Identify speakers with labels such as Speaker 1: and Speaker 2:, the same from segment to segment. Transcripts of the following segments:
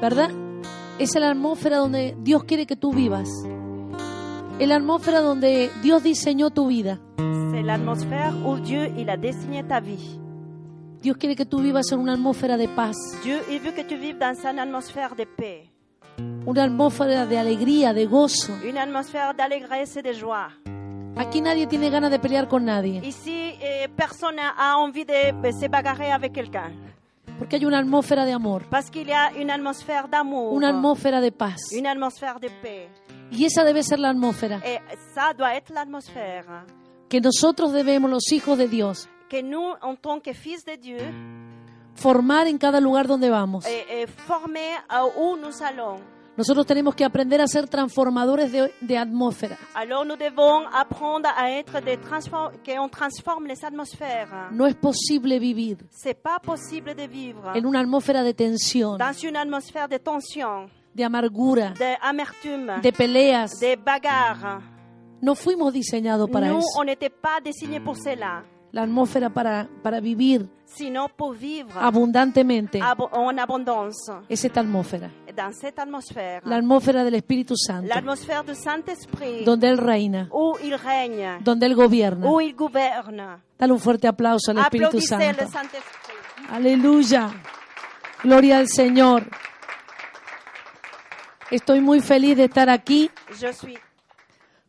Speaker 1: ¿Verdad? Esa es la atmósfera donde Dios quiere que tú vivas. Es la atmósfera donde Dios diseñó tu vida.
Speaker 2: C'est l'atmosphère où Dieu il a dessiné ta vie.
Speaker 1: Dios quiere que tú vivas en una atmósfera de paz,
Speaker 2: Dieu il veut que tu vives dans une atmosphère de paix,
Speaker 1: una atmósfera de alegría, de gozo.
Speaker 2: une atmosphère d'allégresse et de joie.
Speaker 1: Aquí nadie tiene ganas de pelear con nadie,
Speaker 2: Ici, eh, personne n'a envie de eh, se bagarrer avec quelqu'un
Speaker 1: porque hay una atmósfera de amor,
Speaker 2: parce qu'il y a une atmosphère d'amour,
Speaker 1: una atmósfera de paz.
Speaker 2: une atmosphère de paix.
Speaker 1: Y esa debe ser la atmósfera
Speaker 2: Et ça doit être l'atmosphère
Speaker 1: que nosotros debemos, los hijos de Dios,
Speaker 2: que nous, en tant que fils de Dieu,
Speaker 1: formar en cada lugar donde vamos.
Speaker 2: et, et former à où nous allons.
Speaker 1: Nosotros tenemos que aprender a ser transformadores de, de atmósfera.
Speaker 2: Alors nous devons apprendre à être des transform- qu'on transforme les atmosphères.
Speaker 1: No es posible vivir
Speaker 2: C'est pas possible de vivre
Speaker 1: en una atmósfera de tensión,
Speaker 2: dans une atmosphère de tension,
Speaker 1: de amargura,
Speaker 2: d'amertume,
Speaker 1: de peleas.
Speaker 2: de bagarre.
Speaker 1: No fuimos diseñados para
Speaker 2: Nous,
Speaker 1: eso.
Speaker 2: on n'était pas destinés pour cela.
Speaker 1: La atmósfera para, para vivir
Speaker 2: Sinon, pour
Speaker 1: Ah,
Speaker 2: vivre
Speaker 1: abundantemente
Speaker 2: ab- en abondance
Speaker 1: es esta atmósfera.
Speaker 2: dans cette atmosphère,
Speaker 1: La atmósfera del Espíritu Santo,
Speaker 2: l'atmosphère du Saint-Esprit,
Speaker 1: donde Él reina,
Speaker 2: où il règne,
Speaker 1: donde Él gobierna.
Speaker 2: où il gouverne.
Speaker 1: Dale un fuerte aplauso al Espíritu
Speaker 2: Applaudissez
Speaker 1: Santo.
Speaker 2: le Saint-Esprit.
Speaker 1: Aleluya. Gloria al Señor. Estoy muy feliz de estar aquí
Speaker 2: Je suis.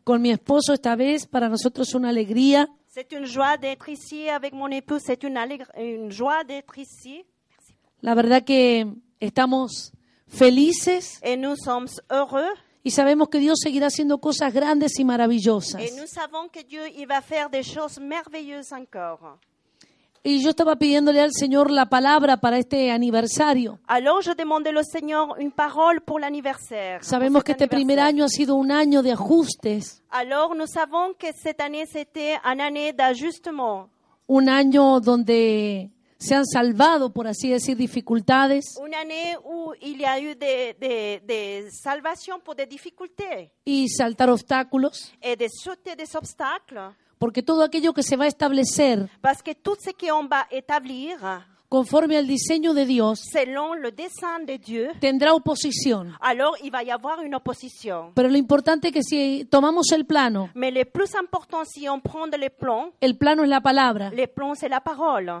Speaker 1: con mi esposo esta vez. Para nosotros es una alegría.
Speaker 2: C'est une joie d'être ici avec mon épouse. C'est une, allègre- une joie d'être ici.
Speaker 1: La verdad que estamos felices
Speaker 2: Et nous sommes heureux.
Speaker 1: y sabemos que Dios seguirá haciendo cosas grandes y maravillosas.
Speaker 2: Et nous savons que Dieu, il va faire des choses merveilleuses encore.
Speaker 1: Y yo estaba pidiéndole al Señor la palabra para este aniversario.
Speaker 2: Alors, je demandais au Seigneur une parole pour l'anniversaire. pour
Speaker 1: Sabemos
Speaker 2: cet
Speaker 1: que este primer
Speaker 2: anniversaire.
Speaker 1: año ha sido un año de ajustes,
Speaker 2: Alors, nous savons que cette année, c'était une année d'ajustement.
Speaker 1: un año donde se han salvado, por así decir, dificultades.
Speaker 2: Une année où il y a eu des, des, des salvations pour des difficultés
Speaker 1: y saltar obstáculos,
Speaker 2: et des sauter des obstacles.
Speaker 1: porque todo aquello que se va a establecer
Speaker 2: Parce que tout ce qu'on va établir,
Speaker 1: conforme al diseño de Dios
Speaker 2: selon le dessein de Dieu,
Speaker 1: tendrá oposición.
Speaker 2: alors il va y avoir une opposition.
Speaker 1: Pero lo importante es que si tomamos el plano,
Speaker 2: Mais le plus important, si on prend les plans,
Speaker 1: el plano es la palabra,
Speaker 2: les plans, c'est la parole.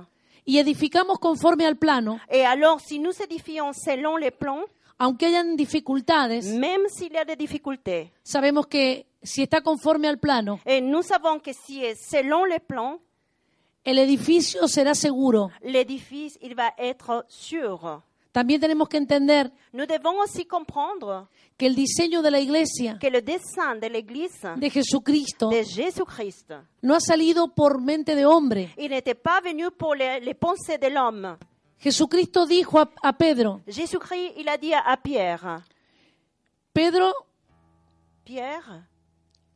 Speaker 1: y edificamos conforme al plano,
Speaker 2: Et alors, si nous édifions selon les plans,
Speaker 1: aunque hayan dificultades,
Speaker 2: même s'il y a des difficultés,
Speaker 1: sabemos que si está conforme al plano,
Speaker 2: et nous savons que si est selon les plans,
Speaker 1: el edificio será seguro.
Speaker 2: l'édifice, il va être sûr.
Speaker 1: También tenemos que entender
Speaker 2: Nous devons aussi comprendre
Speaker 1: que el diseño de la iglesia
Speaker 2: que le dessein de l'Église
Speaker 1: de Jesucristo
Speaker 2: de Jésus-Christ,
Speaker 1: no ha salido por mente de hombre.
Speaker 2: il n'était pas venu pour les, les pensées de l'homme.
Speaker 1: Jesucristo dijo a- a Pedro,
Speaker 2: Jésus-Christ, il a dit à Pierre,
Speaker 1: Pedro,
Speaker 2: Pierre,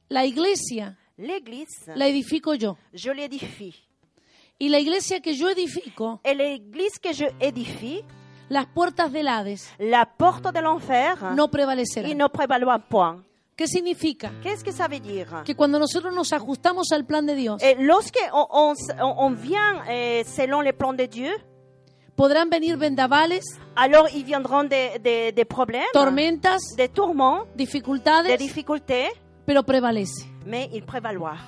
Speaker 1: la iglesia
Speaker 2: L'église,
Speaker 1: la edifico yo.
Speaker 2: je l'édifie.
Speaker 1: Y la iglesia que yo edifico,
Speaker 2: Et l'église que je édifie,
Speaker 1: las puertas del Hades
Speaker 2: la porte de l'enfer,
Speaker 1: no
Speaker 2: il
Speaker 1: prevalecerán.
Speaker 2: ne prévaloir point.
Speaker 1: ¿Qué significa?
Speaker 2: Qu'est-ce que ça veut dire
Speaker 1: Que cuando nosotros nos ajustamos al plan de Dios,
Speaker 2: Et lorsque on, on s- on- on vient eh, selon les plans de Dieu,
Speaker 1: podrán venir vendavales,
Speaker 2: alors ils viendront des, des- des problèmes,
Speaker 1: tormentas,
Speaker 2: des tourments, des
Speaker 1: dificultades,
Speaker 2: difficultés,
Speaker 1: pero prevalece.
Speaker 2: mais ils prévaloir.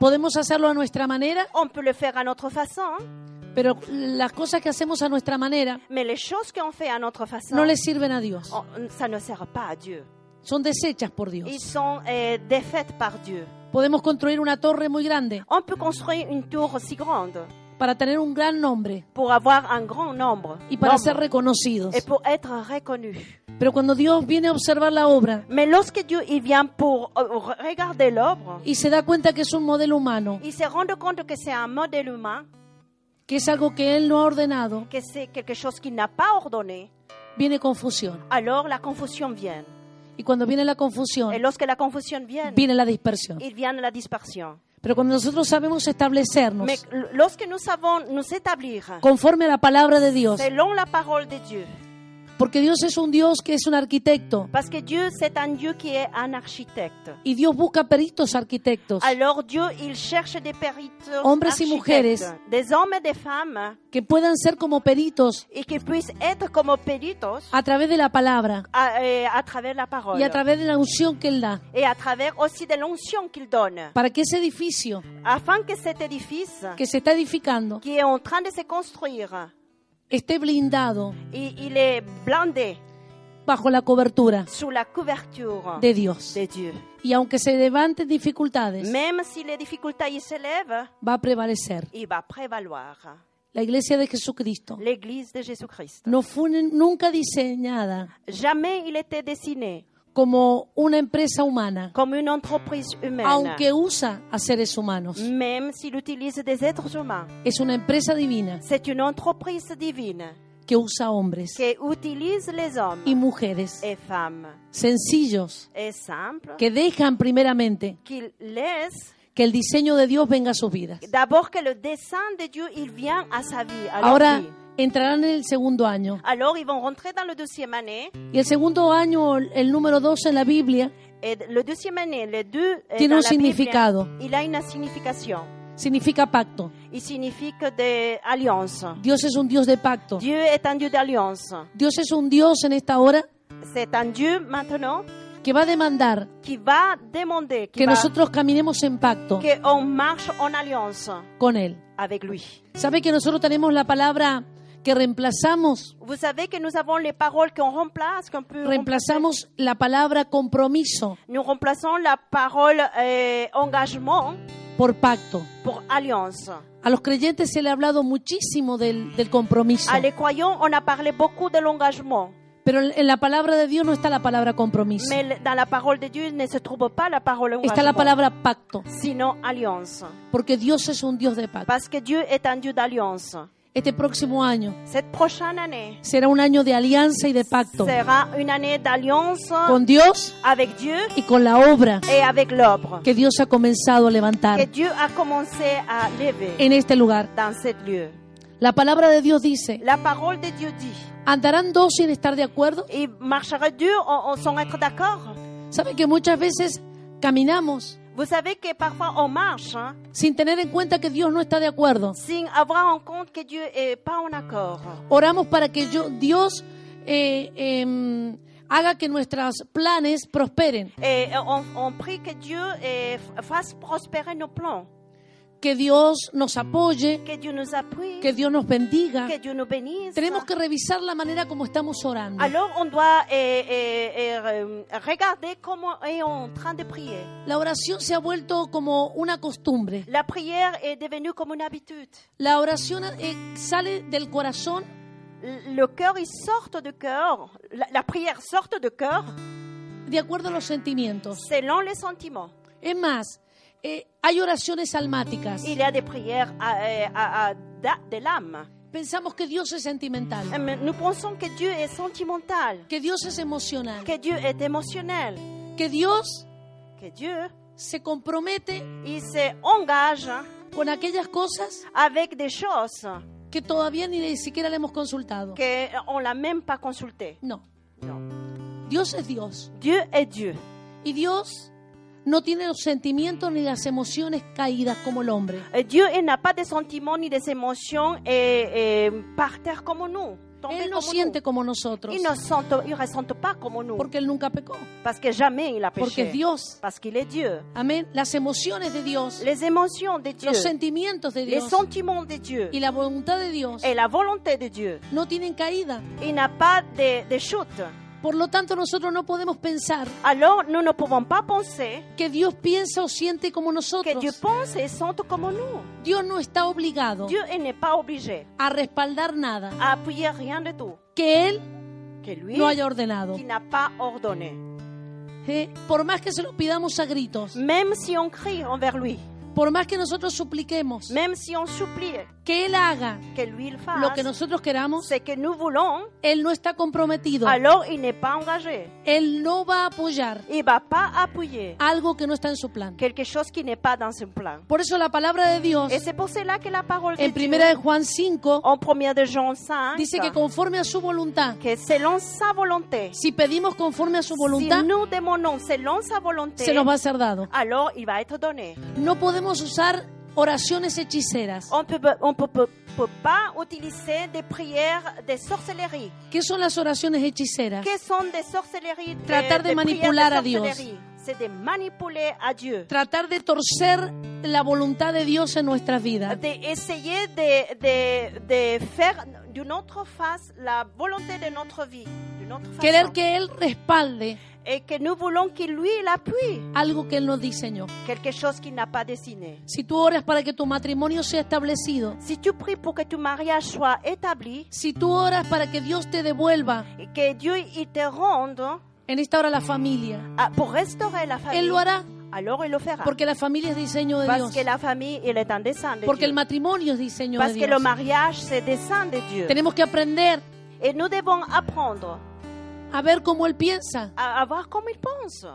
Speaker 1: Podemos hacerlo a nuestra manera,
Speaker 2: On peut le faire à notre façon, hein,
Speaker 1: pero las cosas que hacemos a nuestra manera
Speaker 2: mais les choses qu'on fait à notre façon,
Speaker 1: no le sirven a Dios.
Speaker 2: on- ça ne sert pas à Dieu.
Speaker 1: Son desechas por Dios.
Speaker 2: Ils sont eh, défaites par Dieu.
Speaker 1: Podemos construir una torre muy grande
Speaker 2: On peut construire une tour si grande.
Speaker 1: para tener un gran nombre
Speaker 2: pour avoir un grand nombre
Speaker 1: y para
Speaker 2: nombre,
Speaker 1: ser reconocidos.
Speaker 2: et pour être reconnu.
Speaker 1: Pero cuando Dios viene a observar la obra
Speaker 2: Mais lorsque Dieu il vient pour euh, regarder l'œuvre,
Speaker 1: y se da cuenta que es un modelo humano,
Speaker 2: il se rend compte que c'est un modèle humain,
Speaker 1: que es algo que Él no ha ordenado,
Speaker 2: que c'est quelque chose qu'il n'a pas ordonné.
Speaker 1: viene confusión.
Speaker 2: alors la confusión viene.
Speaker 1: Y cuando viene la confusión,
Speaker 2: Et lorsque la confusión viene,
Speaker 1: viene la dispersión.
Speaker 2: il vient la dispersion.
Speaker 1: Pero cuando nosotros sabemos establecernos
Speaker 2: Mais l- lorsque nous savons nous établir
Speaker 1: conforme a la palabra de Dios,
Speaker 2: selon la parole de Dieu,
Speaker 1: porque Dios es un Dios que es un arquitecto
Speaker 2: parce que Dieu c'est un Dieu qui est un architecte.
Speaker 1: y Dios busca peritos arquitectos
Speaker 2: Alors Dieu, il cherche des peritos,
Speaker 1: Hombres y
Speaker 2: architectes,
Speaker 1: mujeres.
Speaker 2: des hommes et des femmes,
Speaker 1: que puedan ser como peritos
Speaker 2: et qui puissent être comme peritos
Speaker 1: a través de la palabra
Speaker 2: à, euh, à travers la parole
Speaker 1: y a través de la unción que Él da,
Speaker 2: et à travers aussi de l'onction qu'il donne,
Speaker 1: para que ese edificio
Speaker 2: afin que cet édifice
Speaker 1: que se está edificando
Speaker 2: qui est en train de se construire,
Speaker 1: esté blindado
Speaker 2: il, il est blindé
Speaker 1: bajo la cobertura
Speaker 2: sous la couverture
Speaker 1: de Dios.
Speaker 2: de Dieu.
Speaker 1: Y aunque se levanten dificultades,
Speaker 2: Même si les difficultés s'élèvent,
Speaker 1: va a prevalecer.
Speaker 2: il va prévaloir.
Speaker 1: La iglesia de Jesucristo
Speaker 2: L'Église de Jésus-Christ.
Speaker 1: no fue nunca diseñada
Speaker 2: Jamais il était dessiné
Speaker 1: como una empresa humana,
Speaker 2: comme une entreprise humaine.
Speaker 1: aunque usa a seres humanos.
Speaker 2: Même s'il utilise des êtres humains,
Speaker 1: Es una empresa divina
Speaker 2: c'est une entreprise divine
Speaker 1: que usa hombres
Speaker 2: qui utilise les hommes
Speaker 1: y mujeres
Speaker 2: et femmes.
Speaker 1: sencillos
Speaker 2: est simple,
Speaker 1: que dejan primeramente
Speaker 2: qu'il laisse
Speaker 1: que el diseño de Dios venga a sus vidas.
Speaker 2: d'abord que le dessein de Dieu, il vient à sa vie. à leur
Speaker 1: Ahora
Speaker 2: vie.
Speaker 1: entrarán en el segundo año
Speaker 2: alors ils vont rentrer dans le deuxième année.
Speaker 1: y el segundo año, el número 12 en la Biblia,
Speaker 2: Et le deuxième année, les deux, euh,
Speaker 1: Tiene
Speaker 2: dans
Speaker 1: un
Speaker 2: la Bible,
Speaker 1: significado.
Speaker 2: il a une signification.
Speaker 1: significa pacto.
Speaker 2: Il signifie que des alliances.
Speaker 1: Dios es un Dios de pacto.
Speaker 2: Dieu est un Dieu d'alliance.
Speaker 1: Dios es un Dios en esta hora
Speaker 2: C'est un Dieu maintenant
Speaker 1: que va a demandar
Speaker 2: qui va demander qui
Speaker 1: que
Speaker 2: va-
Speaker 1: nosotros caminemos en pacto
Speaker 2: qu'on marche en alliance
Speaker 1: con Él.
Speaker 2: avec lui.
Speaker 1: ¿Sabe que nosotros tenemos la palabra que reemplazamos?
Speaker 2: Vous savez que nous avons les paroles qu'on remplace, qu'on peut remplacer.
Speaker 1: Reemplazamos la palabra compromiso
Speaker 2: Nous remplaçons la parole euh, engagement
Speaker 1: por pacto.
Speaker 2: pour alliance.
Speaker 1: A los creyentes se le ha hablado muchísimo del, del compromiso,
Speaker 2: À les croyants, on a parlé beaucoup de l'engagement,
Speaker 1: pero en en la palabra de Dios no está la palabra compromiso,
Speaker 2: mais le- dans la parole de Dieu il ne se trouve pas la parole engagement,
Speaker 1: está la palabra pacto,
Speaker 2: sinon alliance.
Speaker 1: porque Dios es un Dios de pacto.
Speaker 2: Parce que Dieu est un Dieu d'alliance.
Speaker 1: Este próximo año
Speaker 2: Cette prochaine année
Speaker 1: será un año de alianza y de pacto
Speaker 2: sera une année d'alliance
Speaker 1: con Dios
Speaker 2: avec Dieu
Speaker 1: y con la obra
Speaker 2: et avec l'œuvre
Speaker 1: que Dios ha comenzado a
Speaker 2: que
Speaker 1: levantar
Speaker 2: Dieu a commencé à lever
Speaker 1: en este lugar.
Speaker 2: dans ce lieu.
Speaker 1: La palabra de Dios dice,
Speaker 2: La parole de Dieu dit,
Speaker 1: ¿andarán dos sin estar de acuerdo?
Speaker 2: il marchera Dieu en- en- sans être d'accord.
Speaker 1: ¿Sabe que muchas veces caminamos
Speaker 2: Vous savez que parfois on marche hein,
Speaker 1: sin tener en cuenta que Dios no está de acuerdo?
Speaker 2: sin avoir en compte que Dieu est pas en accord.
Speaker 1: Oramos para que yo- Dios eh, em, haga que nuestros planes prosperen,
Speaker 2: Et on, on prie que Dieu eh, fasse prospérer nos plans,
Speaker 1: que Dios nos apoye,
Speaker 2: que Dieu nous appuie,
Speaker 1: que
Speaker 2: que,
Speaker 1: Dios nos bendiga.
Speaker 2: Dieu nous bénisse.
Speaker 1: Tenemos que revisar la manera como estamos orando.
Speaker 2: Alors on doit eh, eh, eh, euh, regarder comment est en train de prier.
Speaker 1: La oración se ha vuelto como una costumbre.
Speaker 2: La prière est devenue comme une habitude.
Speaker 1: La oración eh, sale del corazón
Speaker 2: Le cœur, il sort de cœur. La, la prière sort de cœur
Speaker 1: de acuerdo a los sentimientos.
Speaker 2: selon les sentiments.
Speaker 1: Es más, eh, hay oraciones almáticas.
Speaker 2: Il y a des prières à, euh, à- à- d'a- de l'âme.
Speaker 1: Pensamos que Dios es sentimental,
Speaker 2: Mais Nous pensons que Dieu est sentimental,
Speaker 1: que Dios es emocional,
Speaker 2: que Dieu est émotionnel,
Speaker 1: que Dios
Speaker 2: que Dieu,
Speaker 1: se compromete
Speaker 2: il s'engage hein,
Speaker 1: con aquellas cosas
Speaker 2: avec des choses
Speaker 1: que todavía ni le- siquiera le hemos consultado.
Speaker 2: qu'on l'a même pas consulté.
Speaker 1: No,
Speaker 2: Non.
Speaker 1: Dios es Dios.
Speaker 2: Dieu est Dieu.
Speaker 1: Y Dios no tiene los sentimientos ni las emociones caídas como el hombre.
Speaker 2: Et Dieu, il n'a pas de sentiments ni des émotions et, et par terre comme nous. tombé
Speaker 1: Él no
Speaker 2: comme
Speaker 1: siente
Speaker 2: nous.
Speaker 1: como nosotros,
Speaker 2: Il ne sente- il ressente pas comme nous.
Speaker 1: porque Él nunca pecó,
Speaker 2: Parce que jamais il a
Speaker 1: porque
Speaker 2: péché.
Speaker 1: es Dios.
Speaker 2: Parce qu'il est Dieu.
Speaker 1: Amén. Las emociones de Dios,
Speaker 2: Les émotions de Dieu,
Speaker 1: los sentimientos de
Speaker 2: les
Speaker 1: Dios
Speaker 2: sentiments de Dieu
Speaker 1: y la voluntad de Dios
Speaker 2: et la volonté de Dieu,
Speaker 1: no tienen caída.
Speaker 2: il n'a pas de, de chute.
Speaker 1: Por lo tanto, nosotros no podemos pensar
Speaker 2: Alors, nous ne pouvons pas penser
Speaker 1: que Dios piensa o siente como
Speaker 2: que Dieu
Speaker 1: nosotros.
Speaker 2: pense et sente comme nous.
Speaker 1: Dios no está obligado
Speaker 2: Dieu il n'est pas obligé
Speaker 1: a respaldar nada
Speaker 2: à appuyer rien de tout
Speaker 1: que Él
Speaker 2: que lui
Speaker 1: no haya ordenado.
Speaker 2: qui n'a pas ordonné.
Speaker 1: Eh, Por más que se lo pidamos a gritos,
Speaker 2: Même si on crie envers lui,
Speaker 1: Por más que nosotros supliquemos
Speaker 2: Même si on supplie
Speaker 1: que Él haga
Speaker 2: que lui le
Speaker 1: lo que
Speaker 2: fasse
Speaker 1: nosotros queramos,
Speaker 2: ce que nous voulons,
Speaker 1: Él no está comprometido.
Speaker 2: alors il n'est pas engagé.
Speaker 1: Él no va a apoyar
Speaker 2: Il ne va pas appuyer
Speaker 1: algo que no está en su plan.
Speaker 2: quelque chose qui n'est pas dans son plan.
Speaker 1: Por eso la palabra de Dios
Speaker 2: Et c'est pour cela que Oh, la parole de
Speaker 1: en
Speaker 2: Dieu,
Speaker 1: primera de Juan 5
Speaker 2: en première de Jean 5,
Speaker 1: dice que conforme a su voluntad,
Speaker 2: que selon sa volonté,
Speaker 1: si pedimos conforme a su
Speaker 2: si
Speaker 1: voluntad,
Speaker 2: nous demandons selon sa volonté,
Speaker 1: se nos va a ser dado.
Speaker 2: alors il va être donné.
Speaker 1: No podemos usar oraciones hechiceras.
Speaker 2: On peut, on peut, peut- peut pas utiliser des prières de sorcellerie.
Speaker 1: ¿Qué son las oraciones hechiceras?
Speaker 2: Quelles sont des sorcelleries des-
Speaker 1: Tratar de
Speaker 2: des prières
Speaker 1: manipular
Speaker 2: de
Speaker 1: a Dios.
Speaker 2: sorcellerie? C'est de manipuler à Dieu.
Speaker 1: Tratar de torcer la voluntad de Dios en nuestras vidas.
Speaker 2: D'essayer de, de, de faire d'une autre face la volonté de notre vie. d'une autre
Speaker 1: Querer
Speaker 2: façon.
Speaker 1: que Él respalde
Speaker 2: Et que nous voulons que lui l'appuie.
Speaker 1: algo que Él nos diseñó.
Speaker 2: Quelque chose qu'il n'a pas dessiné.
Speaker 1: Si tú oras para que tu matrimonio sea establecido,
Speaker 2: Si tu pries pour que ton mariage soit établi,
Speaker 1: si tú oras para que Dios te devuelva
Speaker 2: et que Dieu il te rende
Speaker 1: en esta hora la familia,
Speaker 2: ah, pour restaurer la famille,
Speaker 1: Él lo hará
Speaker 2: alors il le fera.
Speaker 1: porque la familia es diseño de
Speaker 2: Parce
Speaker 1: Dios.
Speaker 2: que la famille, il est un dessin de
Speaker 1: Porque el
Speaker 2: Dieu.
Speaker 1: matrimonio es diseño de
Speaker 2: Parce que
Speaker 1: Dios.
Speaker 2: le mariage, c'est dessein de Dieu.
Speaker 1: Tenemos que aprender
Speaker 2: Et nous devons apprendre
Speaker 1: a ver cómo Él piensa
Speaker 2: à, à voir comment il pense.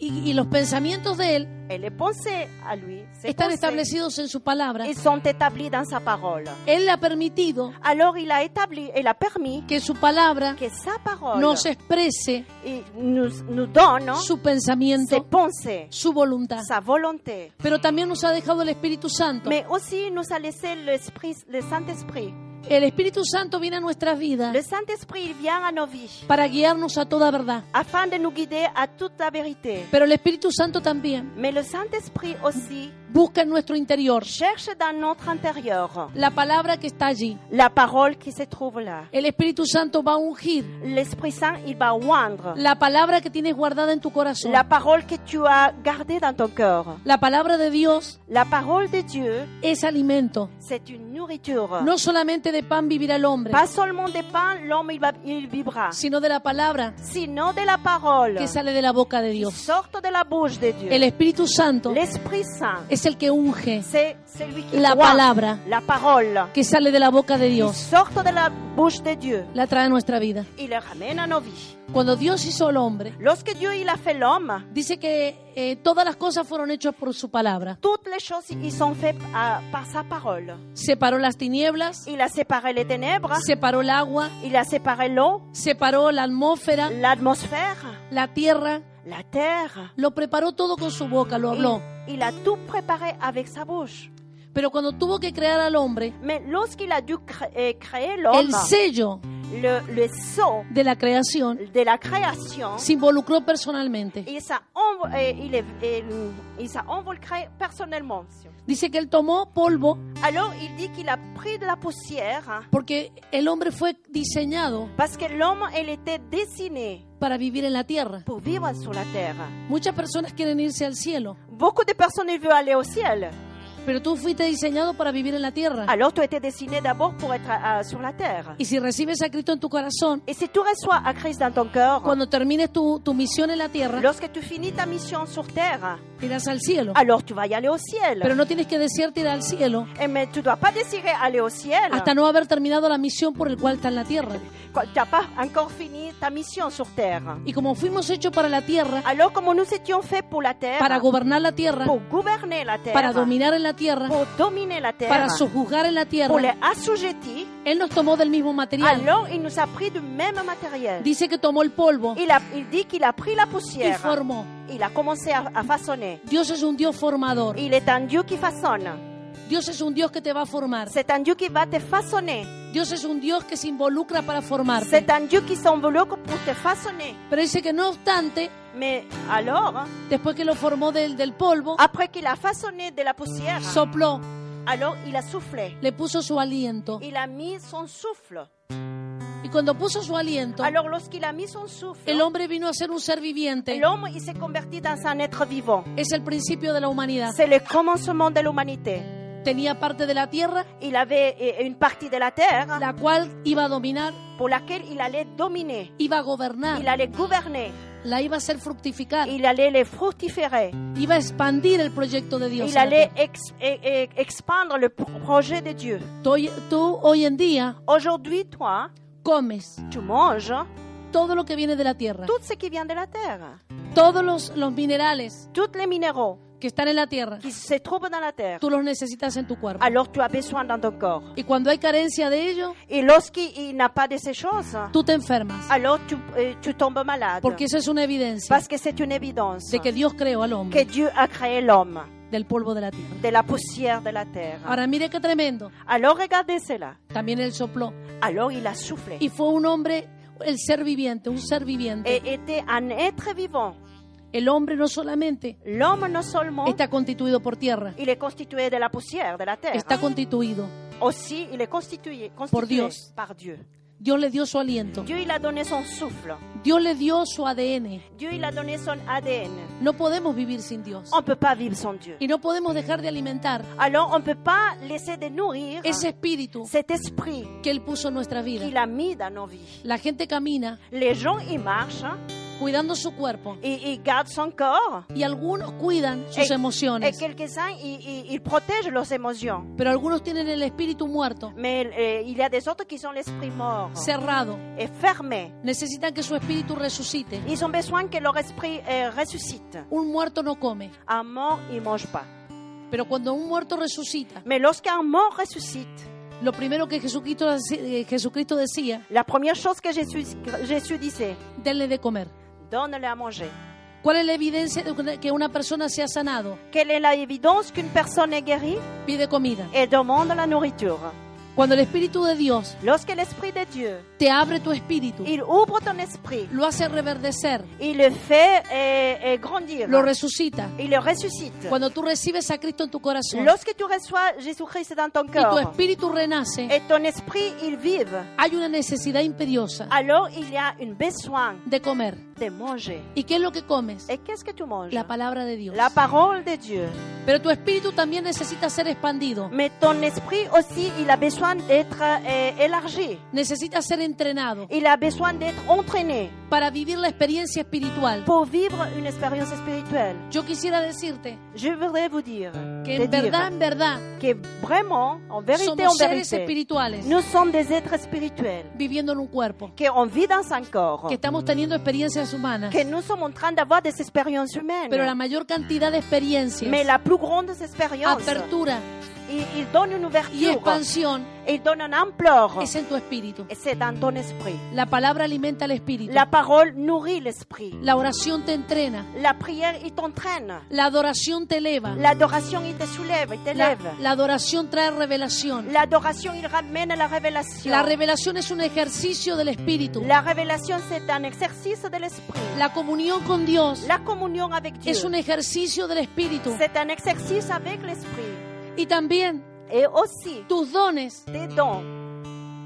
Speaker 1: y, y los pensamientos de Él
Speaker 2: Et les pensées à lui, ses
Speaker 1: están
Speaker 2: pensées,
Speaker 1: establecidos en su palabra.
Speaker 2: ils sont établis dans sa parole.
Speaker 1: Él le ha permitido
Speaker 2: Alors il a établi, il a permis
Speaker 1: que su palabra
Speaker 2: que sa parole
Speaker 1: nos exprese
Speaker 2: il nous, nous donne
Speaker 1: su
Speaker 2: ses
Speaker 1: pensamiento,
Speaker 2: pensées,
Speaker 1: su voluntad.
Speaker 2: sa volonté.
Speaker 1: Pero también nos ha dejado el Espíritu Santo.
Speaker 2: Mais aussi nous a laissé l'esprit, le Saint-Esprit.
Speaker 1: El Espíritu Santo viene a nuestras vidas
Speaker 2: Le Saint-Esprit, il vient à nos vies
Speaker 1: para guiarnos a toda verdad.
Speaker 2: afin de nous guider à toute la vérité.
Speaker 1: Pero el Espíritu Santo también
Speaker 2: Mais le Saint-Esprit aussi
Speaker 1: busca en nuestro interior
Speaker 2: cherche dans notre intérieur
Speaker 1: la palabra que está allí.
Speaker 2: la parole qui se trouve là.
Speaker 1: El Espíritu Santo va a ungir
Speaker 2: L'Esprit Saint, il va oindre
Speaker 1: la palabra que tienes guardada en tu corazón.
Speaker 2: la parole que tu as gardée dans ton cœur.
Speaker 1: La palabra de Dios
Speaker 2: La parole de Dieu,
Speaker 1: es alimento.
Speaker 2: c'est une nourriture.
Speaker 1: No solamente de pan vivirá el hombre,
Speaker 2: Pas seulement de pain, l'homme il, va- il vivra,
Speaker 1: sino de la palabra
Speaker 2: sinon de la parole
Speaker 1: que sale de la boca de
Speaker 2: qui
Speaker 1: Dios.
Speaker 2: sort de la bouche de Dieu.
Speaker 1: El Espíritu Santo
Speaker 2: L'Esprit Saint,
Speaker 1: es el que unge
Speaker 2: c'est celui qui
Speaker 1: la
Speaker 2: oint
Speaker 1: palabra
Speaker 2: la parole
Speaker 1: que sale de la boca de
Speaker 2: qui
Speaker 1: Dios,
Speaker 2: sort de la bouche de Dieu.
Speaker 1: la trae a nuestra vida.
Speaker 2: Il le ramène à nos vies.
Speaker 1: Cuando Dios hizo al hombre,
Speaker 2: Lorsque Dieu il a fait l'homme,
Speaker 1: dice que eh, todas las cosas fueron hechas por su palabra.
Speaker 2: toutes les choses ils sont faites à- par sa parole.
Speaker 1: Separó las tinieblas,
Speaker 2: Il a séparé les ténèbres,
Speaker 1: separó el agua,
Speaker 2: il a séparé l'eau,
Speaker 1: separó la atmósfera,
Speaker 2: l'atmosphère,
Speaker 1: la tierra,
Speaker 2: la terre.
Speaker 1: lo preparó todo con su boca, lo
Speaker 2: Il,
Speaker 1: habló.
Speaker 2: il a tout préparé avec sa bouche.
Speaker 1: Pero cuando tuvo que crear al hombre,
Speaker 2: Mais lorsqu'il a dû cré- euh, créer l'homme,
Speaker 1: el sello
Speaker 2: le, le sceau
Speaker 1: de la creación
Speaker 2: de la création,
Speaker 1: se involucró personalmente.
Speaker 2: il s'est envo- euh, il est- il- il s'est involucré personnellement.
Speaker 1: Dice que él tomó polvo
Speaker 2: Alors il dit qu'il a pris de la poussière hein,
Speaker 1: porque el hombre fue diseñado
Speaker 2: parce que l'homme, il était dessiné
Speaker 1: para vivir en la tierra.
Speaker 2: pour vivre sur la terre.
Speaker 1: Muchas personas quieren irse al cielo,
Speaker 2: Beaucoup de personnes ils veulent aller au ciel.
Speaker 1: pero tú fuiste diseñado para vivir en la tierra.
Speaker 2: Alors tu as été dessiné d'abord pour être euh, sur la terre.
Speaker 1: Y si recibes a Cristo en tu corazón,
Speaker 2: Et si tu reçois à Christ dans ton cœur,
Speaker 1: cuando termines tu, tu misión en la tierra,
Speaker 2: Lorsque tu finis ta mission sur terre,
Speaker 1: irás al cielo.
Speaker 2: alors tu vas y aller au
Speaker 1: Pero
Speaker 2: ciel.
Speaker 1: no tienes que desearte ir al cielo
Speaker 2: Eh, Mais tu ne dois pas désirer aller au ciel
Speaker 1: hasta no haber terminado la misión por el cual está en la tierra.
Speaker 2: quand tu n'as pas encore fini ta mission sur terre.
Speaker 1: Y como fuimos hechos para la tierra,
Speaker 2: Alors como nous étions faits pour la terre,
Speaker 1: para gobernar la tierra,
Speaker 2: pour gouverner la terre,
Speaker 1: para dominar en la tierra,
Speaker 2: pour dominer la terre,
Speaker 1: para sojuzgar en la
Speaker 2: pour les
Speaker 1: tierra,
Speaker 2: assujettir,
Speaker 1: Él nos tomó del mismo material.
Speaker 2: alors il nous a pris du même matériel.
Speaker 1: Dice que tomó el polvo
Speaker 2: Il, a- il dit qu'il a pris la
Speaker 1: y
Speaker 2: poussière,
Speaker 1: formó.
Speaker 2: il a commencé à, à façonner.
Speaker 1: Dios es un Dios formador.
Speaker 2: Il est un Dieu qui façonne.
Speaker 1: Dios es un Dios que te va a formar.
Speaker 2: C'est un Dieu qui va te façonner.
Speaker 1: Dios es un Dios que se involucra para formarte.
Speaker 2: C'est un Dieu qui s'enveloppe pour te façonner.
Speaker 1: Pero dice que no obstante,
Speaker 2: Mais alors,
Speaker 1: después que lo formó del, del polvo,
Speaker 2: après qu'il a façonné de la poussière,
Speaker 1: sopló,
Speaker 2: alors il a soufflé.
Speaker 1: le puso su aliento.
Speaker 2: Il a mis son souffle.
Speaker 1: Y cuando puso su aliento,
Speaker 2: Alors lorsqu'il a mis son souffle,
Speaker 1: el hombre vino a ser un ser viviente.
Speaker 2: l'homme il s'est converti dans un être vivant.
Speaker 1: Es el principio de la humanidad.
Speaker 2: C'est le commencement de l'humanité.
Speaker 1: tenía parte de la tierra,
Speaker 2: Il avait eh, une partie de la terre
Speaker 1: la cual iba a dominar,
Speaker 2: pour laquelle il allait dominer,
Speaker 1: iba a
Speaker 2: il
Speaker 1: gobernar,
Speaker 2: allait gouverner,
Speaker 1: la iba a hacer fructificar,
Speaker 2: il allait les fructiférer,
Speaker 1: iba a expandir el proyecto de Dios.
Speaker 2: il allait ex- eh, eh, expandre le pro- projet de Dieu.
Speaker 1: Tú, tú hoy en día
Speaker 2: Aujourd'hui, toi,
Speaker 1: comes
Speaker 2: tu manges
Speaker 1: todo lo que viene de la tierra,
Speaker 2: tout ce qui vient de la terre,
Speaker 1: todos los, los minerales
Speaker 2: tous les minéraux
Speaker 1: que están en la tierra,
Speaker 2: qui se trouvent dans la terre.
Speaker 1: tú los necesitas en tu cuerpo.
Speaker 2: Alors tu as besoin dans ton corps.
Speaker 1: Y cuando hay carencia de ello,
Speaker 2: Et lorsqu'il n'a pas de ces choses,
Speaker 1: tú te enfermas,
Speaker 2: alors tu, eh, tu tombes malade.
Speaker 1: porque eso es una evidencia
Speaker 2: Parce que c'est une évidence
Speaker 1: de que Dios creó al
Speaker 2: que
Speaker 1: hombre
Speaker 2: Dieu a créé l'homme
Speaker 1: del polvo de la tierra.
Speaker 2: de la poussière de la terre.
Speaker 1: Ahora mire qué tremendo.
Speaker 2: Alors regardez cela.
Speaker 1: También él sopló.
Speaker 2: Alors il a soufflé
Speaker 1: Y fue un hombre, el ser viviente, un ser viviente.
Speaker 2: et était un être vivant.
Speaker 1: El hombre no solamente
Speaker 2: L'homme non seulement
Speaker 1: está constituido por tierra,
Speaker 2: il est constitué de la poussière de la terre,
Speaker 1: está constituido.
Speaker 2: aussi il est constitué, constitué
Speaker 1: Dios.
Speaker 2: par Dieu.
Speaker 1: Dios le dio su aliento.
Speaker 2: Dieu il a donné son souffle.
Speaker 1: Dios le dio su ADN.
Speaker 2: Dieu il a donné son ADN.
Speaker 1: No podemos vivir sin Dios.
Speaker 2: On ne peut pas vivre sans Dieu.
Speaker 1: Y no podemos dejar de alimentar
Speaker 2: Alors on ne peut pas laisser de nourrir
Speaker 1: ese espíritu
Speaker 2: cet esprit
Speaker 1: que Él puso en nuestra vida.
Speaker 2: qu'il a mis dans nos vies.
Speaker 1: La gente camina
Speaker 2: Les gens ils marchent
Speaker 1: cuidando su cuerpo
Speaker 2: et ils gardent son corps.
Speaker 1: y algunos cuidan sus
Speaker 2: Et- Et
Speaker 1: emociones,
Speaker 2: quelques-uns, ils, ils- ils protègent leurs émotions.
Speaker 1: pero algunos tienen el espíritu muerto,
Speaker 2: Mais euh, il y a des autres qui ont l'esprit mort
Speaker 1: cerrado.
Speaker 2: et fermé.
Speaker 1: Necesitan que su espíritu resucite.
Speaker 2: Ils ont besoin que leur esprit euh, ressuscite.
Speaker 1: Un muerto no come,
Speaker 2: Un mort, il ne mange pas.
Speaker 1: pero cuando un muerto resucita,
Speaker 2: Mais lorsqu'un mort ressuscite,
Speaker 1: lo primero que Jesucristo, eh, Jesucristo decía,
Speaker 2: la première chose que Jésus, que Jésus disait,
Speaker 1: denle de comer.
Speaker 2: donne-le à manger.
Speaker 1: ¿Cuál es la evidencia de una- que una persona se ha sanado?
Speaker 2: Quelle est l'évidence qu'une personne est guérie
Speaker 1: Pide comida.
Speaker 2: et demande la nourriture
Speaker 1: Cuando el Espíritu de Dios
Speaker 2: Lorsque l'Esprit de Dieu,
Speaker 1: te abre tu espíritu,
Speaker 2: il ouvre ton esprit,
Speaker 1: lo hace reverdecer,
Speaker 2: il le fait euh, euh, grandir,
Speaker 1: lo resucita.
Speaker 2: il le ressuscite.
Speaker 1: Cuando tú recibes a Cristo en tu corazón
Speaker 2: Lorsque tu reçois Jésus-Christ dans ton
Speaker 1: y tu
Speaker 2: cœur
Speaker 1: espíritu renace,
Speaker 2: et ton esprit, il vive,
Speaker 1: hay una necesidad imperiosa
Speaker 2: alors il y a un besoin
Speaker 1: de comer.
Speaker 2: de manger.
Speaker 1: ¿Y qué es lo que comes?
Speaker 2: Et qu'est-ce que tu manges
Speaker 1: La palabra de Dios.
Speaker 2: La parole de Dieu.
Speaker 1: Pero tu espíritu también necesita ser expandido,
Speaker 2: Mais ton esprit aussi, il a besoin d'être euh, élargi.
Speaker 1: necesita ser entrenado
Speaker 2: Il a besoin d'être entraîné
Speaker 1: para vivir la experiencia espiritual.
Speaker 2: pour vivre une expérience spirituelle.
Speaker 1: Yo quisiera decirte
Speaker 2: Je voudrais vous dire,
Speaker 1: que
Speaker 2: te
Speaker 1: en
Speaker 2: dire
Speaker 1: verdad, en verdad,
Speaker 2: que vraiment, en vérité, en
Speaker 1: somos seres
Speaker 2: vérité,
Speaker 1: espirituales
Speaker 2: Nous sommes des êtres spirituels
Speaker 1: viviendo en un cuerpo,
Speaker 2: qui on vit dans un corps,
Speaker 1: que estamos teniendo experiencias humanas,
Speaker 2: que nous sommes en train d'avoir des expériences humaines.
Speaker 1: pero la mayor cantidad de experiencias,
Speaker 2: Mais la plus grande expérience,
Speaker 1: apertura
Speaker 2: il, il donne une
Speaker 1: y
Speaker 2: ouverture,
Speaker 1: expansión
Speaker 2: il donne une ampleur,
Speaker 1: es en tu espíritu.
Speaker 2: et c'est dans ton esprit.
Speaker 1: La palabra alimenta al espíritu,
Speaker 2: La parole nourrit l'esprit,
Speaker 1: la oración te entrena,
Speaker 2: la prière, il t'entraîne,
Speaker 1: la adoración te eleva,
Speaker 2: l'adoration, il te soulève, il
Speaker 1: la,
Speaker 2: t'élève.
Speaker 1: la adoración trae revelación.
Speaker 2: L'adoration, il ramène la révélation.
Speaker 1: La revelación es un ejercicio del espíritu.
Speaker 2: La révélation, c'est un exercice de l'esprit.
Speaker 1: La comunión con Dios
Speaker 2: La communion avec Dieu,
Speaker 1: es un ejercicio del espíritu.
Speaker 2: c'est un exercice avec l'esprit.
Speaker 1: Y también
Speaker 2: Et aussi,
Speaker 1: tus dones
Speaker 2: tes dons,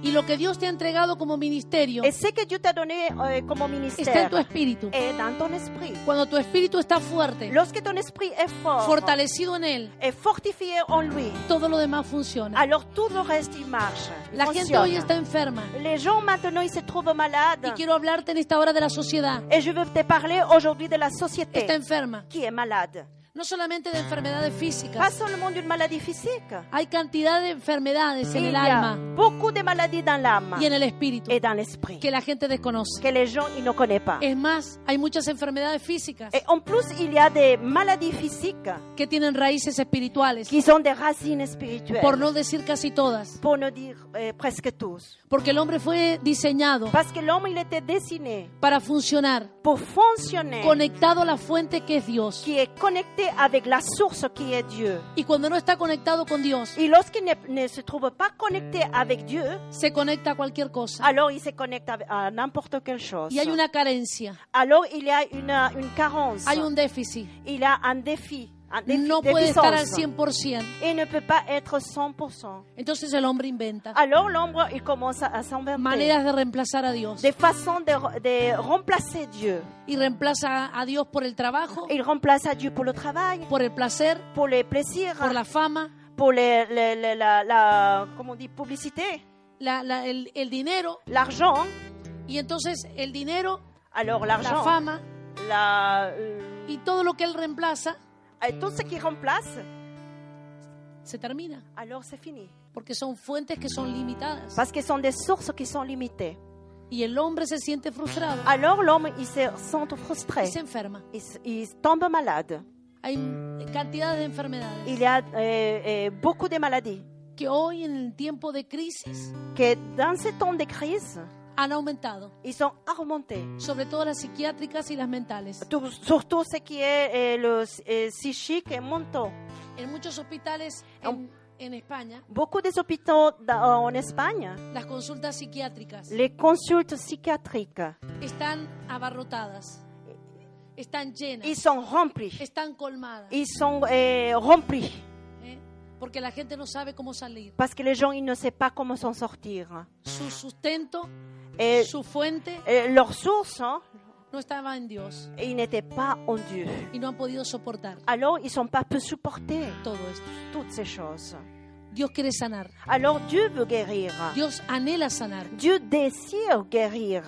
Speaker 1: y lo que Dios te ha entregado como ministerio
Speaker 2: Et ce que Dieu t'a donné euh, comme
Speaker 1: está en
Speaker 2: ministère
Speaker 1: tu espíritu.
Speaker 2: est dans ton esprit.
Speaker 1: Cuando tu espíritu está fuerte,
Speaker 2: Lorsque ton esprit est fort
Speaker 1: fortalecido en él,
Speaker 2: et fortifié en lui,
Speaker 1: todo lo demás funciona.
Speaker 2: alors tout le reste il marche. il
Speaker 1: La gente hoy
Speaker 2: fonctionne.
Speaker 1: está enferma.
Speaker 2: Les gens maintenant ils se trouvent
Speaker 1: Y
Speaker 2: malades.
Speaker 1: quiero hablarte en esta hora de la sociedad.
Speaker 2: Et je veux te parler aujourd'hui de la société
Speaker 1: Está enferma.
Speaker 2: qui est malade.
Speaker 1: No solamente de enfermedades
Speaker 2: Pas
Speaker 1: físicas.
Speaker 2: seulement d'une maladie physique.
Speaker 1: Hay cantidad de enfermedades en
Speaker 2: Il
Speaker 1: el
Speaker 2: y a
Speaker 1: alma
Speaker 2: beaucoup de maladies dans l'âme
Speaker 1: y en el espíritu
Speaker 2: et dans l'esprit
Speaker 1: que la gente desconoce.
Speaker 2: que les gens ils ne connaissent pas.
Speaker 1: Es más, hay muchas enfermedades físicas
Speaker 2: Et en plus, il y a des maladies physiques
Speaker 1: que tienen raíces espirituales,
Speaker 2: qui ont des racines spirituelles.
Speaker 1: por no decir casi todas.
Speaker 2: pour ne dire euh, presque tous.
Speaker 1: Porque el hombre fue diseñado
Speaker 2: Parce que l'homme, il était dessiné
Speaker 1: para funcionar
Speaker 2: pour fonctionner,
Speaker 1: conectado a la fuente que es Dios.
Speaker 2: qui est connecté avec la source qui est Dieu.
Speaker 1: Y cuando no está conectado con Dios,
Speaker 2: Et lorsqu'il ne, ne se trouve pas connecté avec Dieu,
Speaker 1: se conecta a cualquier cosa.
Speaker 2: alors il se connecte avec- à n'importe quelle chose.
Speaker 1: Y hay una carencia,
Speaker 2: Alors il y a une, euh, une carence,
Speaker 1: hay un déficit.
Speaker 2: il y a un défi, un défi
Speaker 1: No puede
Speaker 2: déficience.
Speaker 1: estar al 100%.
Speaker 2: Il ne peut pas être 100%.
Speaker 1: Entonces el hombre inventa
Speaker 2: Alors l'ombre, il commence à, à s'inverter.
Speaker 1: maneras de reemplazar a Dios.
Speaker 2: Des façons de, re- de remplacer Dieu.
Speaker 1: Y reemplaza a Dios por el trabajo,
Speaker 2: Il remplace à Dieu pour le travail,
Speaker 1: por el placer,
Speaker 2: pour les plaisirs,
Speaker 1: por la fama,
Speaker 2: pour les- les- les- la, la- comment on dit, publicité,
Speaker 1: la- la- el, el dinero,
Speaker 2: l'argent.
Speaker 1: y entonces el dinero,
Speaker 2: Alors
Speaker 1: la
Speaker 2: l'argent,
Speaker 1: fama
Speaker 2: la, euh,
Speaker 1: y todo lo que él reemplaza
Speaker 2: et tout ce qui remplace,
Speaker 1: se termina,
Speaker 2: alors c'est fini.
Speaker 1: porque son fuentes que son limitadas.
Speaker 2: Parce que ce sont des sources qui sont limitées.
Speaker 1: Y el hombre se siente frustrado
Speaker 2: Alors l'homme, il se sent frustré.
Speaker 1: y se enferma.
Speaker 2: Il, s- il tombe malade.
Speaker 1: Hay cantidad de enfermedades
Speaker 2: Il y a euh, euh, beaucoup de maladies
Speaker 1: que hoy en el tiempo de crisis
Speaker 2: que dans ces temps de crise,
Speaker 1: han aumentado,
Speaker 2: ils sont augmentés.
Speaker 1: sobre todo las psiquiátricas y las mentales.
Speaker 2: Tout- surtout ce qui est euh, le euh, psychique et mental.
Speaker 1: En muchos hospitales en, en España,
Speaker 2: Beaucoup des hôpitaux dans- en Espagne,
Speaker 1: las consultas psiquiátricas
Speaker 2: les consultes psychiatriques,
Speaker 1: están abarrotadas, están
Speaker 2: ils
Speaker 1: llenas,
Speaker 2: sont remplis.
Speaker 1: están colmadas,
Speaker 2: Ils sont euh, remplis
Speaker 1: ¿eh? porque la gente no sabe cómo salir.
Speaker 2: parce que les gens ils ne savent pas comment s'en sortir.
Speaker 1: Su sustento,
Speaker 2: Et,
Speaker 1: su fuente
Speaker 2: et leur source, hein,
Speaker 1: no estaba en Dios
Speaker 2: ils n'étaient pas en Dieu.
Speaker 1: y no han podido soportar
Speaker 2: Alors ils sont pas peu supportés
Speaker 1: todo esto.
Speaker 2: toutes ces choses.
Speaker 1: Dios quiere sanar,
Speaker 2: Alors Dieu veut guérir.
Speaker 1: Dios anhela sanar,
Speaker 2: Dieu désire guérir.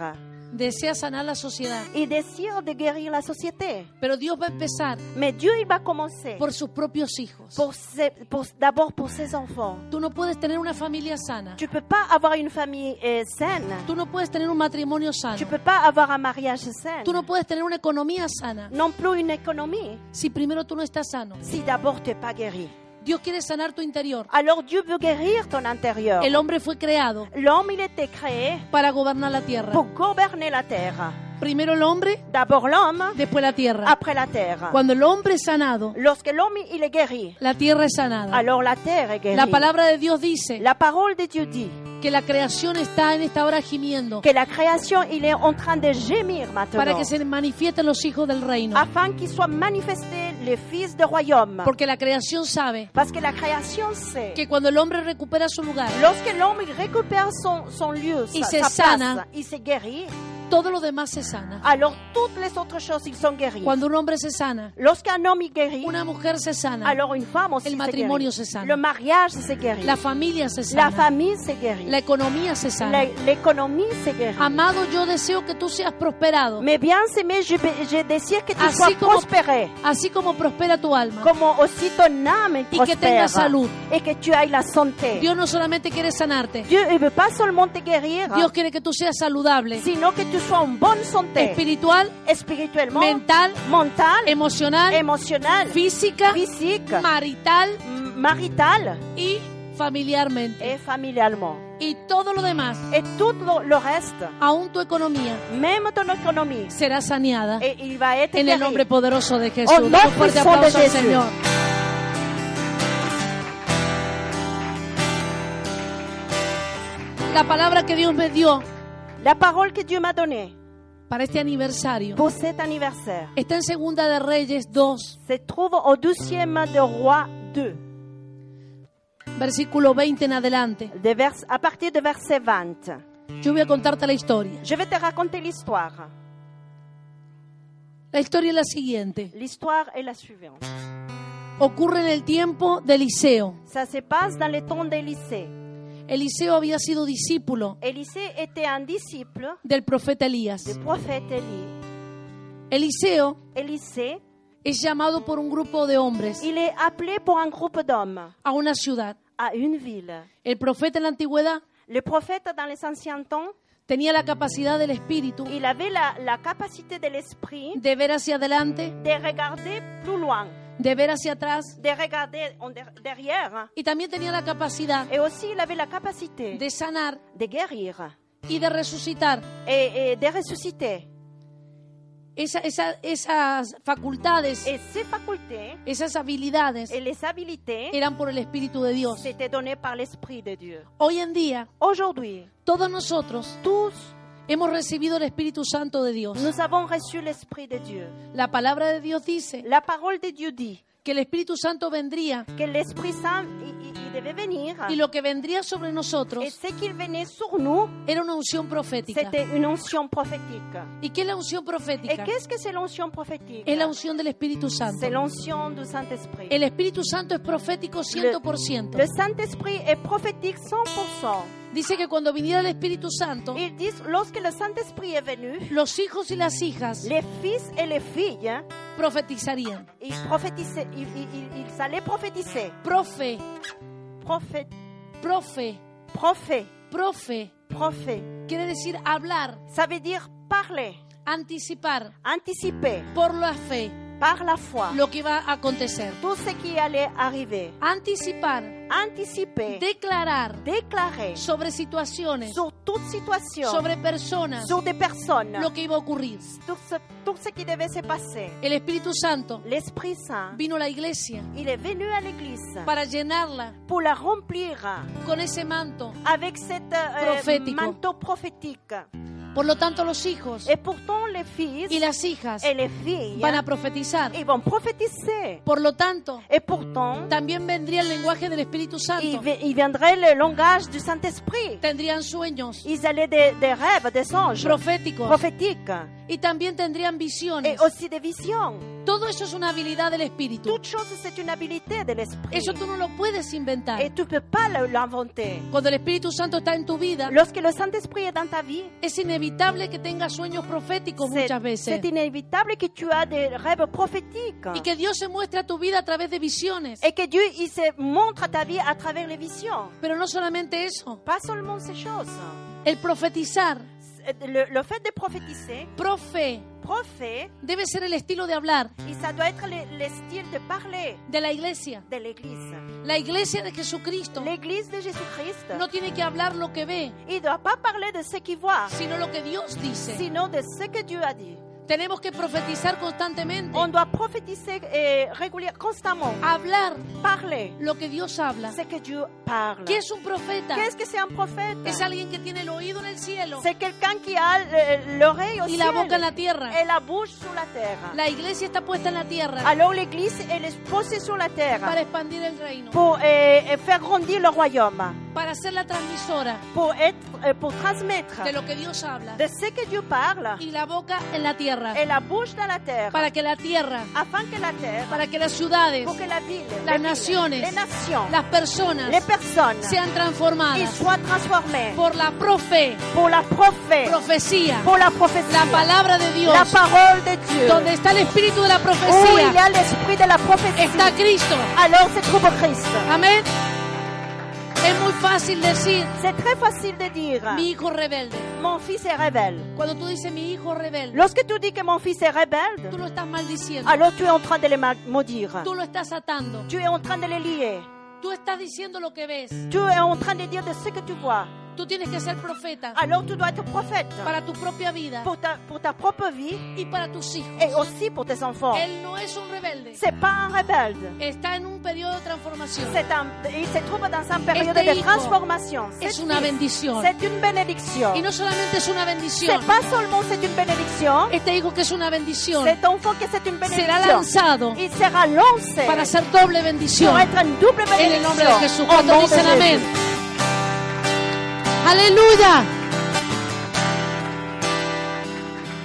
Speaker 1: desea sanar la sociedad,
Speaker 2: Il désire de guérir la société.
Speaker 1: pero Dios va a empezar
Speaker 2: Mais Dieu, il va commencer
Speaker 1: por sus propios hijos.
Speaker 2: pour ses- pour- d'abord pour ses enfants.
Speaker 1: Tú no puedes tener una familia sana,
Speaker 2: Tu peux pas avoir une famille euh, saine.
Speaker 1: tú no puedes tener un matrimonio
Speaker 2: Tu
Speaker 1: sano,
Speaker 2: peux pas avoir un mariage sain.
Speaker 1: tú no puedes tener una economía sana
Speaker 2: Non plus une économie
Speaker 1: si primero tú no estás sano.
Speaker 2: si d'abord tu n'es pas guéri.
Speaker 1: Dios quiere sanar tu interior.
Speaker 2: Alors Dieu veut guérir ton intérieur.
Speaker 1: El hombre fue creado
Speaker 2: L'homme, il était créé
Speaker 1: para gobernar la tierra.
Speaker 2: pour gouverner la terre.
Speaker 1: Primero el hombre,
Speaker 2: D'abord l'homme,
Speaker 1: después la tierra.
Speaker 2: après la terre.
Speaker 1: Cuando el hombre es sanado,
Speaker 2: Lorsque l'homme, il est guéri,
Speaker 1: la tierra es sanada.
Speaker 2: alors la terre est guérie.
Speaker 1: La palabra de Dios dice
Speaker 2: La parole de Dieu dit
Speaker 1: que la creación está en esta hora gimiendo
Speaker 2: que la création, il est en train de gémir
Speaker 1: para
Speaker 2: maintenant,
Speaker 1: Mm. que se manifiesten los hijos del reino.
Speaker 2: afin qu'ils soient manifestés les fils du royaume.
Speaker 1: Porque la creación sabe
Speaker 2: Parce que la création sait
Speaker 1: que cuando el hombre recupera su lugar,
Speaker 2: Lorsque l'homme il récupère son, son lieu,
Speaker 1: Il
Speaker 2: sa,
Speaker 1: se
Speaker 2: sa
Speaker 1: sana.
Speaker 2: place, il se guérit,
Speaker 1: todo lo demás se sana.
Speaker 2: alors toutes les autres choses, ils sont guéris.
Speaker 1: Cuando un hombre se sana,
Speaker 2: Lorsqu'un homme il guérit,
Speaker 1: una mujer se sana,
Speaker 2: alors une femme aussi
Speaker 1: El
Speaker 2: se
Speaker 1: matrimonio se
Speaker 2: guérit.
Speaker 1: sana.
Speaker 2: Le mariage se guérit.
Speaker 1: la familia se sana,
Speaker 2: La famille se guérit.
Speaker 1: la economía se sana.
Speaker 2: La- L'économie se guérit.
Speaker 1: Amado, yo deseo que tú seas prosperado,
Speaker 2: Mais bien aimé, je, je désire que tu
Speaker 1: Así
Speaker 2: sois
Speaker 1: como-
Speaker 2: prospéré,
Speaker 1: así como prospera tu alma.
Speaker 2: comme aussi ton âme est
Speaker 1: Y que tengas salud.
Speaker 2: et que tu aies la santé.
Speaker 1: Dios no solamente quiere sanarte,
Speaker 2: Dieu ne veut pas seulement te guérir,
Speaker 1: Dios quiere que tú seas saludable,
Speaker 2: sinon que tu sois en bonne santé,
Speaker 1: espiritual,
Speaker 2: spirituellement,
Speaker 1: mental,
Speaker 2: mentale, Em-
Speaker 1: emocional,
Speaker 2: émotionnelle,
Speaker 1: física,
Speaker 2: physique,
Speaker 1: marital
Speaker 2: m- marital
Speaker 1: y familiarmente.
Speaker 2: et familialement.
Speaker 1: Y todo lo demás,
Speaker 2: Et tout le, le reste,
Speaker 1: aún tu economía,
Speaker 2: même ton économie,
Speaker 1: será saneada
Speaker 2: et il va être
Speaker 1: en el
Speaker 2: guéri.
Speaker 1: nombre poderoso de Jesús.
Speaker 2: Oh,
Speaker 1: Dale un
Speaker 2: no,
Speaker 1: fuerte
Speaker 2: pues,
Speaker 1: aplauso al
Speaker 2: Jesús.
Speaker 1: Señor. La palabra que Dios me dio
Speaker 2: La parole que Dieu m'a donnée
Speaker 1: para este aniversario
Speaker 2: pour cet anniversaire
Speaker 1: está en Segunda de Reyes 2,
Speaker 2: se trouve au 12e de Roi 2,
Speaker 1: versículo 20 en adelante.
Speaker 2: de vers, à partir de verset 20.
Speaker 1: Yo voy a contarte la historia.
Speaker 2: Je vais te raconter l'histoire.
Speaker 1: La historia es la siguiente.
Speaker 2: L'histoire est la suivante.
Speaker 1: Ocurre en el tiempo de Eliseo.
Speaker 2: Ça se passe dans le temps d'Élisée.
Speaker 1: Eliseo había sido discípulo
Speaker 2: Élisée était un disciple
Speaker 1: del profeta Elías.
Speaker 2: du prophète Élie.
Speaker 1: Eliseo
Speaker 2: Élisée,
Speaker 1: es llamado por un grupo de hombres
Speaker 2: il est appelé pour un groupe d'hommes
Speaker 1: a una ciudad.
Speaker 2: à une ville.
Speaker 1: El profeta en la antigüedad
Speaker 2: Le prophète, dans les anciens temps,
Speaker 1: tenía la capacidad del espíritu
Speaker 2: il avait la, la capacité de l'esprit
Speaker 1: de ver hacia adelante,
Speaker 2: de regarder plus loin,
Speaker 1: de ver hacia atrás
Speaker 2: de regarder en der- derrière.
Speaker 1: y también tenía la capacidad
Speaker 2: Et aussi, il avait la capacité
Speaker 1: de sanar
Speaker 2: de guérir
Speaker 1: y de resucitar.
Speaker 2: et, et de ressusciter.
Speaker 1: Esa- esa- esas facultades,
Speaker 2: Et ses facultés
Speaker 1: esas habilidades
Speaker 2: et les habilités
Speaker 1: eran por el Espíritu de Dios.
Speaker 2: c'était donné par l'Esprit de Dieu.
Speaker 1: Hoy en día,
Speaker 2: Aujourd'hui,
Speaker 1: todos nosotros
Speaker 2: tous,
Speaker 1: hemos recibido el Espíritu Santo de Dios.
Speaker 2: nous avons reçu l'Esprit de Dieu.
Speaker 1: La palabra de Dios dice
Speaker 2: La parole de Dieu dit
Speaker 1: que el Espíritu Santo vendría
Speaker 2: que l'Esprit Saint, il, il- il debe venir.
Speaker 1: Y lo que vendría sobre
Speaker 2: Et
Speaker 1: nosotros
Speaker 2: ce qu'il venait sur nous,
Speaker 1: era una unción profética.
Speaker 2: c'était une unction prophétique.
Speaker 1: ¿Y qué es la unción
Speaker 2: Et
Speaker 1: profética?
Speaker 2: qu'est-ce que c'est l'unction prophétique
Speaker 1: Es la unción del Espíritu Santo.
Speaker 2: C'est l'unction du Saint-Esprit.
Speaker 1: El Espíritu Santo es profético 100%.
Speaker 2: Le Saint-Esprit est prophétique 100%.
Speaker 1: Dice que cuando viniera el Espíritu Santo,
Speaker 2: Ils disent, lorsque le Saint-Esprit est venu,
Speaker 1: los hijos y las hijas
Speaker 2: les fils et les filles, hein,
Speaker 1: profetizarían.
Speaker 2: ils, prophétisaient, ils, ils- ils- ils allaient prophétiser.
Speaker 1: Profe,
Speaker 2: Prophète,
Speaker 1: profe,
Speaker 2: prophète,
Speaker 1: profe.
Speaker 2: prophète.
Speaker 1: Quiere decir hablar,
Speaker 2: Ça veut dire parler,
Speaker 1: anticipar
Speaker 2: anticiper
Speaker 1: por la fe
Speaker 2: par la foi
Speaker 1: lo que va a acontecer.
Speaker 2: tout ce qui allait arriver.
Speaker 1: Anticipar,
Speaker 2: Anticiper,
Speaker 1: declarar
Speaker 2: déclarer
Speaker 1: sobre situaciones,
Speaker 2: sur toute situation,
Speaker 1: sobre personas,
Speaker 2: sur des personnes,
Speaker 1: lo que iba a ocurrir.
Speaker 2: tout ce, tout ce qui devait se passer.
Speaker 1: El Espíritu Santo
Speaker 2: L'Esprit Saint,
Speaker 1: vino a la iglesia
Speaker 2: il est venu à l'Église
Speaker 1: para llenarla
Speaker 2: pour la remplir
Speaker 1: con ese manto.
Speaker 2: avec cette euh,
Speaker 1: Prophético.
Speaker 2: manteau prophétique.
Speaker 1: Por lo tanto, los hijos
Speaker 2: Et pourtant, les fils
Speaker 1: y las hijas
Speaker 2: et les filles,
Speaker 1: van a profetizar.
Speaker 2: ils vont prophétiser.
Speaker 1: Por lo tanto,
Speaker 2: Et pourtant,
Speaker 1: también vendría el lenguaje del Espíritu
Speaker 2: ils,
Speaker 1: Santo.
Speaker 2: vi- ils viendraient le langage du Saint-Esprit.
Speaker 1: Tendrían sueños
Speaker 2: Ils allaient des, des rêves, des songes
Speaker 1: proféticos
Speaker 2: prophétiques
Speaker 1: y también tendrían
Speaker 2: et
Speaker 1: visiones.
Speaker 2: aussi des visions.
Speaker 1: Todo eso es una habilidad del Espíritu.
Speaker 2: Toute chose, c'est une habilité de l'Esprit.
Speaker 1: Eso tú no lo puedes
Speaker 2: Et
Speaker 1: inventar.
Speaker 2: tu ne peux pas le- l'inventer.
Speaker 1: Cuando el Espíritu Santo está en tu vida,
Speaker 2: Lorsque le Saint-Esprit est dans ta vie,
Speaker 1: es inevitable que tengas sueños proféticos
Speaker 2: c'est
Speaker 1: muchas veces.
Speaker 2: c'est inévitable que tu as des rêves prophétiques.
Speaker 1: Y que Dios se muestre a tu vida a través de visiones.
Speaker 2: Et que Dieu, il se montre à ta vie à travers les visions.
Speaker 1: Pero no solamente eso,
Speaker 2: Pas seulement ces choses.
Speaker 1: el profetizar,
Speaker 2: C'est- Le, le fait de prophétiser,
Speaker 1: profe,
Speaker 2: prophète,
Speaker 1: debe ser el estilo de hablar
Speaker 2: et ça doit être le, le style de parler
Speaker 1: de la iglesia.
Speaker 2: de l'Église.
Speaker 1: La iglesia de Jesucristo
Speaker 2: L'Église de Jésus-Christ,
Speaker 1: no tiene que hablar lo que ve,
Speaker 2: il ne doit pas parler de ce qu'il voit,
Speaker 1: sino lo que Dios dice.
Speaker 2: sinon de ce que Dieu a dit.
Speaker 1: Tenemos que profetizar constantemente,
Speaker 2: On doit prophétiser et régulier, constamment,
Speaker 1: hablar
Speaker 2: parler
Speaker 1: lo que Dios habla.
Speaker 2: ce que Dieu parle.
Speaker 1: ¿Qué es un profeta?
Speaker 2: Qu'est-ce que c'est un prophète
Speaker 1: Es alguien que tiene el oído en el cielo
Speaker 2: C'est quelqu'un qui a euh, l'oreille au
Speaker 1: y
Speaker 2: ciel
Speaker 1: la boca en la tierra.
Speaker 2: et la bouche sur la terre.
Speaker 1: La iglesia está puesta en la tierra
Speaker 2: Alors l'Église, elle est posée sur la
Speaker 1: para
Speaker 2: terre
Speaker 1: expandir el reino,
Speaker 2: pour euh, faire grandir le royaume,
Speaker 1: para ser la transmisora
Speaker 2: pour, être, euh, pour transmettre
Speaker 1: de lo que Dios habla.
Speaker 2: de ce que Dieu parle
Speaker 1: Y la boca en la tierra,
Speaker 2: et la bouche dans la terre,
Speaker 1: para que la tierra,
Speaker 2: afin que la terre,
Speaker 1: para que las ciudades,
Speaker 2: pour que la ville,
Speaker 1: Las
Speaker 2: les villes,
Speaker 1: naciones,
Speaker 2: les nations,
Speaker 1: las personas
Speaker 2: les personnes,
Speaker 1: sean
Speaker 2: ils
Speaker 1: transformadas
Speaker 2: soient transformés
Speaker 1: por la profe,
Speaker 2: pour la prophète,
Speaker 1: profecía,
Speaker 2: pour la prophétie,
Speaker 1: la palabra de Dios,
Speaker 2: la parole de Dieu.
Speaker 1: donde está el espíritu de la
Speaker 2: Où il y
Speaker 1: profecía,
Speaker 2: a l'esprit de la prophétie,
Speaker 1: está Cristo.
Speaker 2: alors se trouve Christ.
Speaker 1: Amén. Es muy fácil decir,
Speaker 2: C'est très facile de dire
Speaker 1: mi hijo rebelde.
Speaker 2: mon fils est rebelle.
Speaker 1: Cuando tú dices mi hijo rebelde,
Speaker 2: Lorsque tu dis que mon fils est
Speaker 1: tú
Speaker 2: rebelle,
Speaker 1: lo estás maldiciendo,
Speaker 2: alors tu es en train de le ma- maudire.
Speaker 1: tú lo estás atando,
Speaker 2: Tu es en train de le lier.
Speaker 1: tú estás diciendo lo que ves.
Speaker 2: Tu es en train de dire de ce que tu vois.
Speaker 1: Tú tienes que ser profeta
Speaker 2: Alors tu dois être prophète
Speaker 1: para tu propia vida
Speaker 2: pour ta, pour ta propre vie
Speaker 1: y para tus hijos.
Speaker 2: et aussi pour tes enfants.
Speaker 1: Él no es un rebelde,
Speaker 2: C'est pas un rebelle.
Speaker 1: está en un periodo de transformación.
Speaker 2: C'est un, il se trouve dans une période
Speaker 1: Este
Speaker 2: de
Speaker 1: hijo
Speaker 2: transformation. Cet
Speaker 1: es una
Speaker 2: fils,
Speaker 1: bendición.
Speaker 2: C'est une bénédiction.
Speaker 1: Y no solamente es una bendición,
Speaker 2: C'est pas seulement c'est une bénédiction.
Speaker 1: este hijo que es una bendición
Speaker 2: Cet enfant que c'est une bénédiction.
Speaker 1: será lanzado
Speaker 2: Il sera lancé.
Speaker 1: para ser doble bendición
Speaker 2: pour être une double
Speaker 1: en el nombre de
Speaker 2: bénédiction.
Speaker 1: Jesús.
Speaker 2: Au
Speaker 1: Cuando
Speaker 2: nom de
Speaker 1: dicen
Speaker 2: Jésus.
Speaker 1: amén. Aleluya.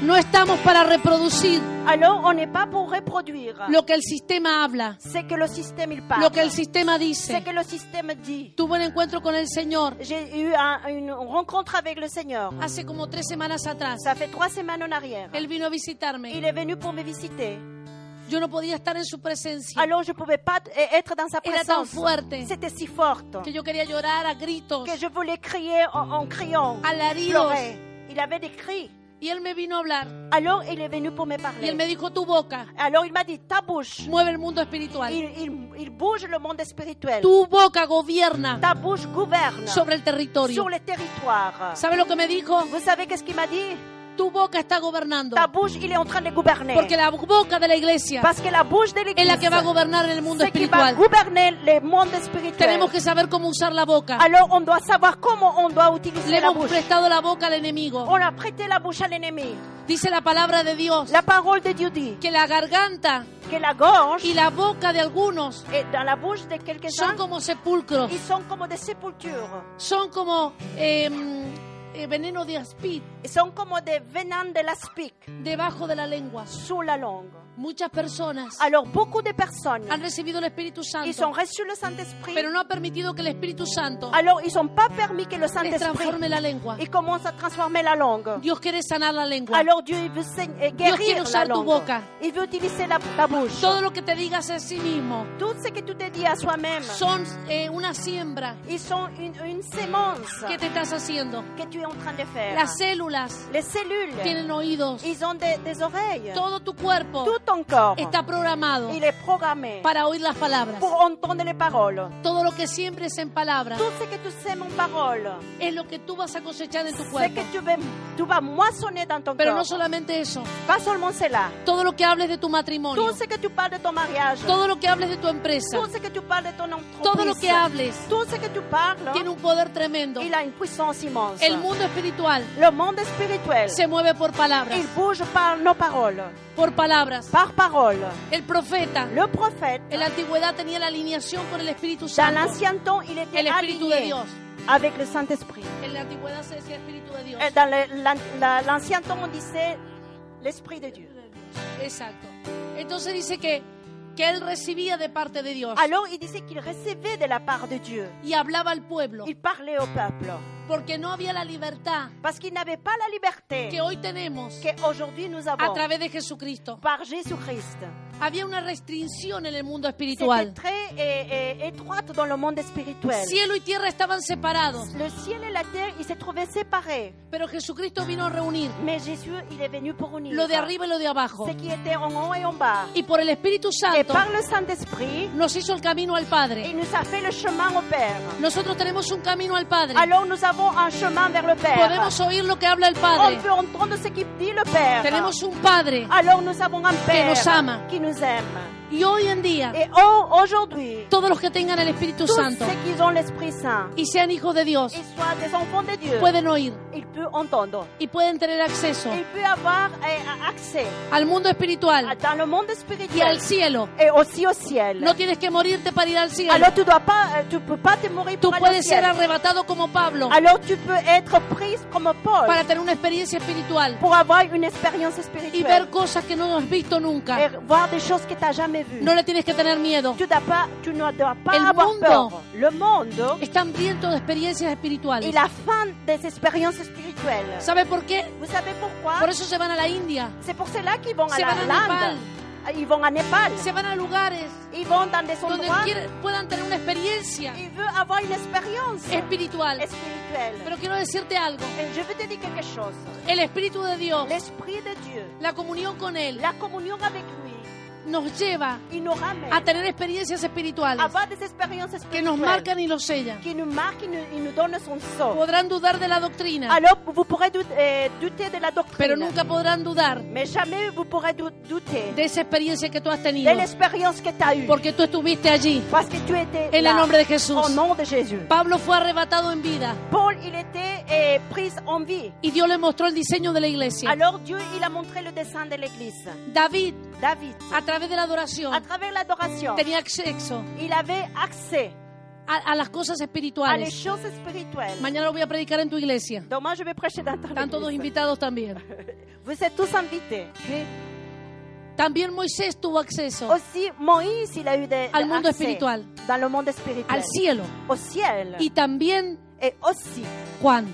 Speaker 1: No estamos para reproducir
Speaker 2: Alors, on n'est pas pour reproduire
Speaker 1: lo que el sistema habla,
Speaker 2: C'est que le système il parle.
Speaker 1: lo que el sistema
Speaker 2: C'est
Speaker 1: dice.
Speaker 2: que le système dit.
Speaker 1: Tuve un encuentro con el Señor
Speaker 2: J'ai eu un- une rencontre avec le Seigneur.
Speaker 1: hace como tres semanas atrás.
Speaker 2: Ça fait trois semaines en arrière.
Speaker 1: Él vino a visitarme.
Speaker 2: Il est venu pour me visiter.
Speaker 1: Yo no podía estar en su presencia.
Speaker 2: Alors, je ne pouvais pas t- être dans sa
Speaker 1: Era tan
Speaker 2: présence.
Speaker 1: fuerte
Speaker 2: C'était si forte
Speaker 1: que yo quería llorar a gritos,
Speaker 2: que je voulais crier en, en criant.
Speaker 1: alaridos.
Speaker 2: Pleurer. Il avait des cris.
Speaker 1: Y él me vino a hablar.
Speaker 2: Alors, il est venu pour me
Speaker 1: Y él me
Speaker 2: parler.
Speaker 1: dijo, tu boca
Speaker 2: Alors, il m'a dit, ta bouche.
Speaker 1: mueve el mundo espiritual.
Speaker 2: Il, il- il bouge le monde spirituel.
Speaker 1: Tu boca gobierna
Speaker 2: Ta bouche gouverne
Speaker 1: Mm. sobre el territorio.
Speaker 2: sur les territoires.
Speaker 1: ¿Sabe lo que me dijo?
Speaker 2: Vous savez qu'est-ce qu'il m'a dit
Speaker 1: Tu boca está gobernando.
Speaker 2: Ta bouche, il est en train de gouverner.
Speaker 1: Porque la boca de la iglesia
Speaker 2: Parce que la bouche de
Speaker 1: es
Speaker 2: l'Église,
Speaker 1: la que va a gobernar el mundo
Speaker 2: c'est qui va
Speaker 1: espiritual.
Speaker 2: gouverner le monde spirituel.
Speaker 1: Tenemos que saber cómo usar la boca.
Speaker 2: Alors, on doit savoir comment on doit utiliser
Speaker 1: Le
Speaker 2: la
Speaker 1: hemos
Speaker 2: bouche.
Speaker 1: prestado la boca al enemigo.
Speaker 2: On a prêté la bouche à l'ennemi.
Speaker 1: Dice la palabra de Dios
Speaker 2: La parole de Dieu dit
Speaker 1: que la garganta
Speaker 2: que la gorge
Speaker 1: y la boca de algunos
Speaker 2: et dans la bouche de quelques-uns,
Speaker 1: son como sepulcros,
Speaker 2: ils sont comme des sépultures.
Speaker 1: son como eh, eh, veneno de aspid
Speaker 2: Ils sont comme des venins de l'aspic
Speaker 1: debajo de la lengua.
Speaker 2: sous la langue.
Speaker 1: Muchas personas
Speaker 2: Alors beaucoup de personnes,
Speaker 1: han recibido el Espíritu
Speaker 2: ils ont
Speaker 1: Santo,
Speaker 2: reçu le Saint-Esprit.
Speaker 1: pero no ha permitido que el Espíritu Santo
Speaker 2: Alors ils n'ont pas permis que le
Speaker 1: les
Speaker 2: Saint-Esprit
Speaker 1: transforme la lengua.
Speaker 2: il commence à transformer la langue.
Speaker 1: Dios quiere sanar la lengua.
Speaker 2: Alors Dieu il veut saigner- euh,
Speaker 1: quiere
Speaker 2: guérir
Speaker 1: usar
Speaker 2: la
Speaker 1: tu
Speaker 2: langue.
Speaker 1: boca.
Speaker 2: Il veut utiliser la, ta bouche.
Speaker 1: Todo lo que te digas a sí mismo
Speaker 2: Tout ce que tu te dis à soi-même,
Speaker 1: son eh, una siembra
Speaker 2: ils sont une, une sémence
Speaker 1: que te estás haciendo.
Speaker 2: que tu es en train de faire.
Speaker 1: Las células
Speaker 2: Les cellules,
Speaker 1: tienen oídos.
Speaker 2: ils ont des, des oreilles.
Speaker 1: Todo tu cuerpo
Speaker 2: Tout ton corps,
Speaker 1: está programado
Speaker 2: il est programmé
Speaker 1: para oír las palabras.
Speaker 2: pour entendre les paroles.
Speaker 1: Todo lo que siembres en palabras
Speaker 2: Tout ce que tu sais en parole,
Speaker 1: es lo que tú vas a cosechar en tu
Speaker 2: ce
Speaker 1: cuerpo.
Speaker 2: que tu, vas- tu vas moissonner dans ton
Speaker 1: Pero
Speaker 2: corps,
Speaker 1: no solamente eso,
Speaker 2: pas seulement cela.
Speaker 1: todo lo que hables de tu matrimonio,
Speaker 2: Tout ce que tu parles de ton mariage,
Speaker 1: todo lo que hables de tu empresa,
Speaker 2: tout ce que tu parles de ton entreprise,
Speaker 1: todo lo que hables
Speaker 2: Tout ce que tu parles,
Speaker 1: tiene un poder tremendo.
Speaker 2: il a une puissance immense.
Speaker 1: El mundo espiritual
Speaker 2: Le monde spirituel,
Speaker 1: se mueve por palabras,
Speaker 2: il bouge par nos paroles,
Speaker 1: por palabras.
Speaker 2: par parole.
Speaker 1: El profeta
Speaker 2: Le prophète,
Speaker 1: en la antigüedad tenía la alineación con el Espíritu
Speaker 2: dans
Speaker 1: Santo.
Speaker 2: l'ancien temps, il était
Speaker 1: El Espíritu de
Speaker 2: aligné
Speaker 1: Dios.
Speaker 2: avec le Saint-Esprit.
Speaker 1: En la antigüedad se decía Espíritu de Dios.
Speaker 2: Et Dans le- l'an- la- l'ancien temps, on disait l'Esprit de Dieu.
Speaker 1: Exacto. Entonces dice que, que él recibía de parte de Dios
Speaker 2: Alors, il disait qu'il recevait de la part de Dieu.
Speaker 1: y hablaba al pueblo
Speaker 2: Il parlait au peuple
Speaker 1: porque no había la libertad
Speaker 2: parce qu'il n'avait pas la liberté
Speaker 1: que hoy tenemos
Speaker 2: qu'aujourd'hui nous
Speaker 1: a
Speaker 2: avons
Speaker 1: través de Jesucristo.
Speaker 2: par Jésus-Christ.
Speaker 1: Había una restricción en el mundo
Speaker 2: C'était
Speaker 1: espiritual.
Speaker 2: très eh, eh, étroite dans le monde spirituel.
Speaker 1: Cielo y tierra estaban separados,
Speaker 2: Le ciel et la terre, ils se trouvaient séparés.
Speaker 1: pero Jesucristo vino a reunir
Speaker 2: Mais Jésus, il est venu pour unir
Speaker 1: lo de arriba y lo de abajo.
Speaker 2: ce qui était en haut et en bas.
Speaker 1: Y por el Espíritu
Speaker 2: Et
Speaker 1: Santo
Speaker 2: par le Saint-Esprit,
Speaker 1: nos hizo el camino al Padre.
Speaker 2: il nous a fait le chemin au Père.
Speaker 1: Nosotros tenemos un camino al Padre.
Speaker 2: Alors nous avons un chemin vers le Père.
Speaker 1: Podemos oír lo que habla el
Speaker 2: On
Speaker 1: Padre.
Speaker 2: peut entendre ce qu'il dit le Père.
Speaker 1: Tenemos un Padre.
Speaker 2: Alors nous avons un Père
Speaker 1: nos ama.
Speaker 2: qui nous aime.
Speaker 1: Y hoy en día,
Speaker 2: Et au- aujourd'hui,
Speaker 1: todos los que tengan el Espíritu
Speaker 2: tous
Speaker 1: Santo
Speaker 2: ceux qui ont l'Esprit Saint,
Speaker 1: y sean hijos de Dios,
Speaker 2: ils soient des enfants de Dieu,
Speaker 1: pueden oír
Speaker 2: ils peuvent entendre.
Speaker 1: y pueden tener acceso
Speaker 2: Ils peuvent avoir eh, accès
Speaker 1: al mundo
Speaker 2: à-
Speaker 1: espiritual
Speaker 2: dans le monde
Speaker 1: y
Speaker 2: spirituel
Speaker 1: al cielo.
Speaker 2: et aussi au ciel.
Speaker 1: No tienes que morirte para ir al cielo.
Speaker 2: Alors tu dois pas, euh, tu peux pas te mourir
Speaker 1: Tú
Speaker 2: pour aller au
Speaker 1: puedes ser
Speaker 2: ciel.
Speaker 1: arrebatado como Pablo
Speaker 2: Alors tu peux être prise comme Paul
Speaker 1: para tener una experiencia espiritual
Speaker 2: pour avoir une expérience
Speaker 1: y
Speaker 2: spirituelle
Speaker 1: ver cosas que no has visto
Speaker 2: et
Speaker 1: nunca.
Speaker 2: voir des choses que tu n'as jamais vues.
Speaker 1: No le tienes que tener miedo.
Speaker 2: Tu, dois pas, tu ne dois pas
Speaker 1: El
Speaker 2: avoir
Speaker 1: mundo.
Speaker 2: peur. Le monde,
Speaker 1: Está hambriento de experiencias espirituales.
Speaker 2: il a faim des expériences spirituelles.
Speaker 1: ¿Sabe por qué?
Speaker 2: Vous savez pourquoi
Speaker 1: Por eso se van a la India,
Speaker 2: C'est pour cela qu'ils vont à
Speaker 1: se
Speaker 2: la
Speaker 1: van a Nepal,
Speaker 2: Lande, Ah, ils vont à Népal,
Speaker 1: se van a lugares
Speaker 2: ils vont dans des
Speaker 1: donde
Speaker 2: endroits,
Speaker 1: quiera- puedan tener una experiencia
Speaker 2: ils veulent avoir une expérience
Speaker 1: espiritual.
Speaker 2: spirituelle.
Speaker 1: Pero quiero decirte algo.
Speaker 2: Et je veux te dire quelque chose.
Speaker 1: El Espíritu de Dios,
Speaker 2: L'Esprit de Dieu,
Speaker 1: la comunión con Él,
Speaker 2: la communion avec lui,
Speaker 1: nos lleva
Speaker 2: il nous ramène
Speaker 1: a tener experiencias espirituales
Speaker 2: avoir des expériences
Speaker 1: que nos
Speaker 2: spirituelles
Speaker 1: marcan y los sellan.
Speaker 2: qui nous marquent, il nous, il nous donne son sort.
Speaker 1: Podrán dudar de la doctrina,
Speaker 2: Alors, vous pourrez dout- euh, douter de la
Speaker 1: pero
Speaker 2: doctrine,
Speaker 1: nunca podrán dudar
Speaker 2: mais jamais vous pourrez dou- douter
Speaker 1: de esa experiencia que tú has
Speaker 2: de
Speaker 1: tenido,
Speaker 2: l'expérience que tu as eue,
Speaker 1: porque tú estuviste allí.
Speaker 2: parce que tu étais
Speaker 1: En el
Speaker 2: là,
Speaker 1: nombre de Jesús.
Speaker 2: au nom de Jésus.
Speaker 1: Pablo fue arrebatado en vida
Speaker 2: Paul, il était euh, pris en vie.
Speaker 1: y Dios le mostró el diseño de la iglesia.
Speaker 2: Alors, Dieu, il a montré le dessin de l'Église.
Speaker 1: David,
Speaker 2: David,
Speaker 1: a través de la adoración,
Speaker 2: à travers l'adoration,
Speaker 1: tenía acceso
Speaker 2: il avait accès
Speaker 1: a, a las cosas
Speaker 2: à les
Speaker 1: espirituales.
Speaker 2: choses spirituelles.
Speaker 1: Mañana lo voy a predicar en tu iglesia.
Speaker 2: Donc, moi, je vais prêcher dans ton
Speaker 1: Están todos
Speaker 2: église.
Speaker 1: invitados también.
Speaker 2: Vous êtes tous invités.
Speaker 1: ¿Eh? También Moisés tuvo acceso
Speaker 2: Aussi, Moïse, il a eu des,
Speaker 1: Al
Speaker 2: des
Speaker 1: mundo
Speaker 2: accès
Speaker 1: espiritual.
Speaker 2: dans le monde spirituel,
Speaker 1: al cielo
Speaker 2: au ciel,
Speaker 1: y también
Speaker 2: et aussi
Speaker 1: Juan.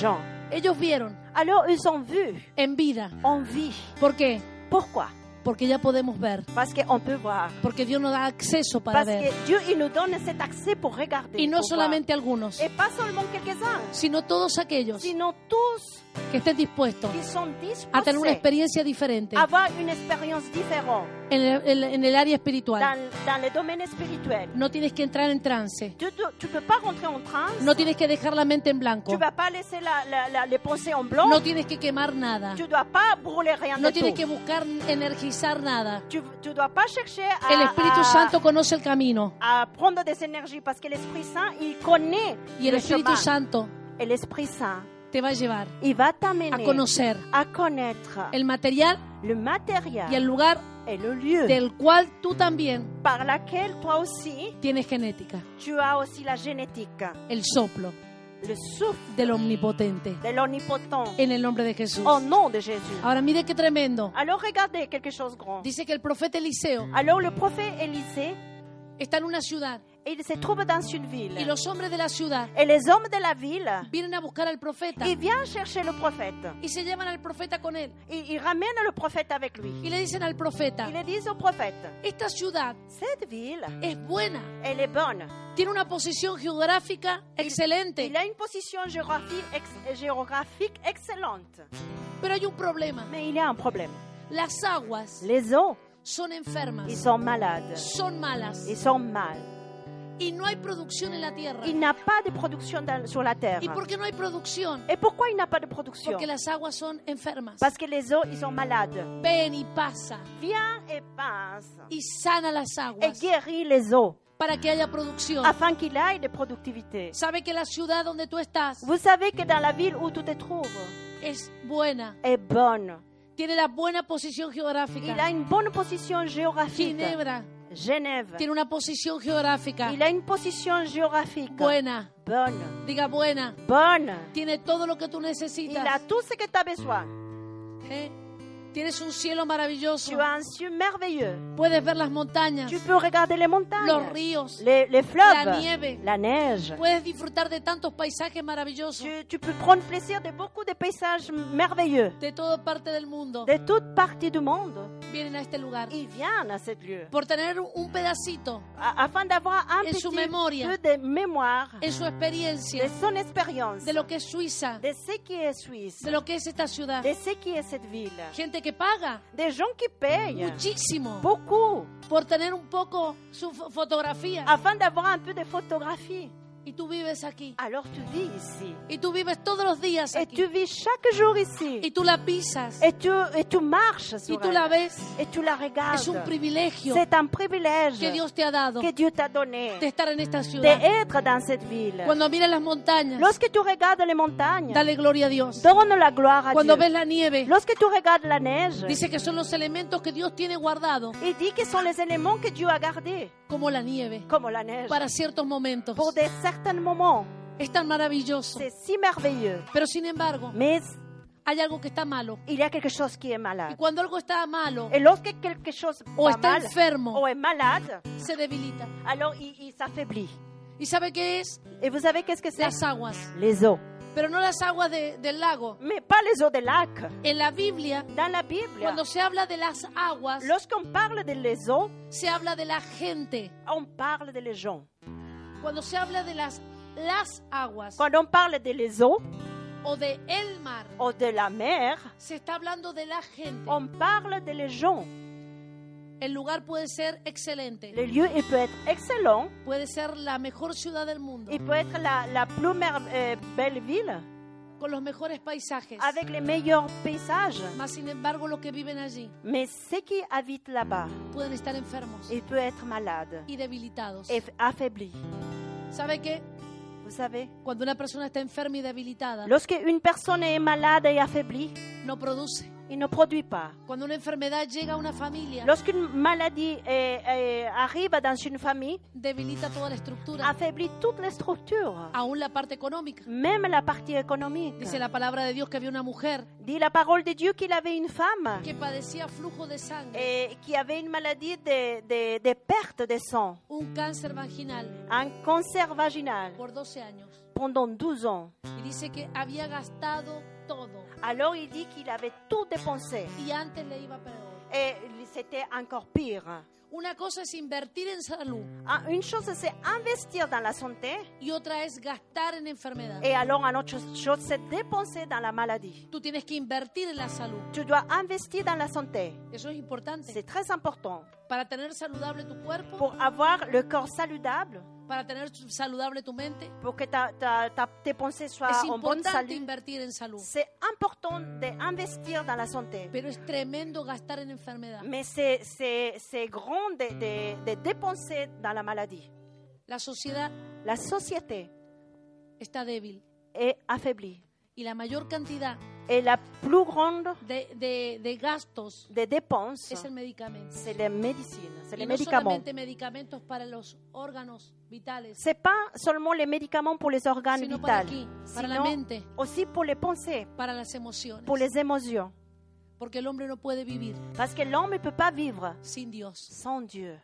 Speaker 2: Jean.
Speaker 1: Ellos vieron
Speaker 2: Alors, ils ont vu
Speaker 1: en vida.
Speaker 2: en vie.
Speaker 1: ¿Por qué?
Speaker 2: Pourquoi
Speaker 1: Porque ya podemos ver,
Speaker 2: Parce qu'on peut voir.
Speaker 1: porque Dios nos da acceso para
Speaker 2: Parce
Speaker 1: ver.
Speaker 2: que Dieu, il nous donne cet accès pour regarder.
Speaker 1: Y no
Speaker 2: pour voir.
Speaker 1: solamente algunos,
Speaker 2: Et pas seulement quelques-uns,
Speaker 1: sino todos aquellos
Speaker 2: sinon tous
Speaker 1: que estén dispuestos
Speaker 2: qui sont
Speaker 1: a tener una
Speaker 2: disposés
Speaker 1: experiencia diferente
Speaker 2: à avoir une expérience différente
Speaker 1: en el, en- en el área espiritual.
Speaker 2: dans, dans le domaine spirituel.
Speaker 1: No tienes que entrar en trance,
Speaker 2: Tu ne peux pas rentrer en transe,
Speaker 1: no tienes que dejar la mente en
Speaker 2: tu
Speaker 1: blanco,
Speaker 2: ne vas pas laisser la, la- la- les pensées en blanc,
Speaker 1: no tienes que quemar nada,
Speaker 2: tu ne dois pas brûler rien
Speaker 1: no
Speaker 2: du
Speaker 1: tienes
Speaker 2: tout.
Speaker 1: que buscar energizar nada.
Speaker 2: Tu ne dois pas chercher à,
Speaker 1: El Espíritu
Speaker 2: à-
Speaker 1: Santo conoce el camino
Speaker 2: à prendre des énergies parce que l'Esprit Saint, il connaît
Speaker 1: y el
Speaker 2: le
Speaker 1: Espíritu
Speaker 2: chemin.
Speaker 1: Santo
Speaker 2: Et l'Esprit Saint,
Speaker 1: te va a llevar
Speaker 2: Il va
Speaker 1: a
Speaker 2: t'amener
Speaker 1: conocer
Speaker 2: à connaître
Speaker 1: el material
Speaker 2: le matériel
Speaker 1: y el lugar
Speaker 2: et le lieu
Speaker 1: del cual tú también
Speaker 2: par laquelle toi aussi
Speaker 1: tienes genética,
Speaker 2: tu as aussi la génétique,
Speaker 1: el soplo
Speaker 2: le souffle
Speaker 1: del omnipotente,
Speaker 2: de l'omnipotent
Speaker 1: en el nombre de Jesús.
Speaker 2: au nom de Jésus.
Speaker 1: Ahora mire qué tremendo.
Speaker 2: Alors regardez quelque chose de grand.
Speaker 1: Dice que el profeta Eliseo
Speaker 2: Alors le prophète Élisée,
Speaker 1: está en una ciudad
Speaker 2: il se trouve dans une ville
Speaker 1: y los hombres de la ciudad
Speaker 2: et les hommes de la ville,
Speaker 1: vienen a buscar al profeta
Speaker 2: ils viennent chercher le prophète.
Speaker 1: y se llevan al profeta con él
Speaker 2: Ils, ils ramènent le prophète avec lui.
Speaker 1: y le dicen al profeta,
Speaker 2: Ils le disent au prophète,
Speaker 1: esta ciudad
Speaker 2: cette ville,
Speaker 1: es buena,
Speaker 2: elle est bonne.
Speaker 1: tiene una posición geográfica excelente,
Speaker 2: Il a une position géographique, ex- géographique excellente.
Speaker 1: pero hay un problema.
Speaker 2: Mais il y a un problème.
Speaker 1: Las aguas
Speaker 2: Les eaux,
Speaker 1: son
Speaker 2: ils
Speaker 1: enfermas,
Speaker 2: sont malades.
Speaker 1: son malas
Speaker 2: Ils sont mal.
Speaker 1: y no hay producción en la tierra.
Speaker 2: Il n'a pas de production dans- sur la terre.
Speaker 1: ¿Y por qué no hay producción?
Speaker 2: Et pourquoi il n'a pas de production
Speaker 1: Porque las aguas son enfermas.
Speaker 2: Parce que les eaux, ils sont malades.
Speaker 1: Ven y pasa
Speaker 2: Viens et passe
Speaker 1: y sana las
Speaker 2: et
Speaker 1: aguas
Speaker 2: guéris les eaux
Speaker 1: para que haya producción.
Speaker 2: afin qu'il aille de productivité.
Speaker 1: Sabe que la ciudad donde tú estás
Speaker 2: Vous savez que dans la ville où tu te trouves
Speaker 1: es buena,
Speaker 2: est bonne.
Speaker 1: tiene la buena posición
Speaker 2: Il a
Speaker 1: geográfica.
Speaker 2: une bonne position géographique.
Speaker 1: Ginebra
Speaker 2: Genève.
Speaker 1: tiene una posición geográfica
Speaker 2: Il a une position géographique
Speaker 1: buena,
Speaker 2: bonne.
Speaker 1: diga buena,
Speaker 2: Bonne.
Speaker 1: tiene todo lo que tú
Speaker 2: Il a
Speaker 1: necesitas.
Speaker 2: tout ce que tu as besoin.
Speaker 1: ¿eh? Tienes un cielo maravilloso,
Speaker 2: Tu as un ciel merveilleux.
Speaker 1: puedes ver las montañas,
Speaker 2: Tu peux regarder les montagnes,
Speaker 1: los ríos,
Speaker 2: les, les
Speaker 1: la
Speaker 2: fleuves,
Speaker 1: nieve,
Speaker 2: la neige.
Speaker 1: puedes disfrutar de tantos paisajes maravillosos
Speaker 2: Tu, tu peux prendre plaisir de beaucoup de paysages merveilleux.
Speaker 1: de toda parte del mundo.
Speaker 2: De toutes parties du monde,
Speaker 1: Vienen a este lugar
Speaker 2: ils viennent à ce lieu
Speaker 1: por tener un pedacito
Speaker 2: a- afin d'avoir un
Speaker 1: Et
Speaker 2: petit
Speaker 1: su memoria.
Speaker 2: peu de mémoire
Speaker 1: en su
Speaker 2: de
Speaker 1: experiencia
Speaker 2: son expérience,
Speaker 1: de lo que es Suiza,
Speaker 2: de ce qui est Suisse,
Speaker 1: de lo que es esta ciudad.
Speaker 2: de ce qui est cette ville.
Speaker 1: Gente que paga
Speaker 2: Des gens qui payent
Speaker 1: muchísimo
Speaker 2: beaucoup
Speaker 1: por tener un poco su fo- fotografía.
Speaker 2: afin d'avoir un peu de photographie.
Speaker 1: Y tú vives aquí.
Speaker 2: Alors tu vis ici.
Speaker 1: Y tú vives todos los días
Speaker 2: Et
Speaker 1: aquí.
Speaker 2: tu vis chaque jour ici.
Speaker 1: Y tú la pisas.
Speaker 2: Et tu, et tu marches
Speaker 1: Y
Speaker 2: sur
Speaker 1: tú
Speaker 2: elle.
Speaker 1: la ves.
Speaker 2: Et tu la regardes.
Speaker 1: Es un privilegio
Speaker 2: C'est un privilège
Speaker 1: que Dios te ha dado
Speaker 2: que
Speaker 1: de
Speaker 2: Dieu t'a donné
Speaker 1: estar en esta ciudad.
Speaker 2: d'être dans cette ville.
Speaker 1: Cuando miras las montañas,
Speaker 2: Lorsque tu regardes les montagnes,
Speaker 1: dale gloria a Dios.
Speaker 2: donne la gloire à
Speaker 1: Cuando
Speaker 2: Dieu.
Speaker 1: ves la nieve,
Speaker 2: Lorsque tu regardes la neige,
Speaker 1: dice que son los elementos que Dios tiene guardado,
Speaker 2: il dit que sont les éléments que Dieu a gardés,
Speaker 1: como la nieve,
Speaker 2: comme la neige,
Speaker 1: para ciertos momentos.
Speaker 2: pour des certains moments.
Speaker 1: Es tan maravilloso.
Speaker 2: C'est si merveilleux.
Speaker 1: Pero sin embargo,
Speaker 2: Mais
Speaker 1: hay algo que está malo.
Speaker 2: il y a quelque chose qui est
Speaker 1: Y
Speaker 2: malade.
Speaker 1: cuando algo está malo,
Speaker 2: Et lorsque quelque chose
Speaker 1: O
Speaker 2: va
Speaker 1: está
Speaker 2: Ah. mal,
Speaker 1: enfermo.
Speaker 2: ou est malade,
Speaker 1: se debilita.
Speaker 2: alors il, il s'affaiblit.
Speaker 1: ¿Y sabe qué es?
Speaker 2: Et vous savez qu'est-ce que c'est
Speaker 1: Las aguas.
Speaker 2: Les eaux.
Speaker 1: Pero no las aguas de- del lago.
Speaker 2: Mais pas les eaux des lacs.
Speaker 1: En la Biblia,
Speaker 2: Dans la Bible,
Speaker 1: cuando se habla de las aguas,
Speaker 2: lorsqu'on parle des les eaux,
Speaker 1: se habla de la gente.
Speaker 2: on parle des les gens.
Speaker 1: Cuando se habla de las, las aguas
Speaker 2: Quand on parle des les eaux
Speaker 1: o de el mar,
Speaker 2: ou de la mer,
Speaker 1: se está hablando de la gente.
Speaker 2: on parle des les gens.
Speaker 1: El lugar puede ser excelente.
Speaker 2: Le lieu, il peut être excellent,
Speaker 1: Puede ser la mejor ciudad del mundo,
Speaker 2: il peut être la, la plus mer- euh, belle ville,
Speaker 1: con los mejores paisajes.
Speaker 2: avec les meilleurs paysages.
Speaker 1: Más sin embargo, los que viven allí
Speaker 2: Mais ceux qui habitent là-bas,
Speaker 1: pueden estar enfermos
Speaker 2: il peut être malade
Speaker 1: y debilitados.
Speaker 2: et affaibli.
Speaker 1: ¿Sabe qué?
Speaker 2: Vous savez,
Speaker 1: Cuando una persona está enferma y debilitada,
Speaker 2: lorsque une personne est malade et affaiblie,
Speaker 1: no produce.
Speaker 2: il ne produit pas.
Speaker 1: Cuando una enfermedad llega a una familia,
Speaker 2: Lorsqu'une maladie euh, euh, arrive dans une famille,
Speaker 1: debilita toda la estructura,
Speaker 2: affaiblit toutes les structures,
Speaker 1: aún la parte económica.
Speaker 2: même la partie économique.
Speaker 1: Dice la palabra de Dios que había una mujer
Speaker 2: Dit la parole de Dieu qu'il avait une femme
Speaker 1: que padecía flujo de sangre,
Speaker 2: et qui avait une maladie de, de, de perte de sang,
Speaker 1: un cáncer vaginal
Speaker 2: un cancer vaginal
Speaker 1: por 12 años.
Speaker 2: pendant 12 ans.
Speaker 1: Y dice que había gastado todo
Speaker 2: Alors il dit qu'il avait tout dépensé
Speaker 1: y antes le iba peor.
Speaker 2: et c'était encore pire.
Speaker 1: Una cosa es invertir en salud
Speaker 2: Un- Une chose c'est investir dans la santé
Speaker 1: y otra es gastar en enfermedad.
Speaker 2: et alors une autre chose c'est dépenser dans la maladie.
Speaker 1: Tú tienes que invertir en la salud.
Speaker 2: Tu dois investir dans la santé.
Speaker 1: Eso es importante.
Speaker 2: C'est très important
Speaker 1: Para tener saludable tu cuerpo,
Speaker 2: pour avoir le corps saludable,
Speaker 1: para tener saludable tu mente,
Speaker 2: pour que ta, ta- ta- tes pensées soient
Speaker 1: Es
Speaker 2: en bonne
Speaker 1: importante
Speaker 2: salut.
Speaker 1: invertir en salud,
Speaker 2: C'est important d'investir dans la santé.
Speaker 1: pero es tremendo gastar en enfermedad.
Speaker 2: Mais c'est- c'est c'est grand de, de- de dépenser dans la maladie.
Speaker 1: La sociedad
Speaker 2: La société
Speaker 1: está débil
Speaker 2: est affaiblie.
Speaker 1: y la mayor cantidad
Speaker 2: et la plus grande
Speaker 1: de, de- de gastos
Speaker 2: des dépenses,
Speaker 1: es el medicamento.
Speaker 2: c'est les médecines, c'est
Speaker 1: Y
Speaker 2: les
Speaker 1: no
Speaker 2: médicaments.
Speaker 1: solamente medicamentos para los órganos vitales,
Speaker 2: C'est pas seulement les médicaments pour les organes
Speaker 1: sino para
Speaker 2: vitaux,
Speaker 1: aquí, para la
Speaker 2: sinon
Speaker 1: mente,
Speaker 2: aussi pour les pensées,
Speaker 1: para las emociones.
Speaker 2: pour pues les émotions.
Speaker 1: Porque el hombre no puede vivir
Speaker 2: Parce que l'homme ne peut pas vivre
Speaker 1: sin Dios.
Speaker 2: sans Dieu.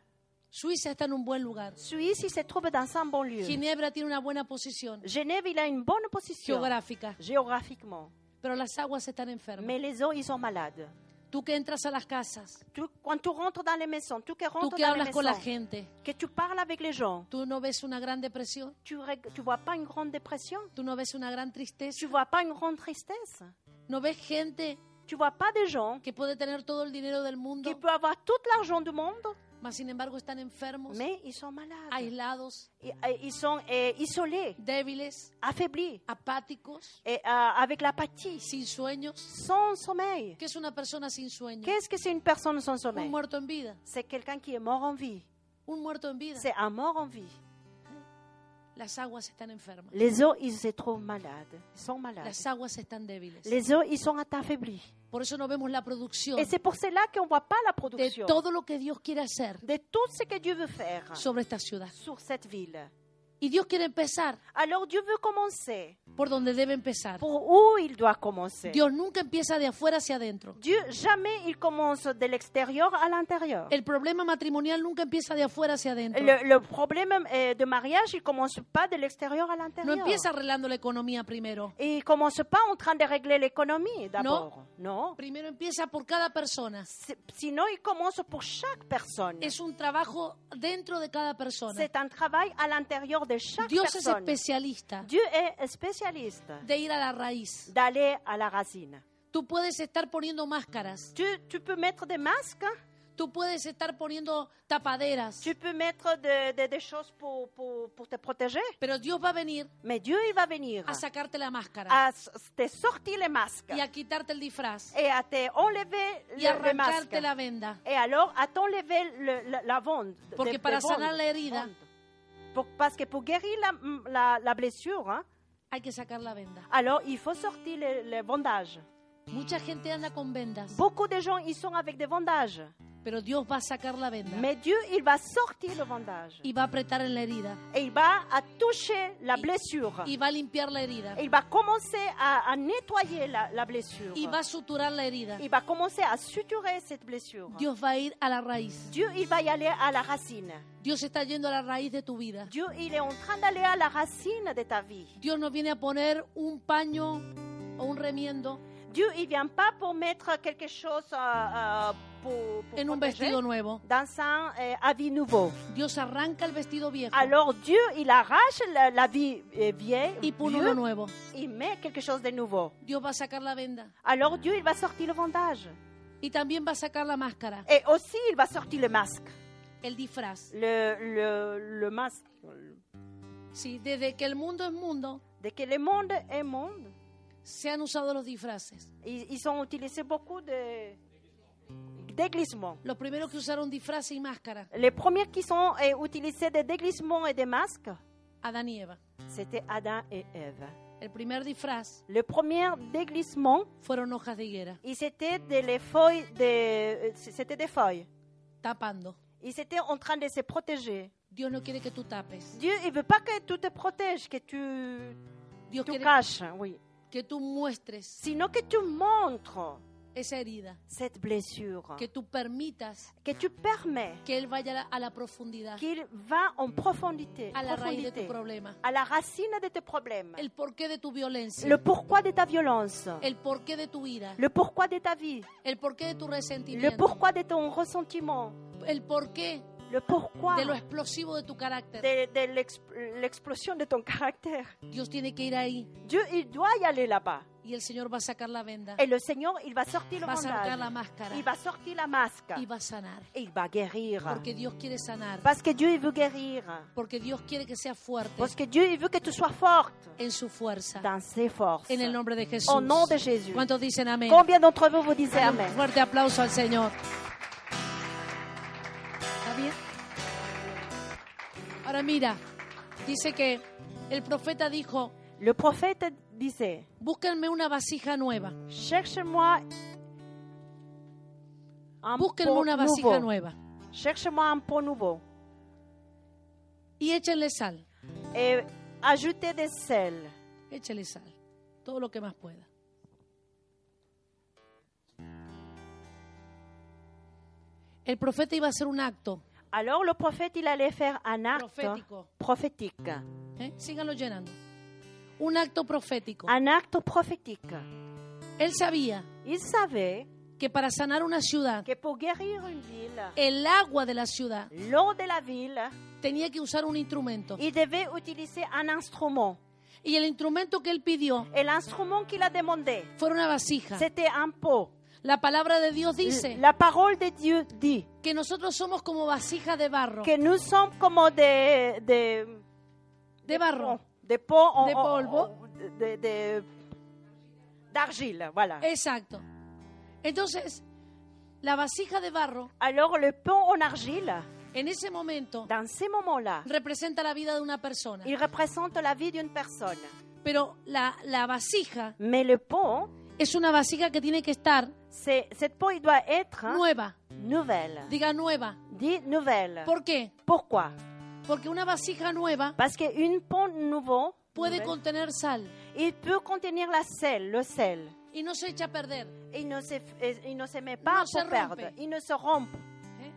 Speaker 1: Suiza está en un buen lugar.
Speaker 2: Suisse, il se trouve dans un bon lieu.
Speaker 1: Ginebra tiene una buena posición
Speaker 2: Genève, il a une bonne position
Speaker 1: geográfica,
Speaker 2: géographiquement.
Speaker 1: pero las aguas están enfermas.
Speaker 2: Mais les eaux, ils sont malades.
Speaker 1: Tú que entras a las casas,
Speaker 2: Tu- quand tu rentres dans les maisons, tu que
Speaker 1: tú
Speaker 2: rentres
Speaker 1: que
Speaker 2: dans les
Speaker 1: hablas con la
Speaker 2: maisons,
Speaker 1: gente,
Speaker 2: que tu parles avec les gens,
Speaker 1: tú no ves una gran depresión,
Speaker 2: tu ne vois pas une grande dépression,
Speaker 1: tú no ves una gran
Speaker 2: tu
Speaker 1: tristeza,
Speaker 2: vois pas une grande tristesse,
Speaker 1: no ves gente
Speaker 2: tu vois pas des gens
Speaker 1: que puede tener todo el dinero del
Speaker 2: qui
Speaker 1: mundo,
Speaker 2: peuvent avoir tout l'argent du monde,
Speaker 1: mas sin embargo están enfermos,
Speaker 2: mais ils sont
Speaker 1: Ah,
Speaker 2: malades.
Speaker 1: aislados,
Speaker 2: Ils, ils sont eh, isolés,
Speaker 1: débiles,
Speaker 2: affaiblis,
Speaker 1: apáticos,
Speaker 2: et, euh, avec l'apathie,
Speaker 1: sin sueños.
Speaker 2: sans sommeil.
Speaker 1: ¿Qué es una persona sin sueño?
Speaker 2: Qu'est-ce que c'est une personne sans
Speaker 1: Un
Speaker 2: sommeil
Speaker 1: muerto en vida,
Speaker 2: C'est quelqu'un qui est mort en vie.
Speaker 1: un muerto en vida.
Speaker 2: C'est un mort en vie.
Speaker 1: Las aguas están enfermas,
Speaker 2: Les os, ils se trouvent malades. Ils sont malades.
Speaker 1: las aguas están débiles.
Speaker 2: Les os, ils sont affaiblis.
Speaker 1: Por eso no vemos la producción
Speaker 2: Et c'est pour cela qu'on ne voit pas la
Speaker 1: de
Speaker 2: production
Speaker 1: todo lo que Dios quiere hacer
Speaker 2: de tout ce que Dieu veut faire
Speaker 1: sobre esta ciudad.
Speaker 2: sur cette ville.
Speaker 1: Y Dios quiere empezar
Speaker 2: Alors Dieu veut commencer
Speaker 1: por donde debe empezar.
Speaker 2: pour où il doit commencer.
Speaker 1: Dios nunca empieza de afuera hacia adentro.
Speaker 2: Dieu, jamais il commence de l'extérieur à l'intérieur.
Speaker 1: El problema matrimonial nunca empieza de afuera hacia adentro.
Speaker 2: Le, le problème euh, de mariage, il commence pas de l'extérieur à
Speaker 1: No
Speaker 2: l'intérieur.
Speaker 1: empieza arreglando la economía primero.
Speaker 2: Et il commence pas en train de régler l'économie d'abord. Non.
Speaker 1: Primero empieza por cada persona.
Speaker 2: C'est- Sinon, il commence pour chaque personne.
Speaker 1: Es un trabajo dentro de cada persona.
Speaker 2: C'est un travail à l'intérieur de chaque
Speaker 1: Dios es
Speaker 2: personne.
Speaker 1: especialista
Speaker 2: Dieu est spécialiste
Speaker 1: de ir a la raíz.
Speaker 2: d'aller à la racine.
Speaker 1: Tú puedes estar poniendo máscaras.
Speaker 2: Tu, tu peux mettre des masques,
Speaker 1: Tú puedes estar poniendo tapaderas.
Speaker 2: tu peux mettre de- de- des choses pour, pour, pour te protéger,
Speaker 1: Pero Dios va a venir
Speaker 2: mais Dieu, il va venir
Speaker 1: a sacarte la máscara
Speaker 2: à s- te sortir les masques
Speaker 1: y a quitarte el disfraz
Speaker 2: et à te enlever
Speaker 1: y
Speaker 2: le- les masques.
Speaker 1: arrancarte la venda.
Speaker 2: Et alors, à t'enlever le- la, la vende.
Speaker 1: Porque
Speaker 2: de- de
Speaker 1: para
Speaker 2: vende,
Speaker 1: sanar la herida-
Speaker 2: vende. Pour- parce que pour guérir la, la- la blessure, hein,
Speaker 1: Hay que sacar la venda.
Speaker 2: alors il faut sortir le, le bandage.
Speaker 1: Mucha gente anda con vendas,
Speaker 2: Beaucoup de gens, ils sont avec des bandages.
Speaker 1: pero Dios va a sacar la venda
Speaker 2: Mais Dieu, il va sortir le bandage.
Speaker 1: y va a apretar en la herida
Speaker 2: Et il va à toucher la
Speaker 1: Y-
Speaker 2: blessure.
Speaker 1: y va a limpiar la herida
Speaker 2: Il va commencer à, à nettoyer la, la blessure.
Speaker 1: y va a suturar la herida.
Speaker 2: Il va commencer à suturer cette blessure.
Speaker 1: Dios va a ir a la raíz.
Speaker 2: Dieu, il va y aller à la racine.
Speaker 1: Dios está yendo a la raíz de tu vida.
Speaker 2: Dieu, il est en train d'aller à la racine de ta vie.
Speaker 1: Dios no viene a poner un paño o un remiendo
Speaker 2: Dieu, il vient pas pour mettre quelque chose euh, euh, pour, pour
Speaker 1: en un
Speaker 2: protéger
Speaker 1: vestido nuevo.
Speaker 2: dans un euh, habit nouveau.
Speaker 1: Dios arranca el vestido viejo
Speaker 2: Alors Dieu, il arrache la, la vie euh, vieille,
Speaker 1: y pone
Speaker 2: vieux,
Speaker 1: uno nuevo.
Speaker 2: il met quelque chose de nouveau.
Speaker 1: Dios va a sacar la venda
Speaker 2: Alors Dieu, il va sortir le bandage.
Speaker 1: y también va a sacar la máscara,
Speaker 2: Et aussi, il va sortir le masque.
Speaker 1: el disfraz.
Speaker 2: Le, le, le masque.
Speaker 1: Sí, desde que el mundo es mundo,
Speaker 2: Dès que le monde est monde,
Speaker 1: se han usado los disfraces.
Speaker 2: ils, ils ont utilisé beaucoup de déglissements.
Speaker 1: Los primeros que usaron disfraz y máscara,
Speaker 2: Les premiers qui sont euh, utilisés des déglissements et des masques,
Speaker 1: Adán y Eva.
Speaker 2: c'était Adam et Ève.
Speaker 1: El primer disfraz
Speaker 2: Le premier déglissement,
Speaker 1: fueron hojas de higuera,
Speaker 2: ils étaient des les feuilles, de, euh, c'était des feuilles.
Speaker 1: tapando.
Speaker 2: Ils étaient en train de se protéger.
Speaker 1: Dios no quiere que tú tapes.
Speaker 2: Dieu, il veut pas que tu te protèges, que tu,
Speaker 1: Dios
Speaker 2: tu
Speaker 1: quiere
Speaker 2: caches, oui.
Speaker 1: que tú muestres
Speaker 2: Sinon que tu montres
Speaker 1: esa herida,
Speaker 2: cette blessure,
Speaker 1: que tú permitas
Speaker 2: que tu permets
Speaker 1: que Él vaya a la- a la profundidad,
Speaker 2: qu'il va en profondité,
Speaker 1: a la raíz de
Speaker 2: profondité,
Speaker 1: tu problema,
Speaker 2: à la racine de tes problèmes,
Speaker 1: el porqué de tu
Speaker 2: le
Speaker 1: violencia,
Speaker 2: pourquoi de ta violence,
Speaker 1: el porqué de tu ira,
Speaker 2: le pourquoi de ta vie,
Speaker 1: el porqué de tu
Speaker 2: le
Speaker 1: resentimiento,
Speaker 2: pourquoi de ton ressentiment,
Speaker 1: el porqué
Speaker 2: le pourquoi
Speaker 1: de lo explosivo de tu carácter.
Speaker 2: de, de l'ex- l'explosion de ton caractère.
Speaker 1: Dios tiene que ir ahí
Speaker 2: Dieu, il doit y aller là-bas.
Speaker 1: y el Señor va a sacar la venda,
Speaker 2: Et le Seigneur, il va sortir le
Speaker 1: Ah. va a sacar la
Speaker 2: bandage,
Speaker 1: máscara
Speaker 2: il va sortir la masque,
Speaker 1: y va a sanar.
Speaker 2: et il va guérir.
Speaker 1: Porque Dios quiere sanar.
Speaker 2: Parce que Dieu, il veut guérir.
Speaker 1: Porque Dios quiere que sea fuerte
Speaker 2: Parce que Dieu, il veut que tu sois forte
Speaker 1: en su fuerza.
Speaker 2: dans ses forces.
Speaker 1: En el nombre de Jesús.
Speaker 2: Au nom Oh, de Jésus.
Speaker 1: ¿Cuántos dicen amén?
Speaker 2: Combien d'entre vous vous disiez
Speaker 1: Dale
Speaker 2: Amen
Speaker 1: Un fuerte aplauso al Señor. ¿Está bien? Ahora mira, dice que el profeta dijo,
Speaker 2: Le prophète disait,
Speaker 1: Búsquenme una vasija nueva.
Speaker 2: cherche-moi un
Speaker 1: Búsquenme
Speaker 2: pot
Speaker 1: una vasija
Speaker 2: nouveau.
Speaker 1: nueva.
Speaker 2: Cherche-moi un pot nouveau.
Speaker 1: Y échenle sal.
Speaker 2: Et ajoutez des sels.
Speaker 1: Échele sal. Todo lo que más pueda. El profeta iba a hacer un acto.
Speaker 2: Alors le prophète, il allait faire un acte
Speaker 1: Profético.
Speaker 2: prophétique.
Speaker 1: ¿eh? Síganlo llenando. Un acto profético.
Speaker 2: Un acte prophétique.
Speaker 1: Él sabía
Speaker 2: Il savait
Speaker 1: que para sanar una ciudad,
Speaker 2: que pour guérir une ville,
Speaker 1: el agua de la ciudad
Speaker 2: l'eau de la ville,
Speaker 1: tenía que usar un instrumento.
Speaker 2: il devait utiliser un instrument.
Speaker 1: Y el instrumento que él pidió
Speaker 2: Et l'instrument qu'il a demandé,
Speaker 1: fue una vasija.
Speaker 2: c'était un pot.
Speaker 1: La palabra de Dios dice
Speaker 2: La parole de Dieu dit
Speaker 1: que nosotros somos como vasija de barro.
Speaker 2: que nous sommes comme des... des
Speaker 1: De barro.
Speaker 2: Des pots en-
Speaker 1: De
Speaker 2: en-
Speaker 1: polvo.
Speaker 2: en- de- de- d'argile, voilà.
Speaker 1: Exacto. Entonces, la vasija de barro
Speaker 2: Alors le pot en argile,
Speaker 1: en ese momento
Speaker 2: dans ces moments-là,
Speaker 1: representa la vida de una persona.
Speaker 2: il représente la vie d'une personne.
Speaker 1: Pero la, la vasija
Speaker 2: Mais le pot,
Speaker 1: es una vasija que tiene que estar
Speaker 2: c'est, cette pot, il doit être hein,
Speaker 1: nueva.
Speaker 2: nouvelle.
Speaker 1: Diga nueva.
Speaker 2: Dit nouvelle.
Speaker 1: ¿Por qué?
Speaker 2: Pourquoi
Speaker 1: Porque una vasija nueva
Speaker 2: Parce qu'une pot nouveau,
Speaker 1: puede
Speaker 2: nouvelle,
Speaker 1: contener sal
Speaker 2: il peut contenir la sel, le sel.
Speaker 1: y no se echa a perder.
Speaker 2: Il ne se, il ne se met pas
Speaker 1: No se
Speaker 2: pour perdre.
Speaker 1: rompe.
Speaker 2: Il ne se rompt.
Speaker 1: ¿eh?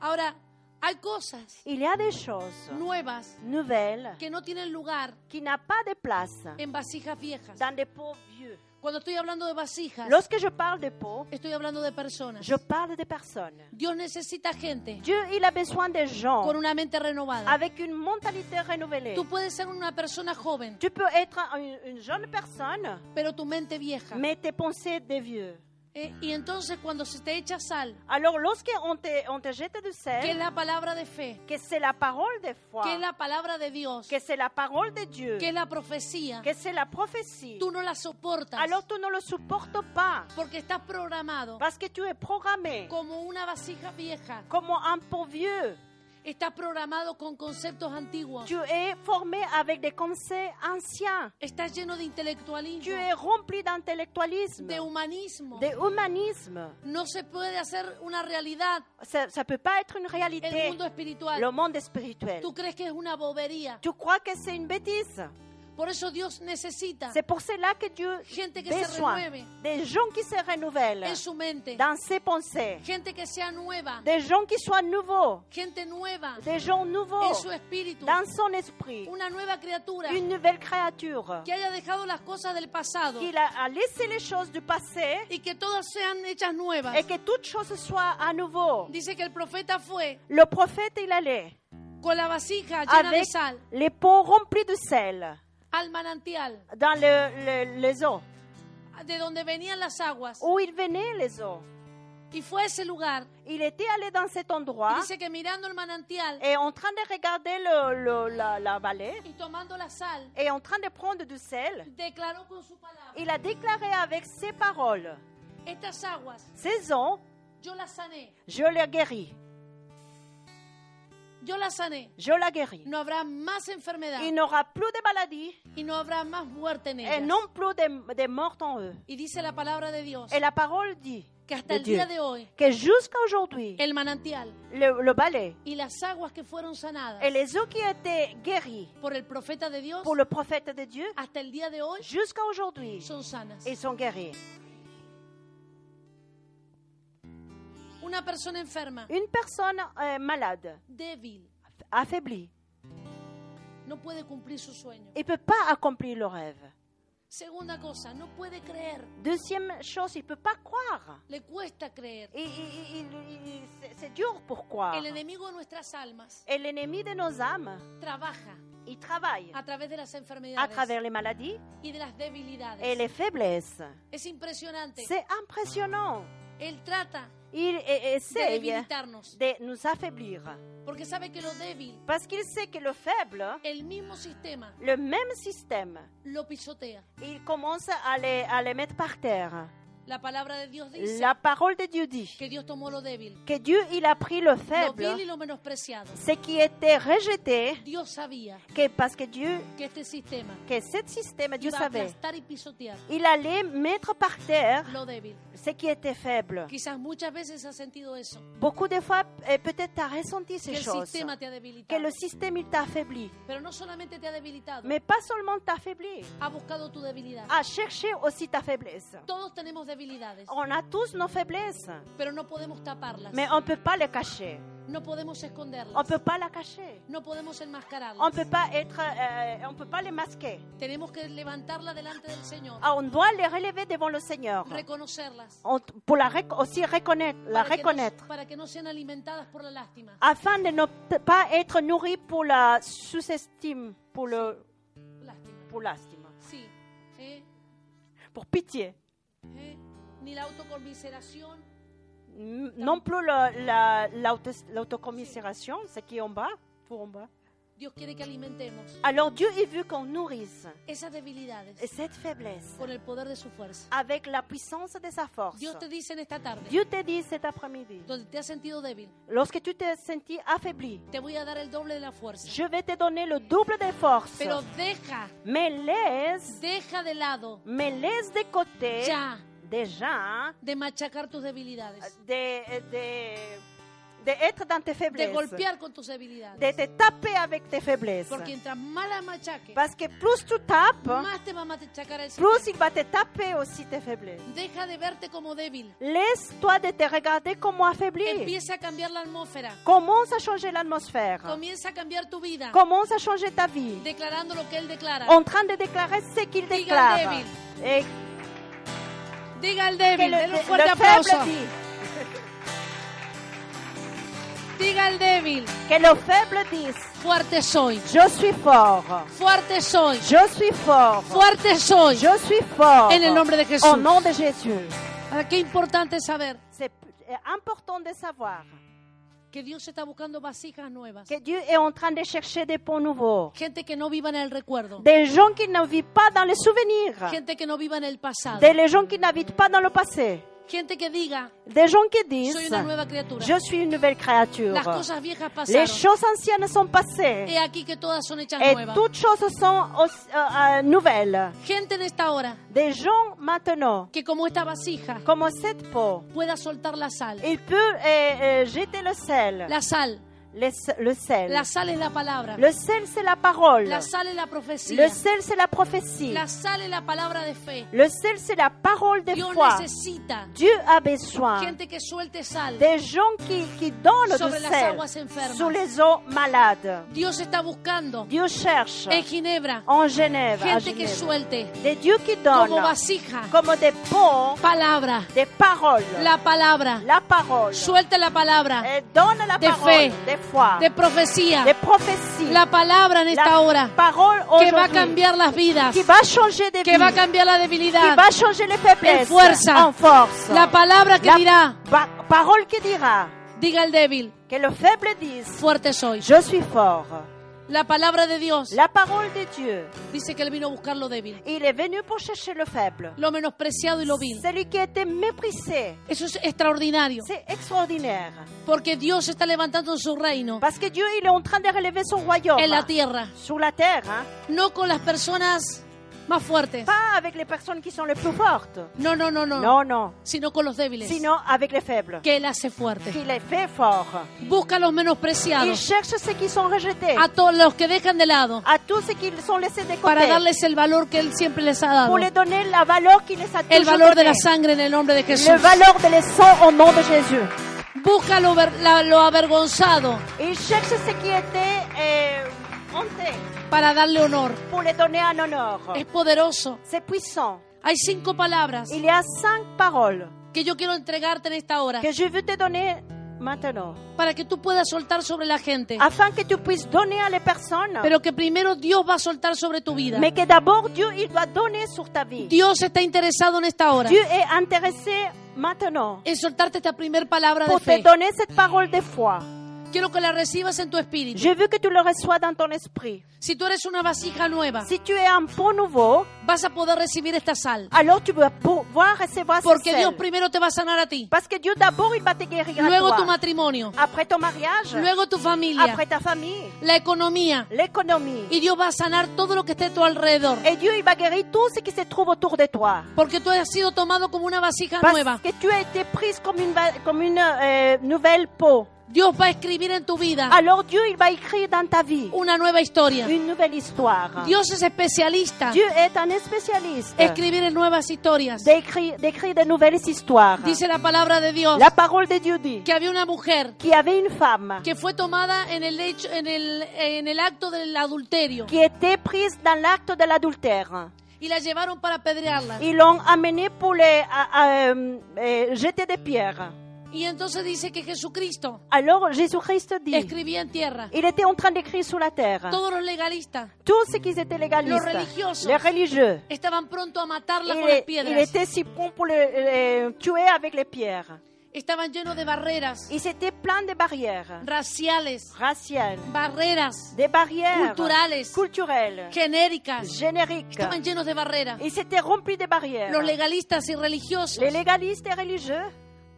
Speaker 1: Ahora, hay cosas
Speaker 2: Il y a des choses
Speaker 1: nuevas
Speaker 2: nouvelles
Speaker 1: que no tienen lugar
Speaker 2: qui n'ont pas de place
Speaker 1: en vasijas viejas.
Speaker 2: dans des pots vieux.
Speaker 1: Cuando estoy hablando de vasijas,
Speaker 2: Lorsque je parle de pots,
Speaker 1: estoy hablando de personas.
Speaker 2: je parle des personnes.
Speaker 1: Dios necesita gente
Speaker 2: Dieu, il a besoin des gens
Speaker 1: con una mente renovada.
Speaker 2: avec une mentalité renouvelée.
Speaker 1: Tú puedes ser una persona joven,
Speaker 2: Tu peux être un- une jeune personne,
Speaker 1: pero tu mente vieja.
Speaker 2: mais tes pensées de vieux.
Speaker 1: Eh, y entonces cuando se te echa sal,
Speaker 2: Alors, lorsque on te, on te jette
Speaker 1: que
Speaker 2: du
Speaker 1: es
Speaker 2: sel,
Speaker 1: la palabra de fe,
Speaker 2: que c'est la parole de foi,
Speaker 1: que es la palabra de Dios,
Speaker 2: que c'est la parole de Dieu,
Speaker 1: que es la profecía,
Speaker 2: que c'est la prophétie,
Speaker 1: tú no la soportas
Speaker 2: alors tu ne le supportes pas
Speaker 1: porque estás programado
Speaker 2: parce que tu es programmé
Speaker 1: como una vasija vieja.
Speaker 2: comme un pauvre vieux.
Speaker 1: Estás programado con conceptos antiguos.
Speaker 2: Tu es formé avec des conseils anciens.
Speaker 1: Estás lleno de
Speaker 2: Tu
Speaker 1: intelectualismo,
Speaker 2: es rempli d'intellectualisme,
Speaker 1: de humanismo.
Speaker 2: de humanisme.
Speaker 1: No se puede hacer una realidad
Speaker 2: Ça ne peut pas être une
Speaker 1: el
Speaker 2: réalité.
Speaker 1: mundo espiritual.
Speaker 2: Le monde est spirituel.
Speaker 1: Tú crees que es una bobería.
Speaker 2: Tu crois que c'est une bêtise.
Speaker 1: Por eso Dios necesita
Speaker 2: C'est pour cela que Dieu
Speaker 1: Ah. Gente que se
Speaker 2: besoin
Speaker 1: renueve.
Speaker 2: des gens qui se renouvellent
Speaker 1: en su mente
Speaker 2: dans ses pensées,
Speaker 1: gente que sea nueva,
Speaker 2: des gens qui soient nouveaux,
Speaker 1: gente nueva
Speaker 2: des gens nouveaux
Speaker 1: en su espíritu,
Speaker 2: dans son esprit,
Speaker 1: una nueva criatura
Speaker 2: une nouvelle créature
Speaker 1: que haya dejado las cosas del pasado
Speaker 2: qui a a laissé les choses du passé
Speaker 1: y que todas sean hechas nuevas.
Speaker 2: et que toutes choses soient à nouveau.
Speaker 1: Dice que el profeta fue
Speaker 2: Le prophète, il allait
Speaker 1: con la vasija llena de
Speaker 2: avec
Speaker 1: sal
Speaker 2: les pots remplis de sel
Speaker 1: al manantial
Speaker 2: dans le- le- les eaux,
Speaker 1: de donde venían las aguas
Speaker 2: où il venait les eaux.
Speaker 1: y fue a ese lugar.
Speaker 2: Il était allé dans cet
Speaker 1: y
Speaker 2: endroit
Speaker 1: dice que mirando el manantial
Speaker 2: et en train de regarder le- le- la, la vallée
Speaker 1: y tomando la sal,
Speaker 2: et en train de prendre du sel.
Speaker 1: declaró con su palabra,
Speaker 2: Il a déclaré avec ses paroles,
Speaker 1: estas aguas
Speaker 2: ces eaux,
Speaker 1: yo las sané,
Speaker 2: je les guéris,
Speaker 1: yo las sané.
Speaker 2: je la guéris.
Speaker 1: No habrá más enfermedad
Speaker 2: Il n'aura plus de maladies
Speaker 1: y no habrá más muerte en
Speaker 2: et
Speaker 1: ellas.
Speaker 2: non plus de, de morts en eux.
Speaker 1: Y dice la palabra de Dios
Speaker 2: Et la parole dit
Speaker 1: que hasta
Speaker 2: de
Speaker 1: el
Speaker 2: Dieu,
Speaker 1: día de hoy
Speaker 2: que jusqu'à aujourd'hui,
Speaker 1: el manantial
Speaker 2: le, le balai
Speaker 1: y las aguas que fueron sanadas
Speaker 2: et les eaux qui étaient guéries
Speaker 1: por el profeta de Dios
Speaker 2: pour le prophète de Dieu,
Speaker 1: hasta el día de hoy
Speaker 2: jusqu'à aujourd'hui,
Speaker 1: son sanas.
Speaker 2: ils sont guéris.
Speaker 1: Una persona enferma,
Speaker 2: Une personne euh, malade,
Speaker 1: débil,
Speaker 2: affaiblie,
Speaker 1: no puede cumplir su sueño.
Speaker 2: il ne peut pas accomplir le rêve.
Speaker 1: Segunda cosa, no puede creer,
Speaker 2: Deuxième chose, il ne peut pas croire.
Speaker 1: le cuesta creer.
Speaker 2: Et- et- et- il- il- c'est- c'est dur pour croire.
Speaker 1: El enemigo de nuestras almas
Speaker 2: Et l'ennemi de nos âmes,
Speaker 1: trabaja
Speaker 2: il travaille
Speaker 1: a través de las
Speaker 2: à
Speaker 1: enfermedades
Speaker 2: travers les maladies
Speaker 1: y de las
Speaker 2: et
Speaker 1: debilidades.
Speaker 2: les faiblesses.
Speaker 1: Es impresionante.
Speaker 2: C'est impressionnant.
Speaker 1: Él trata
Speaker 2: Il e-
Speaker 1: de
Speaker 2: essaye
Speaker 1: debilitarnos
Speaker 2: de nous affaiblir
Speaker 1: porque sabe que lo débil
Speaker 2: parce qu'il sait que le faible,
Speaker 1: el mismo sistema
Speaker 2: le même système,
Speaker 1: lo pisotea.
Speaker 2: il commence à les, à les mettre par terre.
Speaker 1: La palabra de Dios dice
Speaker 2: La parole de Dieu dit
Speaker 1: que Dios tomó lo débil,
Speaker 2: que Dieu il a pris le
Speaker 1: lo
Speaker 2: faible,
Speaker 1: vil y lo menospreciado.
Speaker 2: ce qui était rejeté,
Speaker 1: Dios sabía
Speaker 2: que parce que Dieu,
Speaker 1: que este sistema
Speaker 2: que ce système, Dieu
Speaker 1: iba a
Speaker 2: savait,
Speaker 1: aplastar y pisotear
Speaker 2: il allait mettre par terre
Speaker 1: lo débil.
Speaker 2: ce qui était faible.
Speaker 1: Quizás muchas veces has sentido eso,
Speaker 2: Beaucoup de fois, eh, peut-être tu as ressenti
Speaker 1: que
Speaker 2: ces
Speaker 1: el
Speaker 2: choses,
Speaker 1: sistema te ha
Speaker 2: que
Speaker 1: debilitado.
Speaker 2: le système, il t'a affaibli.
Speaker 1: Pero no solamente te ha debilitado,
Speaker 2: Mais pas seulement t'a affaibli,
Speaker 1: ha buscado tu debilidad.
Speaker 2: à chercher aussi ta faiblesse.
Speaker 1: Todos tenemos debilidades,
Speaker 2: On a tous nos faiblesses,
Speaker 1: pero no podemos taparlas,
Speaker 2: mais on ne peut pas les cacher.
Speaker 1: no podemos
Speaker 2: On
Speaker 1: esconderlas,
Speaker 2: ne peut pas la cacher.
Speaker 1: no podemos
Speaker 2: On
Speaker 1: enmascararlas.
Speaker 2: peut pas être, euh, on peut pas les masquer.
Speaker 1: Tenemos que levantarla delante del Señor,
Speaker 2: Ah, on doit les relever devant le Seigneur.
Speaker 1: reconocerlas.
Speaker 2: On- pour la rec- aussi reconnaître, Ah. la
Speaker 1: para que no-
Speaker 2: reconnaître,
Speaker 1: para que no sean alimentadas por la lástima.
Speaker 2: afin de ne p- pas être nourri pour la sous-estime, pour le,
Speaker 1: Lástima.
Speaker 2: pour l'astime,
Speaker 1: Sí. ¿eh?
Speaker 2: pour pitié.
Speaker 1: ¿eh? Ni la autoconmiseración,
Speaker 2: N- Non plus le- la- l'auto- l'autocommisération, ce qui est en bas, pour en bas.
Speaker 1: Dios quiere que alimentemos
Speaker 2: Alors Dieu est vu qu'on nourrisse
Speaker 1: esas debilidades
Speaker 2: cette faiblesse
Speaker 1: con el poder de su fuerza.
Speaker 2: avec la puissance de sa force.
Speaker 1: Dios te dice en esta tarde,
Speaker 2: Dieu te dit cet après-midi,
Speaker 1: donde te has sentido débil,
Speaker 2: lorsque tu t'es senti affaibli,
Speaker 1: te voy a dar el doble de la fuerza.
Speaker 2: je vais te donner le double de force.
Speaker 1: Pero deja,
Speaker 2: Mais laisse,
Speaker 1: deja de lado
Speaker 2: mais laisse de côté
Speaker 1: ya
Speaker 2: déjà
Speaker 1: de machacar tus debilidades,
Speaker 2: de, de, Ah, de être dans tes
Speaker 1: de
Speaker 2: faiblesses,
Speaker 1: golpear con tus
Speaker 2: de
Speaker 1: debilidades.
Speaker 2: te taper avec tes faiblesses.
Speaker 1: Porque mientras más la machaque,
Speaker 2: Parce que plus tu tapes,
Speaker 1: más te va a machacar el
Speaker 2: plus
Speaker 1: Señor.
Speaker 2: il va te taper aussi tes faiblesses.
Speaker 1: Deja de verte como débil.
Speaker 2: Laisse-toi de te regarder como affaibli.
Speaker 1: Empieza a cambiar la atmósfera.
Speaker 2: Commence à changer l'atmosphère.
Speaker 1: Comienza a cambiar tu vida.
Speaker 2: Commence à changer ta vie.
Speaker 1: Declarando lo que Él declara.
Speaker 2: En train de déclarer ce qu'il
Speaker 1: Diga
Speaker 2: déclare.
Speaker 1: débil.
Speaker 2: Et
Speaker 1: Diga al
Speaker 2: que
Speaker 1: débil.
Speaker 2: le,
Speaker 1: Denle
Speaker 2: le
Speaker 1: un fuerte aplauso.
Speaker 2: faible dit,
Speaker 1: Diga al débil.
Speaker 2: que le faible dise,
Speaker 1: Fuerte soy.
Speaker 2: je suis fort,
Speaker 1: Fuerte soy.
Speaker 2: je suis fort,
Speaker 1: Fuerte soy.
Speaker 2: je suis fort.
Speaker 1: En el nombre de Jesús.
Speaker 2: Au nom de Jésus.
Speaker 1: Ah, Qué importante es saber
Speaker 2: C'est euh, important de savoir
Speaker 1: que Dios está buscando vasijas nuevas.
Speaker 2: que Dieu est en train de chercher des ponts nouveaux.
Speaker 1: Gente que no viva en el recuerdo.
Speaker 2: Des gens qui ne vivent pas dans les souvenirs.
Speaker 1: Gente que no viva en el pasado.
Speaker 2: Des les gens qui n'habitent pas dans le passé.
Speaker 1: Gente que diga,
Speaker 2: Des gens qui disent,
Speaker 1: soy una nueva criatura.
Speaker 2: je suis une nouvelle créature.
Speaker 1: Las cosas viejas
Speaker 2: Les
Speaker 1: pasaron.
Speaker 2: choses anciennes sont passées
Speaker 1: He aquí que todas son hechas
Speaker 2: et
Speaker 1: nuevas.
Speaker 2: toutes choses sont aussi- euh, euh, nouvelles.
Speaker 1: Gente en esta hora
Speaker 2: Des gens maintenant,
Speaker 1: que como esta vasija
Speaker 2: comme cette peau,
Speaker 1: pueda soltar la sal.
Speaker 2: il peut euh, euh, jeter le sel.
Speaker 1: La sal,
Speaker 2: Le, se- le sel.
Speaker 1: la sal es la palabra.
Speaker 2: Le sel, c'est la parole.
Speaker 1: La sal es la profecía.
Speaker 2: Le sel, c'est la prophétie.
Speaker 1: La sal es la palabra de fe.
Speaker 2: Le sel, c'est la parole de Ah.
Speaker 1: Dios
Speaker 2: foi.
Speaker 1: necesita
Speaker 2: Dieu a besoin
Speaker 1: gente que suelte sal.
Speaker 2: des gens qui, qui donnent
Speaker 1: Sobre
Speaker 2: du
Speaker 1: las aguas
Speaker 2: sel
Speaker 1: enfermas.
Speaker 2: sous les eaux malades.
Speaker 1: Dios está buscando
Speaker 2: Dieu cherche
Speaker 1: en Ginebra
Speaker 2: en Genève, à
Speaker 1: gente que
Speaker 2: Genève,
Speaker 1: suelte
Speaker 2: des dieux qui
Speaker 1: como
Speaker 2: donnent
Speaker 1: vasija,
Speaker 2: comme des ponts,
Speaker 1: palabra,
Speaker 2: des paroles.
Speaker 1: la palabra.
Speaker 2: La parole.
Speaker 1: Suelta la palabra
Speaker 2: Elle donne la
Speaker 1: De
Speaker 2: parole
Speaker 1: fe.
Speaker 2: de foi,
Speaker 1: de profecía.
Speaker 2: des prophéties.
Speaker 1: La palabra en esta
Speaker 2: la Oh,
Speaker 1: hora
Speaker 2: parole
Speaker 1: que va a
Speaker 2: aujourd'hui
Speaker 1: cambiar las vidas,
Speaker 2: qui va changer des
Speaker 1: que va a
Speaker 2: vies,
Speaker 1: cambiar la
Speaker 2: qui
Speaker 1: debilidad.
Speaker 2: va changer les faiblesses
Speaker 1: en fuerza.
Speaker 2: en force.
Speaker 1: La palabra que
Speaker 2: La
Speaker 1: dirá,
Speaker 2: pa- parole qui dira
Speaker 1: diga el débil,
Speaker 2: que le faible dise
Speaker 1: fuerte soy.
Speaker 2: Je suis fort.
Speaker 1: La palabra de Dios
Speaker 2: La parole de Dieu,
Speaker 1: dice que él vino a buscar lo débil,
Speaker 2: il est venu pour chercher le faible,
Speaker 1: lo menospreciado y lo vil.
Speaker 2: celui qui a été méprisé.
Speaker 1: Eso es extraordinario,
Speaker 2: C'est extraordinaire
Speaker 1: porque Dios está levantando su reino
Speaker 2: parce que Dieu il est en train de relever son royaume
Speaker 1: en la tierra,
Speaker 2: sur la terre, hein.
Speaker 1: no con las personas más fuertes,
Speaker 2: pas avec les personnes qui sont les plus fortes.
Speaker 1: no, no, no, no,
Speaker 2: Non, non.
Speaker 1: sino con los débiles,
Speaker 2: Sinon avec les faibles.
Speaker 1: que él hace fuerte.
Speaker 2: Qu'il les fait fort.
Speaker 1: Busca a los
Speaker 2: Il
Speaker 1: menospreciados,
Speaker 2: cherche ceux qui sont rejetés,
Speaker 1: a todos los que dejan de lado,
Speaker 2: à tous ceux qui sont laissés de
Speaker 1: para
Speaker 2: côté,
Speaker 1: darles el valor que él siempre les ha dado,
Speaker 2: pour les donner la valeur qui les a
Speaker 1: el
Speaker 2: toujours
Speaker 1: valor de la
Speaker 2: donné.
Speaker 1: sangre en el nombre de
Speaker 2: Le
Speaker 1: Jesús.
Speaker 2: valeur de la sang au nom de Jésus.
Speaker 1: Busca lo, ver- la- lo avergonzado
Speaker 2: Il cherche ce qui était euh, hanté
Speaker 1: para darle honor.
Speaker 2: pour les donner un honneur.
Speaker 1: Es poderoso.
Speaker 2: C'est puissant.
Speaker 1: Hay cinco palabras
Speaker 2: Il y a cinq paroles
Speaker 1: que yo quiero entregarte en esta hora
Speaker 2: que je veux te donner maintenant,
Speaker 1: para que tú puedas soltar sobre la gente,
Speaker 2: afin que tu puisses donner à les personnes,
Speaker 1: pero que primero Dios va a soltar sobre tu vida.
Speaker 2: mais que d'abord Dieu il doit donner sur ta vie.
Speaker 1: Dios está interesado en esta hora
Speaker 2: Dieu est intéressé maintenant
Speaker 1: en soltarte esta primera palabra de
Speaker 2: pour te
Speaker 1: fe.
Speaker 2: donner cette parole de foi.
Speaker 1: Quiero que la recibas en tu espíritu.
Speaker 2: Je veux que tu le reçois dans ton esprit.
Speaker 1: Si tú eres una vasija nueva,
Speaker 2: Si tu es un pot nouveau,
Speaker 1: vas a poder recibir esta sal.
Speaker 2: alors tu vas pouvoir recevoir ce
Speaker 1: Porque
Speaker 2: sel.
Speaker 1: Dios primero te va a sanar a ti,
Speaker 2: Parce que Dieu d'abord, il va te guérir à
Speaker 1: luego tu
Speaker 2: toi.
Speaker 1: matrimonio,
Speaker 2: Après ton mariage,
Speaker 1: luego tu familia,
Speaker 2: après ta famille,
Speaker 1: la economía.
Speaker 2: l'économie.
Speaker 1: Y Dios va a sanar todo lo que esté a tu alrededor.
Speaker 2: Et Dieu, il va guérir tout ce qui se trouve autour de toi.
Speaker 1: Porque tú has sido tomado como una vasija
Speaker 2: Parce
Speaker 1: nueva.
Speaker 2: que tu as été prise comme une, va- comme une euh, nouvelle peau.
Speaker 1: Dios va a escribir en tu vida
Speaker 2: Alors Dieu, il va écrire dans ta vie
Speaker 1: una nueva historia.
Speaker 2: une nouvelle histoire.
Speaker 1: Dios es especialista
Speaker 2: Dieu est un spécialiste
Speaker 1: escribir en nuevas historias.
Speaker 2: d'écrire d'écrire de nouvelles histoires.
Speaker 1: Dice la palabra de Dios
Speaker 2: La parole de Dieu dit
Speaker 1: que había una mujer
Speaker 2: qu'il y avait une femme
Speaker 1: que fue tomada en el hecho, en el, en el acto del adulterio
Speaker 2: qui était prise dans l'acte de l'adultère.
Speaker 1: y la llevaron para apedrearla.
Speaker 2: Ils l'ont amenée pour les à- à, euh, euh, jeter des pierres.
Speaker 1: Y entonces dice que Jesucristo
Speaker 2: Alors Jésus-Christ dit,
Speaker 1: escribía en tierra.
Speaker 2: il était en train d'écrire sur la terre.
Speaker 1: Todos los legalistas
Speaker 2: Tous ceux qui étaient
Speaker 1: Los
Speaker 2: légalistes,
Speaker 1: religiosos.
Speaker 2: les religieux,
Speaker 1: estaban pronto a matarla con las
Speaker 2: il, il
Speaker 1: piedras.
Speaker 2: était si bon pour le, le tuer avec les pierres.
Speaker 1: Estaban llenos de barreras
Speaker 2: Ils étaient plein de barrières
Speaker 1: raciales,
Speaker 2: raciales,
Speaker 1: barreras
Speaker 2: des barrières
Speaker 1: Culturales.
Speaker 2: culturelles,
Speaker 1: genéricas.
Speaker 2: génériques.
Speaker 1: Estaban llenos de barreras.
Speaker 2: Ils s'étaient remplis de barrières.
Speaker 1: Los legalistas y religiosos
Speaker 2: Les légalistes et religieux,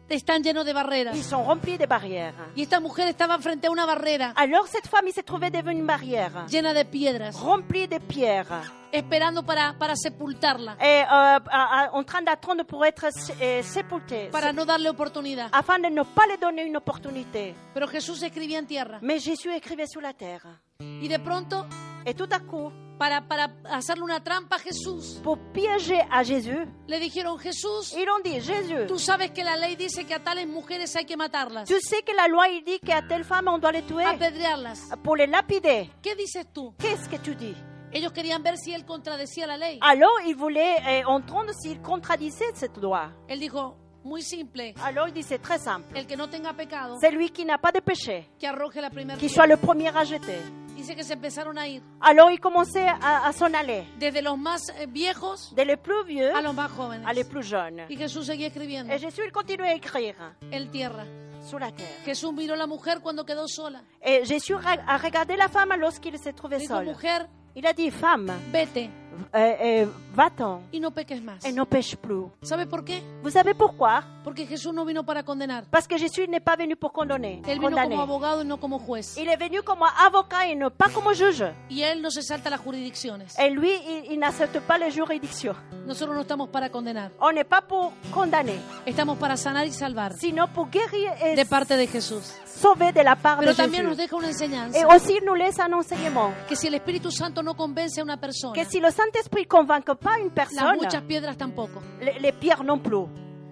Speaker 1: están llenos de barreras.
Speaker 2: ils sont remplis de barrières.
Speaker 1: Y esta mujer estaba frente a una barrera
Speaker 2: Alors cette femme, il s'est trouvée devant une barrière,
Speaker 1: llena de piedras,
Speaker 2: remplie de pierres,
Speaker 1: esperando para, para sepultarla,
Speaker 2: et euh, à- à- en train d'attendre pour être sé- euh, sépultée,
Speaker 1: para no darle oportunidad.
Speaker 2: afin de ne pas lui donner une opportunité.
Speaker 1: Pero Jesús escribía en tierra.
Speaker 2: Mais Jésus écrivait sur la terre.
Speaker 1: Y de pronto,
Speaker 2: Et tout à coup,
Speaker 1: para, para hacerle una trampa a Jesús,
Speaker 2: pour piéger à Jésus,
Speaker 1: le dijeron, Jesús,
Speaker 2: ils ont dit, Jésus,
Speaker 1: tú sabes que la ley dice que a tales mujeres hay que matarlas,
Speaker 2: tu sais que la loi il dit qu'à telle femme, on doit les tuer
Speaker 1: apedrearlas.
Speaker 2: pour les lapider.
Speaker 1: ¿Qué dices tú?
Speaker 2: Qu'est-ce que tu dis
Speaker 1: Ellos querían ver si él contradecía la ley.
Speaker 2: Alors, il voulait euh, entendre s'il contradisait cette loi.
Speaker 1: Él dijo, muy simple,
Speaker 2: Alors, il dit, c'est très simple.
Speaker 1: el que no tenga pecado,
Speaker 2: C'est lui qui n'a pas de péché,
Speaker 1: que arroje la primera
Speaker 2: qui soit le premier à jeter.
Speaker 1: Dice que se empezaron a ir
Speaker 2: Alors, il commençait à, à s'en aller,
Speaker 1: desde los más eh, viejos
Speaker 2: des les plus vieux
Speaker 1: a los más jóvenes.
Speaker 2: à les plus jeunes.
Speaker 1: Y Jesús seguía escribiendo
Speaker 2: Et Jésus, il continuait à écrire
Speaker 1: en tierra.
Speaker 2: sur la terre.
Speaker 1: Jesús miró a la mujer cuando quedó sola.
Speaker 2: Et Jésus ra- a regardé la femme lorsqu'il s'est
Speaker 1: Le
Speaker 2: trouvé
Speaker 1: dijo,
Speaker 2: seul.
Speaker 1: mujer,
Speaker 2: Il a dit, femme,
Speaker 1: vete
Speaker 2: euh, euh, va-t'en
Speaker 1: y no peques más.
Speaker 2: et n'empêche plus.
Speaker 1: ¿Sabe por qué?
Speaker 2: Vous savez pourquoi
Speaker 1: Porque Jesús no vino para condenar.
Speaker 2: Parce que Jésus n'est pas venu pour condamner.
Speaker 1: Él vino
Speaker 2: condamner.
Speaker 1: como abogado y no como juez.
Speaker 2: Il est venu comme avocat et non pas comme juge.
Speaker 1: Y él no se salta las jurisdicciones.
Speaker 2: Et lui, il, il n'accepte pas les juridictions.
Speaker 1: Nosotros no estamos para condenar.
Speaker 2: On n'est pas pour condamner,
Speaker 1: Estamos para sanar y salvar
Speaker 2: sinon pour guérir et
Speaker 1: de parte de Jesús.
Speaker 2: sauver de la part
Speaker 1: Pero
Speaker 2: de Jésus.
Speaker 1: también nos deja una
Speaker 2: Et
Speaker 1: enseñanza
Speaker 2: aussi, il nous laisse un enseignement
Speaker 1: que si el Espíritu Santo no convence a una persona,
Speaker 2: oh. que si le Saint-Esprit ne convainc pas une
Speaker 1: las
Speaker 2: personne,
Speaker 1: muchas piedras tampoco.
Speaker 2: les, les pierres non plus.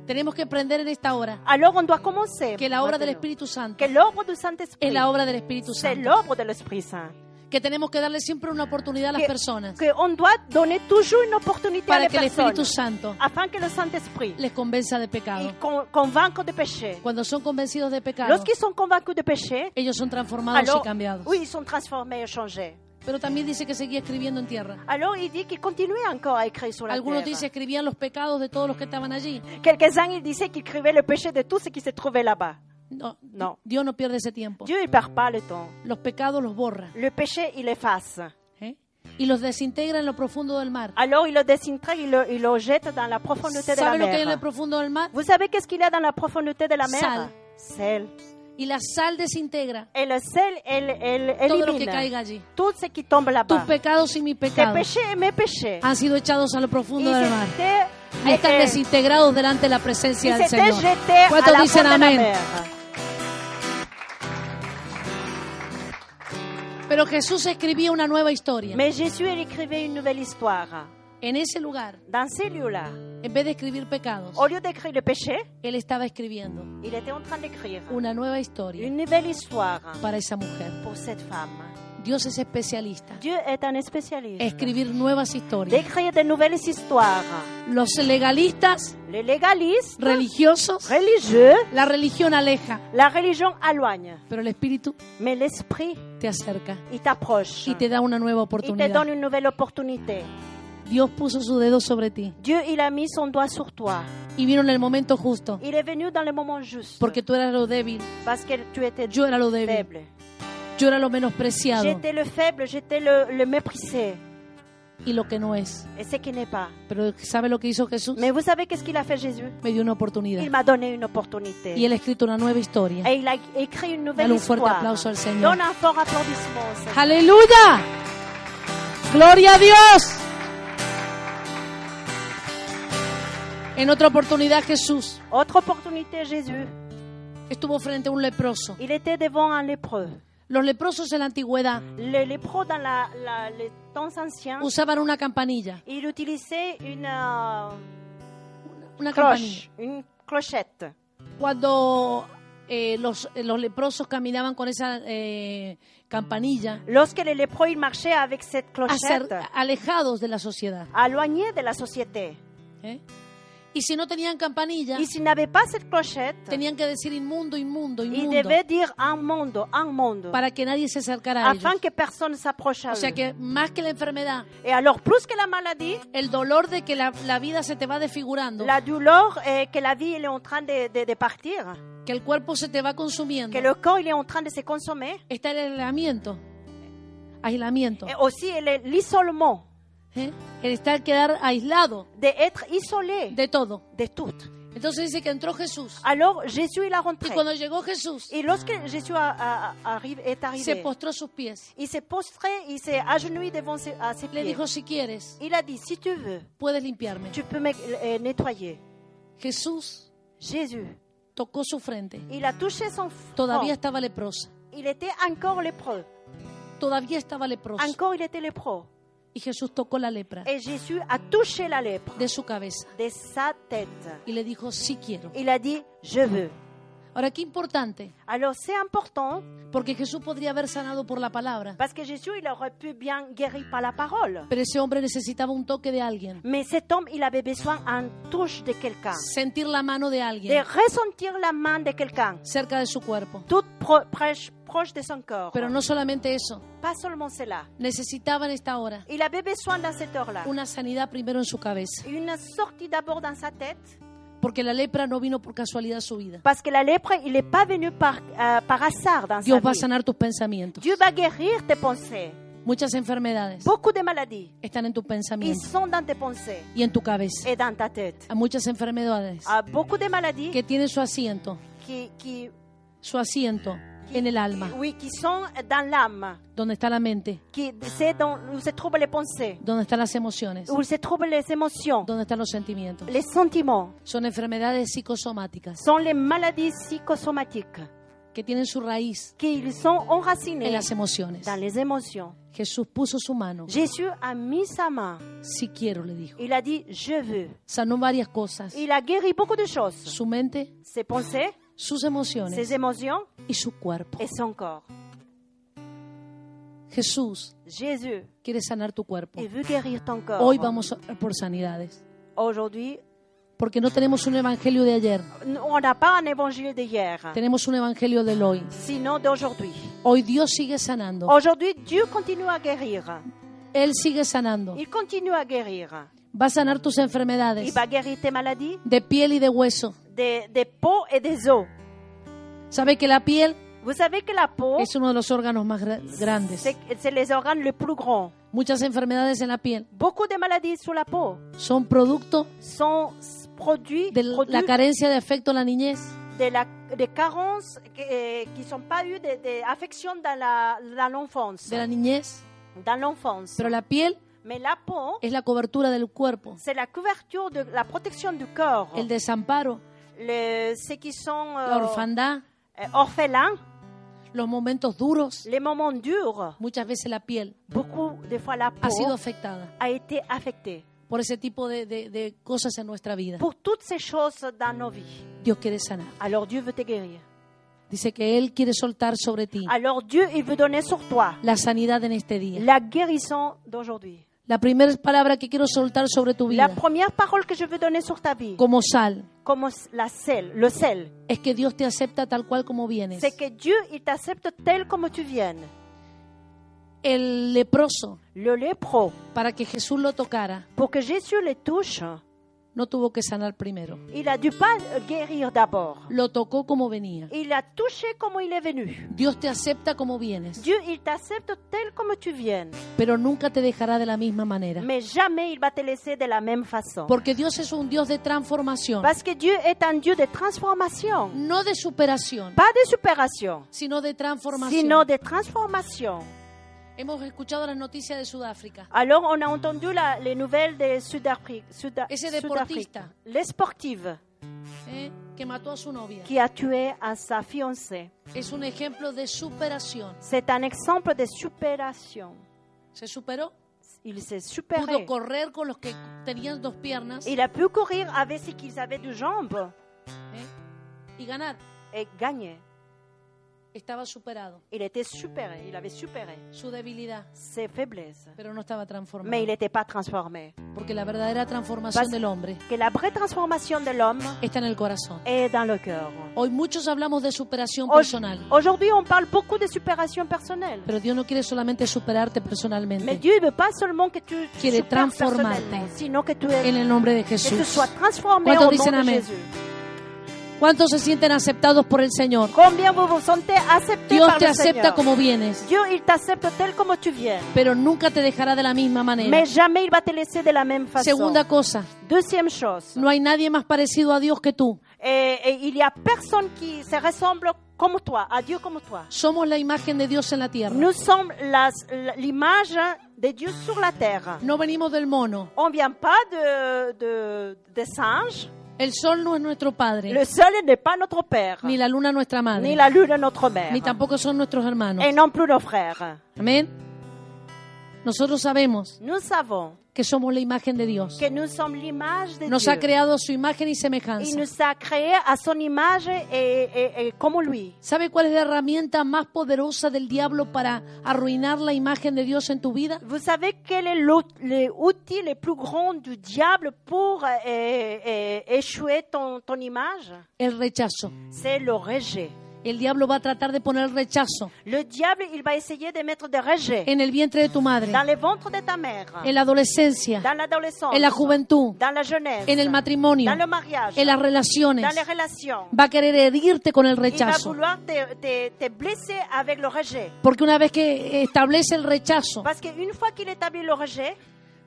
Speaker 1: Tenemos que aprender en esta hora
Speaker 2: Alors, on doit commencer.
Speaker 1: que la obra del
Speaker 2: maintenant.
Speaker 1: Espíritu Santo
Speaker 2: que l'œuvre du
Speaker 1: es
Speaker 2: Saint-Esprit,
Speaker 1: la obra del Espíritu
Speaker 2: c'est
Speaker 1: Santo.
Speaker 2: l'œuvre de l'Esprit Saint.
Speaker 1: Que tenemos que darle siempre una oportunidad a las personas
Speaker 2: Qu'on doit donner toujours une opportunité à
Speaker 1: para
Speaker 2: la
Speaker 1: que el
Speaker 2: personne
Speaker 1: Espíritu Santo
Speaker 2: afin que le Saint-Esprit
Speaker 1: les convenza de pecado.
Speaker 2: il con- convainque de péché.
Speaker 1: Cuando son convencidos de pecado,
Speaker 2: Lorsqu'ils sont convaincus de péché,
Speaker 1: ellos son transformados y
Speaker 2: alors,
Speaker 1: cambiados.
Speaker 2: oui, ils sont transformés et changés.
Speaker 1: Pero también dice que seguía escribiendo en tierra.
Speaker 2: Alors, il dit qu'ils continuaient encore à écrire sur la
Speaker 1: Algunos
Speaker 2: terre.
Speaker 1: dicen escribían los pecados de todos los que estaban allí.
Speaker 2: Quelques-uns, ils disaient qu'ils écrivaient le péché de tout ce qui se trouvait là-bas.
Speaker 1: No,
Speaker 2: No.
Speaker 1: Dios no pierde ese tiempo.
Speaker 2: Dieu, il perd pas le temps.
Speaker 1: Los pecados los borra
Speaker 2: Le péché, il efface.
Speaker 1: ¿eh? y los desintegra en lo profundo del mar.
Speaker 2: Alors, il le désintègre, il le, il le jette dans la profondeur Ah, de la
Speaker 1: ¿Sabe lo que hay en
Speaker 2: mer.
Speaker 1: lo profundo del mar?
Speaker 2: Vous savez qu'est-ce qu'il y a dans la profondeur de la mer
Speaker 1: Sal.
Speaker 2: Sel.
Speaker 1: Y la sal desintegra
Speaker 2: Et le sel, elle, elle
Speaker 1: todo lo que
Speaker 2: élimine
Speaker 1: caiga allí.
Speaker 2: tout ce qui tombe
Speaker 1: Tus
Speaker 2: là-bas.
Speaker 1: pecados Ah, y mis
Speaker 2: Tes
Speaker 1: pecados
Speaker 2: péchés et mes péchés.
Speaker 1: han sido echados a lo profundo
Speaker 2: Ils
Speaker 1: del mar.
Speaker 2: étaient-
Speaker 1: Y están
Speaker 2: eh, eh,
Speaker 1: desintegrados delante de la
Speaker 2: Il
Speaker 1: presencia del
Speaker 2: s'était
Speaker 1: Señor.
Speaker 2: jeté à la
Speaker 1: ¿Cuántos
Speaker 2: fond
Speaker 1: dicen
Speaker 2: de la
Speaker 1: amén?
Speaker 2: mer.
Speaker 1: Pero Jesús escribía una nueva historia.
Speaker 2: Mais Jésus, il écrivait une nouvelle histoire.
Speaker 1: En ese lugar,
Speaker 2: Dans ces lieux-là,
Speaker 1: en vez de escribir pecados,
Speaker 2: au lieu d'écrire le péché,
Speaker 1: él estaba escribiendo
Speaker 2: il était en train d'écrire
Speaker 1: una nueva historia
Speaker 2: une nouvelle histoire
Speaker 1: para esa mujer.
Speaker 2: pour cette femme.
Speaker 1: Dios es especialista.
Speaker 2: Dieu est un spécialiste.
Speaker 1: Escribir nuevas historias.
Speaker 2: D'écrire de nouvelles histoires.
Speaker 1: Los legalistas,
Speaker 2: Les légalistes,
Speaker 1: religiosos,
Speaker 2: religieux,
Speaker 1: la religión aleja,
Speaker 2: la religion éloigne.
Speaker 1: pero el Espíritu
Speaker 2: Mais l'esprit,
Speaker 1: te acerca
Speaker 2: il t'approche.
Speaker 1: y te da una nueva
Speaker 2: Il te
Speaker 1: oportunidad.
Speaker 2: donne une nouvelle opportunité.
Speaker 1: Dios puso su dedo sobre ti
Speaker 2: Dieu, il a mis son doigt sur toi.
Speaker 1: y vino en el momento justo.
Speaker 2: Il est venu dans le moment juste.
Speaker 1: Porque tú eras lo débil,
Speaker 2: parce que tu étais
Speaker 1: yo era lo débil,
Speaker 2: faible.
Speaker 1: yo era lo menospreciado
Speaker 2: J'étais le faible, j'étais le, le méprisé.
Speaker 1: y lo que no es.
Speaker 2: Et ce qui n'est pas.
Speaker 1: Pero ¿sabe lo que hizo Jesús?
Speaker 2: Mais vous savez qu'est-ce qu'il a fait Jésus
Speaker 1: Me dio una
Speaker 2: Il
Speaker 1: oportunidad.
Speaker 2: m'a donné une opportunité.
Speaker 1: Y él ha escrito una nueva historia.
Speaker 2: Et il a écrit une nouvelle
Speaker 1: Dale un
Speaker 2: histoire.
Speaker 1: fuerte aplauso al Señor.
Speaker 2: Donne un fort applaudissement au Seigneur.
Speaker 1: Aleluya. Gloria a Dios. En otra oportunidad Jesús
Speaker 2: Autre opportunité, Jésus.
Speaker 1: estuvo frente a un leproso.
Speaker 2: Il était devant un lépreux.
Speaker 1: Los leprosos en la antigüedad
Speaker 2: Les lépreux, dans la, la- les temps anciens,
Speaker 1: usaban una campanilla,
Speaker 2: il utilisait une euh,
Speaker 1: una campanilla.
Speaker 2: cloche, une clochette.
Speaker 1: Cuando eh, los, eh, los leprosos caminaban con esa eh, campanilla,
Speaker 2: Lorsque les lépreux ils marchaient avec cette
Speaker 1: acer-
Speaker 2: clochette,
Speaker 1: alejados de la sociedad.
Speaker 2: éloignés de la société.
Speaker 1: ¿eh? Y si no tenían campanilla,
Speaker 2: Et s'ils n'avaient pas cette clochette,
Speaker 1: tenían que decir inmundo, inmundo,
Speaker 2: ils
Speaker 1: inmundo,
Speaker 2: devaient dire un monde, un monde,
Speaker 1: para que nadie se acercara a ellos.
Speaker 2: afin que personne s'approche à
Speaker 1: O sea
Speaker 2: eux.
Speaker 1: que más que la enfermedad,
Speaker 2: Et alors, plus que la maladie,
Speaker 1: el dolor de que la, la vida se te va desfigurando,
Speaker 2: la douleur est que la vie elle est en train de, de- de partir,
Speaker 1: que el cuerpo se te va consumiendo,
Speaker 2: que le corps il est en train de se consommer,
Speaker 1: está el aislamiento, aislamiento,
Speaker 2: et aussi elle est l'isolement,
Speaker 1: ¿eh? el estar quedar aislado
Speaker 2: d'être isolé
Speaker 1: de todo.
Speaker 2: de tout.
Speaker 1: Entonces dice que entró Jesús
Speaker 2: Alors, Jésus il a
Speaker 1: y
Speaker 2: rentré.
Speaker 1: cuando llegó Jesús
Speaker 2: Et lorsque Jésus a- a- a- arrive, est
Speaker 1: se
Speaker 2: arrivé,
Speaker 1: postró a sus pies,
Speaker 2: il s'est postré, il s'est agenouillé devant ses, à ses
Speaker 1: le
Speaker 2: pieds.
Speaker 1: dijo si quieres
Speaker 2: Il a dit, si tu veux,
Speaker 1: puedes limpiarme.
Speaker 2: tu peux me euh, nettoyer.
Speaker 1: Jesús
Speaker 2: Jésus,
Speaker 1: tocó su frente,
Speaker 2: il a touché son front.
Speaker 1: todavía estaba leprosa,
Speaker 2: Il était encore lépreux.
Speaker 1: todavía estaba leprosa
Speaker 2: Encore il était lépreux.
Speaker 1: y Jesús tocó la lepra
Speaker 2: Et Jésus a touché la lèpre
Speaker 1: de su cabeza
Speaker 2: de sa tête.
Speaker 1: y le dijo sí quiero.
Speaker 2: Il a dit, je veux.
Speaker 1: Ahora qué importante
Speaker 2: Alors c'est important
Speaker 1: Porque Jesús podría haber sanado por la palabra,
Speaker 2: parce que Jésus, il aurait pu bien guérir par la parole.
Speaker 1: pero ese hombre necesitaba un toque de alguien,
Speaker 2: Mais cet homme, il avait besoin d'un touche de quelqu'un,
Speaker 1: sentir la mano de
Speaker 2: Ah. de
Speaker 1: alguien
Speaker 2: ressentir la main de quelqu'un,
Speaker 1: cerca de su cuerpo.
Speaker 2: toute pro- proche, proche de son corps.
Speaker 1: Pero no solamente eso,
Speaker 2: Pas seulement cela.
Speaker 1: necesitaba en esta hora
Speaker 2: Il avait besoin dans cette heure-là
Speaker 1: una sanidad primero en su cabeza,
Speaker 2: une sortie d'abord dans sa tête
Speaker 1: porque la lepra no vino por casualidad a su vida.
Speaker 2: Parce que la lèpre, il n'est pas venu par, euh, par hasard dans
Speaker 1: Dios
Speaker 2: sa
Speaker 1: va a
Speaker 2: vie.
Speaker 1: sanar tus pensamientos.
Speaker 2: Dieu va guérir tes pensées.
Speaker 1: Muchas enfermedades
Speaker 2: Beaucoup de maladies,
Speaker 1: están en tus
Speaker 2: ils
Speaker 1: pensamientos
Speaker 2: sont dans tes pensées
Speaker 1: y en tu cabeza.
Speaker 2: et dans ta tête.
Speaker 1: Hay muchas enfermedades
Speaker 2: Ah, beaucoup de maladies
Speaker 1: que tienen su asiento,
Speaker 2: qui, qui,
Speaker 1: su asiento en el alma,
Speaker 2: oui, qui sont dans l'âme,
Speaker 1: donde está la mente,
Speaker 2: qui, c'est dans, où se trouvent les pensées,
Speaker 1: donde están las emociones,
Speaker 2: où se trouvent les émotions,
Speaker 1: donde están los sentimientos.
Speaker 2: les sentiments.
Speaker 1: son enfermedades psicosomáticas
Speaker 2: Sont les maladies psychosomatiques
Speaker 1: que tienen su raíz
Speaker 2: qui ils sont
Speaker 1: en
Speaker 2: enracinés
Speaker 1: las emociones.
Speaker 2: dans les émotions.
Speaker 1: Jesús puso su mano,
Speaker 2: Jésus a mis sa main.
Speaker 1: si quiero, le dijo.
Speaker 2: Il a dit, je veux.
Speaker 1: Sanó varias cosas,
Speaker 2: Il a guéri beaucoup de choses.
Speaker 1: su mente,
Speaker 2: Ses pensées,
Speaker 1: sus emociones
Speaker 2: ses émotions
Speaker 1: y su cuerpo.
Speaker 2: et son corps.
Speaker 1: Jesús
Speaker 2: Jésus,
Speaker 1: quiere sanar tu cuerpo.
Speaker 2: il veut guérir ton corps.
Speaker 1: Hoy vamos a orar por sanidades,
Speaker 2: Aujourd'hui,
Speaker 1: porque no tenemos un evangelio de ayer,
Speaker 2: on n'a pas un évangile d'hier,
Speaker 1: tenemos un evangelio del hoy.
Speaker 2: sinon d'aujourd'hui.
Speaker 1: Hoy Dios sigue sanando,
Speaker 2: Aujourd'hui, Dieu continue à guérir.
Speaker 1: Él sigue sanando.
Speaker 2: Il continue à guérir.
Speaker 1: Va a sanar tus
Speaker 2: Il
Speaker 1: enfermedades
Speaker 2: va guérir tes maladies
Speaker 1: de piel y de hueso.
Speaker 2: des, des peaux et des os.
Speaker 1: ¿Sabe que la piel
Speaker 2: Vous savez que la peau,
Speaker 1: es uno de los órganos más gra- grandes?
Speaker 2: c'est c'est les organes les plus grands.
Speaker 1: Muchas enfermedades en la piel
Speaker 2: Beaucoup de maladies sur la peau
Speaker 1: son producto
Speaker 2: sont produits,
Speaker 1: de la
Speaker 2: produits
Speaker 1: carencia de afecto en la niñez,
Speaker 2: de la, des carences que- eh, qui ne sont pas eues des des affections dans la- dans l'enfance.
Speaker 1: de la niñez,
Speaker 2: Dans l'enfance.
Speaker 1: pero la piel
Speaker 2: Mais la peau,
Speaker 1: es la cobertura del cuerpo,
Speaker 2: c'est la couverture de la protection du corps.
Speaker 1: el desamparo,
Speaker 2: Le- ceux qui sont euh,
Speaker 1: la orfandad,
Speaker 2: euh, orphelins,
Speaker 1: los momentos duros.
Speaker 2: les moments durs,
Speaker 1: Muchas veces la piel
Speaker 2: beaucoup de fois la peau
Speaker 1: ha sido afectada
Speaker 2: a été affectée.
Speaker 1: por ese tipo de, de- de cosas en nuestra vida.
Speaker 2: Pour toutes ces choses dans nos vies,
Speaker 1: Dios quiere sanar.
Speaker 2: alors Dieu veut te guérir.
Speaker 1: Dice que Él quiere soltar sobre ti
Speaker 2: Alors Dieu, il veut donner sur toi
Speaker 1: la sanidad en este día.
Speaker 2: la guérison d'aujourd'hui.
Speaker 1: La primera palabra que quiero soltar sobre tu
Speaker 2: La
Speaker 1: vida
Speaker 2: première parole que je veux donner sur ta vie,
Speaker 1: como sal
Speaker 2: comme la sel, le sel,
Speaker 1: es que Dios te acepta tal cual como vienes.
Speaker 2: c'est que Dieu, il t'accepte tel comme tu viens.
Speaker 1: el leproso
Speaker 2: le lépreux,
Speaker 1: para que Jesús lo tocara,
Speaker 2: pour que Jésus le touche,
Speaker 1: no tuvo que sanar primero.
Speaker 2: il a dû pas euh, guérir d'abord.
Speaker 1: Lo tocó como venía.
Speaker 2: Il a touché comme il est venu.
Speaker 1: Dios te acepta como vienes,
Speaker 2: Dieu, il t'accepte tel comme tu viens,
Speaker 1: pero nunca te dejará de la misma manera.
Speaker 2: mais jamais il va te laisser de la même façon.
Speaker 1: Porque Dios es un Dios de transformación,
Speaker 2: Parce que Dieu est un Dieu de transformation,
Speaker 1: no de superación,
Speaker 2: pas de supération,
Speaker 1: sino de transformación.
Speaker 2: sinon de transformation.
Speaker 1: Hemos escuchado las noticias de Sudáfrica.
Speaker 2: Alors, on a entendu la- les nouvelles de Sud-Afrique. Sud
Speaker 1: Et c'est des
Speaker 2: Sud-Afrique.
Speaker 1: portistas.
Speaker 2: Les sportives
Speaker 1: ¿eh? que mató a su novia.
Speaker 2: qui a tué à sa fiancée.
Speaker 1: Es un ejemplo de superación.
Speaker 2: C'est un exemple de supération.
Speaker 1: Se superó,
Speaker 2: Il s'est
Speaker 1: pudo
Speaker 2: supéré.
Speaker 1: correr con los que tenían dos piernas
Speaker 2: Il a pu courir avec ce qu'ils avaient de jambes
Speaker 1: ¿eh? y ganar.
Speaker 2: et gagner.
Speaker 1: Estaba superado,
Speaker 2: Il était supéré. Il avait supéré
Speaker 1: su debilidad,
Speaker 2: ses faiblesses.
Speaker 1: pero no estaba
Speaker 2: Mais il
Speaker 1: transformado.
Speaker 2: n'était pas transformé.
Speaker 1: Porque la verdadera transformación
Speaker 2: Vas-
Speaker 1: del hombre
Speaker 2: Que la vraie transformation de l'homme
Speaker 1: está en el corazón.
Speaker 2: est dans le cœur.
Speaker 1: Hoy muchos hablamos de superación
Speaker 2: Au-
Speaker 1: personal,
Speaker 2: Aujourd'hui, on parle beaucoup de supération personnelle.
Speaker 1: pero Dios no quiere solamente superarte
Speaker 2: Mais
Speaker 1: personalmente.
Speaker 2: Dieu ne veut pas seulement que tu tu
Speaker 1: Quiere
Speaker 2: supères
Speaker 1: transformarte.
Speaker 2: personnellement, sino que tu, es-
Speaker 1: En el nombre de
Speaker 2: que tu
Speaker 1: Jesús.
Speaker 2: sois transformé
Speaker 1: ¿Cuántos
Speaker 2: au nom
Speaker 1: dicen
Speaker 2: de
Speaker 1: amén?
Speaker 2: Jésus.
Speaker 1: ¿Cuántos se sienten aceptados por el Señor?
Speaker 2: Combien vous vous sentez accepté
Speaker 1: Dios
Speaker 2: par
Speaker 1: te
Speaker 2: le
Speaker 1: acepta
Speaker 2: Seigneur.
Speaker 1: como vienes,
Speaker 2: Dieu, il t'accepte tel comme tu viens,
Speaker 1: pero nunca te dejará de la misma manera.
Speaker 2: mais jamais il va te laisser de la même façon.
Speaker 1: Segunda cosa,
Speaker 2: Deuxième chose,
Speaker 1: no hay nadie más parecido a Dios que tú.
Speaker 2: et, et il y a personne qui se ressemble comme toi, à Dieu comme toi.
Speaker 1: Somos la imagen de Dios en la tierra.
Speaker 2: Nous sommes las- l'image de Dieu sur la terre.
Speaker 1: No venimos del mono.
Speaker 2: On vient pas de, de, de singes.
Speaker 1: El sol no es nuestro
Speaker 2: Le
Speaker 1: padre,
Speaker 2: soleil n'est pas notre père,
Speaker 1: ni la luna nuestra
Speaker 2: ni
Speaker 1: madre,
Speaker 2: la Eh, lune notre mère,
Speaker 1: ni tampoco son nuestros hermanos.
Speaker 2: et non plus nos frères.
Speaker 1: Amén. Nosotros sabemos
Speaker 2: Nous savons
Speaker 1: que somos la imagen de Dios.
Speaker 2: que nous sommes l'image de
Speaker 1: Nos
Speaker 2: Dieu.
Speaker 1: ha creado su imagen y
Speaker 2: Il
Speaker 1: semejanza.
Speaker 2: nous a créés à son image et, et- et comme lui.
Speaker 1: ¿Sabe cuál es la herramienta más poderosa del diablo para arruinar la imagen de Dios en tu vida?
Speaker 2: Vous savez quel est l'ou- l'outil le plus grand du diable pour euh, euh, échouer ton, ton image
Speaker 1: El rechazo.
Speaker 2: C'est le rejet.
Speaker 1: El diablo va a tratar de poner rechazo
Speaker 2: Le diable, il va essayer de mettre des rejets
Speaker 1: en el vientre de tu madre,
Speaker 2: dans le ventre de ta mère,
Speaker 1: en la adolescencia,
Speaker 2: dans l'adolescence,
Speaker 1: en la juventud,
Speaker 2: dans la jeunesse,
Speaker 1: en el matrimonio,
Speaker 2: dans le mariage,
Speaker 1: en las relaciones.
Speaker 2: dans les relations.
Speaker 1: Va a querer herirte con el
Speaker 2: Il va
Speaker 1: rechazo.
Speaker 2: vouloir te, te- te blesser avec le rejet.
Speaker 1: Porque una vez que establece el rechazo,
Speaker 2: Parce qu'une fois qu'il établit le rejet,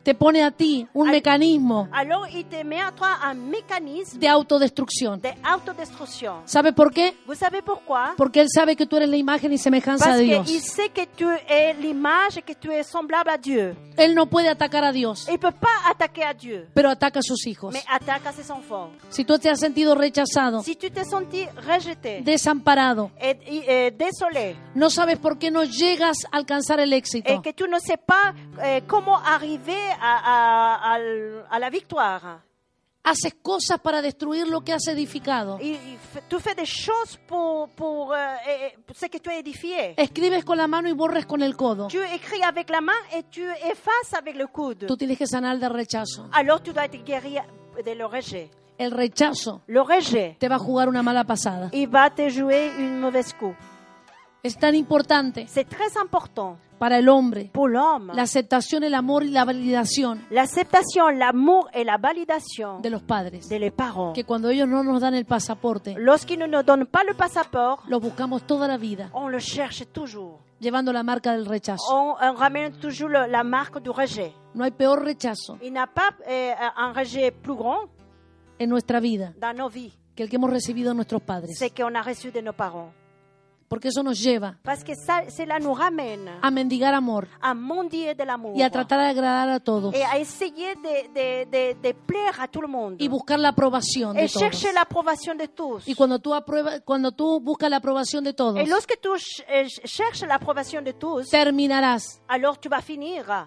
Speaker 1: te pone a ti un
Speaker 2: Al-
Speaker 1: mecanismo
Speaker 2: alors il te met à toi un mécanisme
Speaker 1: de autodestrucción.
Speaker 2: d'autodestruction.
Speaker 1: ¿Sabe por qué?
Speaker 2: Vous savez pourquoi
Speaker 1: Porque Él sabe que tú eres la imagen y semejanza
Speaker 2: Parce
Speaker 1: de
Speaker 2: qu'il
Speaker 1: Dios.
Speaker 2: sait que tu es l'image, que tu es semblable à Dieu.
Speaker 1: Él no puede atacar a Dios,
Speaker 2: Il ne peut pas attaquer à Dieu,
Speaker 1: pero ataca a sus hijos.
Speaker 2: mais attaque à ses enfants.
Speaker 1: Si tú te has sentido rechazado,
Speaker 2: Si tu t'es senti rejeté
Speaker 1: desamparado,
Speaker 2: et, et- et désolé
Speaker 1: no sabes por qué no llegas a alcanzar el
Speaker 2: et
Speaker 1: éxito,
Speaker 2: que tu ne sais pas euh, comment arriver à, à- à l- à la victoire,
Speaker 1: haces cosas para destruir lo que has edificado,
Speaker 2: il- il f- tu fais des choses pour, pour, euh, et- et pour ce que tu as édifié.
Speaker 1: escribes con la mano y borres con el codo.
Speaker 2: Tu écris avec la main et tu effaces avec le coude.
Speaker 1: Tú tienes que sanar del rechazo.
Speaker 2: Alors tu dois être guéri de le rejet.
Speaker 1: El rechazo
Speaker 2: Le rejet,
Speaker 1: te va a jugar una mala pasada.
Speaker 2: il va te jouer une mauvaise coup.
Speaker 1: Es tan importante
Speaker 2: C'est très important
Speaker 1: para el hombre
Speaker 2: pour l'homme.
Speaker 1: la aceptación, el amor y la validación
Speaker 2: L'acceptation, l'amour et la validation
Speaker 1: de los padres.
Speaker 2: des les parents.
Speaker 1: Que cuando ellos no nos dan el pasaporte,
Speaker 2: Lorsqu'ils ne nous donnent pas le passeport,
Speaker 1: lo buscamos toda la vida,
Speaker 2: on le cherche toujours.
Speaker 1: llevando la marca del rechazo.
Speaker 2: On, on ramène toujours le- la marque du rejet.
Speaker 1: No hay peor rechazo
Speaker 2: Il n'y a pas euh, un rejet plus grand
Speaker 1: en nuestra vida
Speaker 2: dans nos vies.
Speaker 1: que el que hemos recibido de nuestros padres.
Speaker 2: C'est qu'on a reçu de nos parents.
Speaker 1: Porque eso nos lleva
Speaker 2: Parce que ça, cela nous ramène
Speaker 1: a mendigar amor
Speaker 2: à mendier de l'amour.
Speaker 1: y a tratar de agradar a todos
Speaker 2: et à essayer de, de, de, de plaire à tout le monde.
Speaker 1: y buscar la aprobación de
Speaker 2: et
Speaker 1: todos.
Speaker 2: chercher l'approbation de tous.
Speaker 1: Y cuando tú, aprueba- cuando tú buscas la aprobación de todos,
Speaker 2: Et lorsque tu ch- euh, ch- cherches l'approbation de tous,
Speaker 1: terminarás
Speaker 2: alors tu vas finir euh,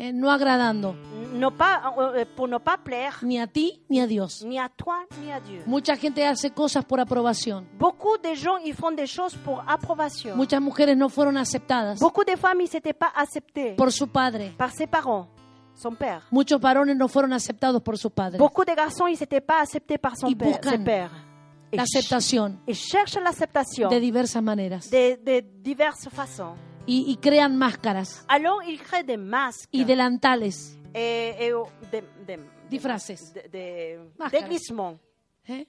Speaker 1: eh, no agradando
Speaker 2: ne pas, euh, euh, pour ne pas plaire
Speaker 1: ni a ti ni a Dios.
Speaker 2: ni à toi ni à Dieu.
Speaker 1: Mucha gente hace cosas por aprobación.
Speaker 2: Beaucoup de gens ils font des choses pour approbation.
Speaker 1: Muchas mujeres no fueron aceptadas
Speaker 2: Beaucoup de femmes ils s'étaient pas acceptées
Speaker 1: por su padre.
Speaker 2: par ses parents, son père.
Speaker 1: Muchos varones no fueron aceptados por sus padres.
Speaker 2: Beaucoup de garçons ils s'étaient pas acceptés par son
Speaker 1: Ils
Speaker 2: père,
Speaker 1: buscan
Speaker 2: ses pères. Et
Speaker 1: La
Speaker 2: ch-
Speaker 1: aceptación
Speaker 2: Ils cherchent l'acceptation
Speaker 1: de diversas maneras.
Speaker 2: de, de diverses façons.
Speaker 1: y, y crean máscaras
Speaker 2: Alors, il crée des masques
Speaker 1: y delantales.
Speaker 2: et, et, oh, des, des-
Speaker 1: Disfraces.
Speaker 2: des- des-
Speaker 1: Máscaras.
Speaker 2: déguisements.
Speaker 1: ¿eh?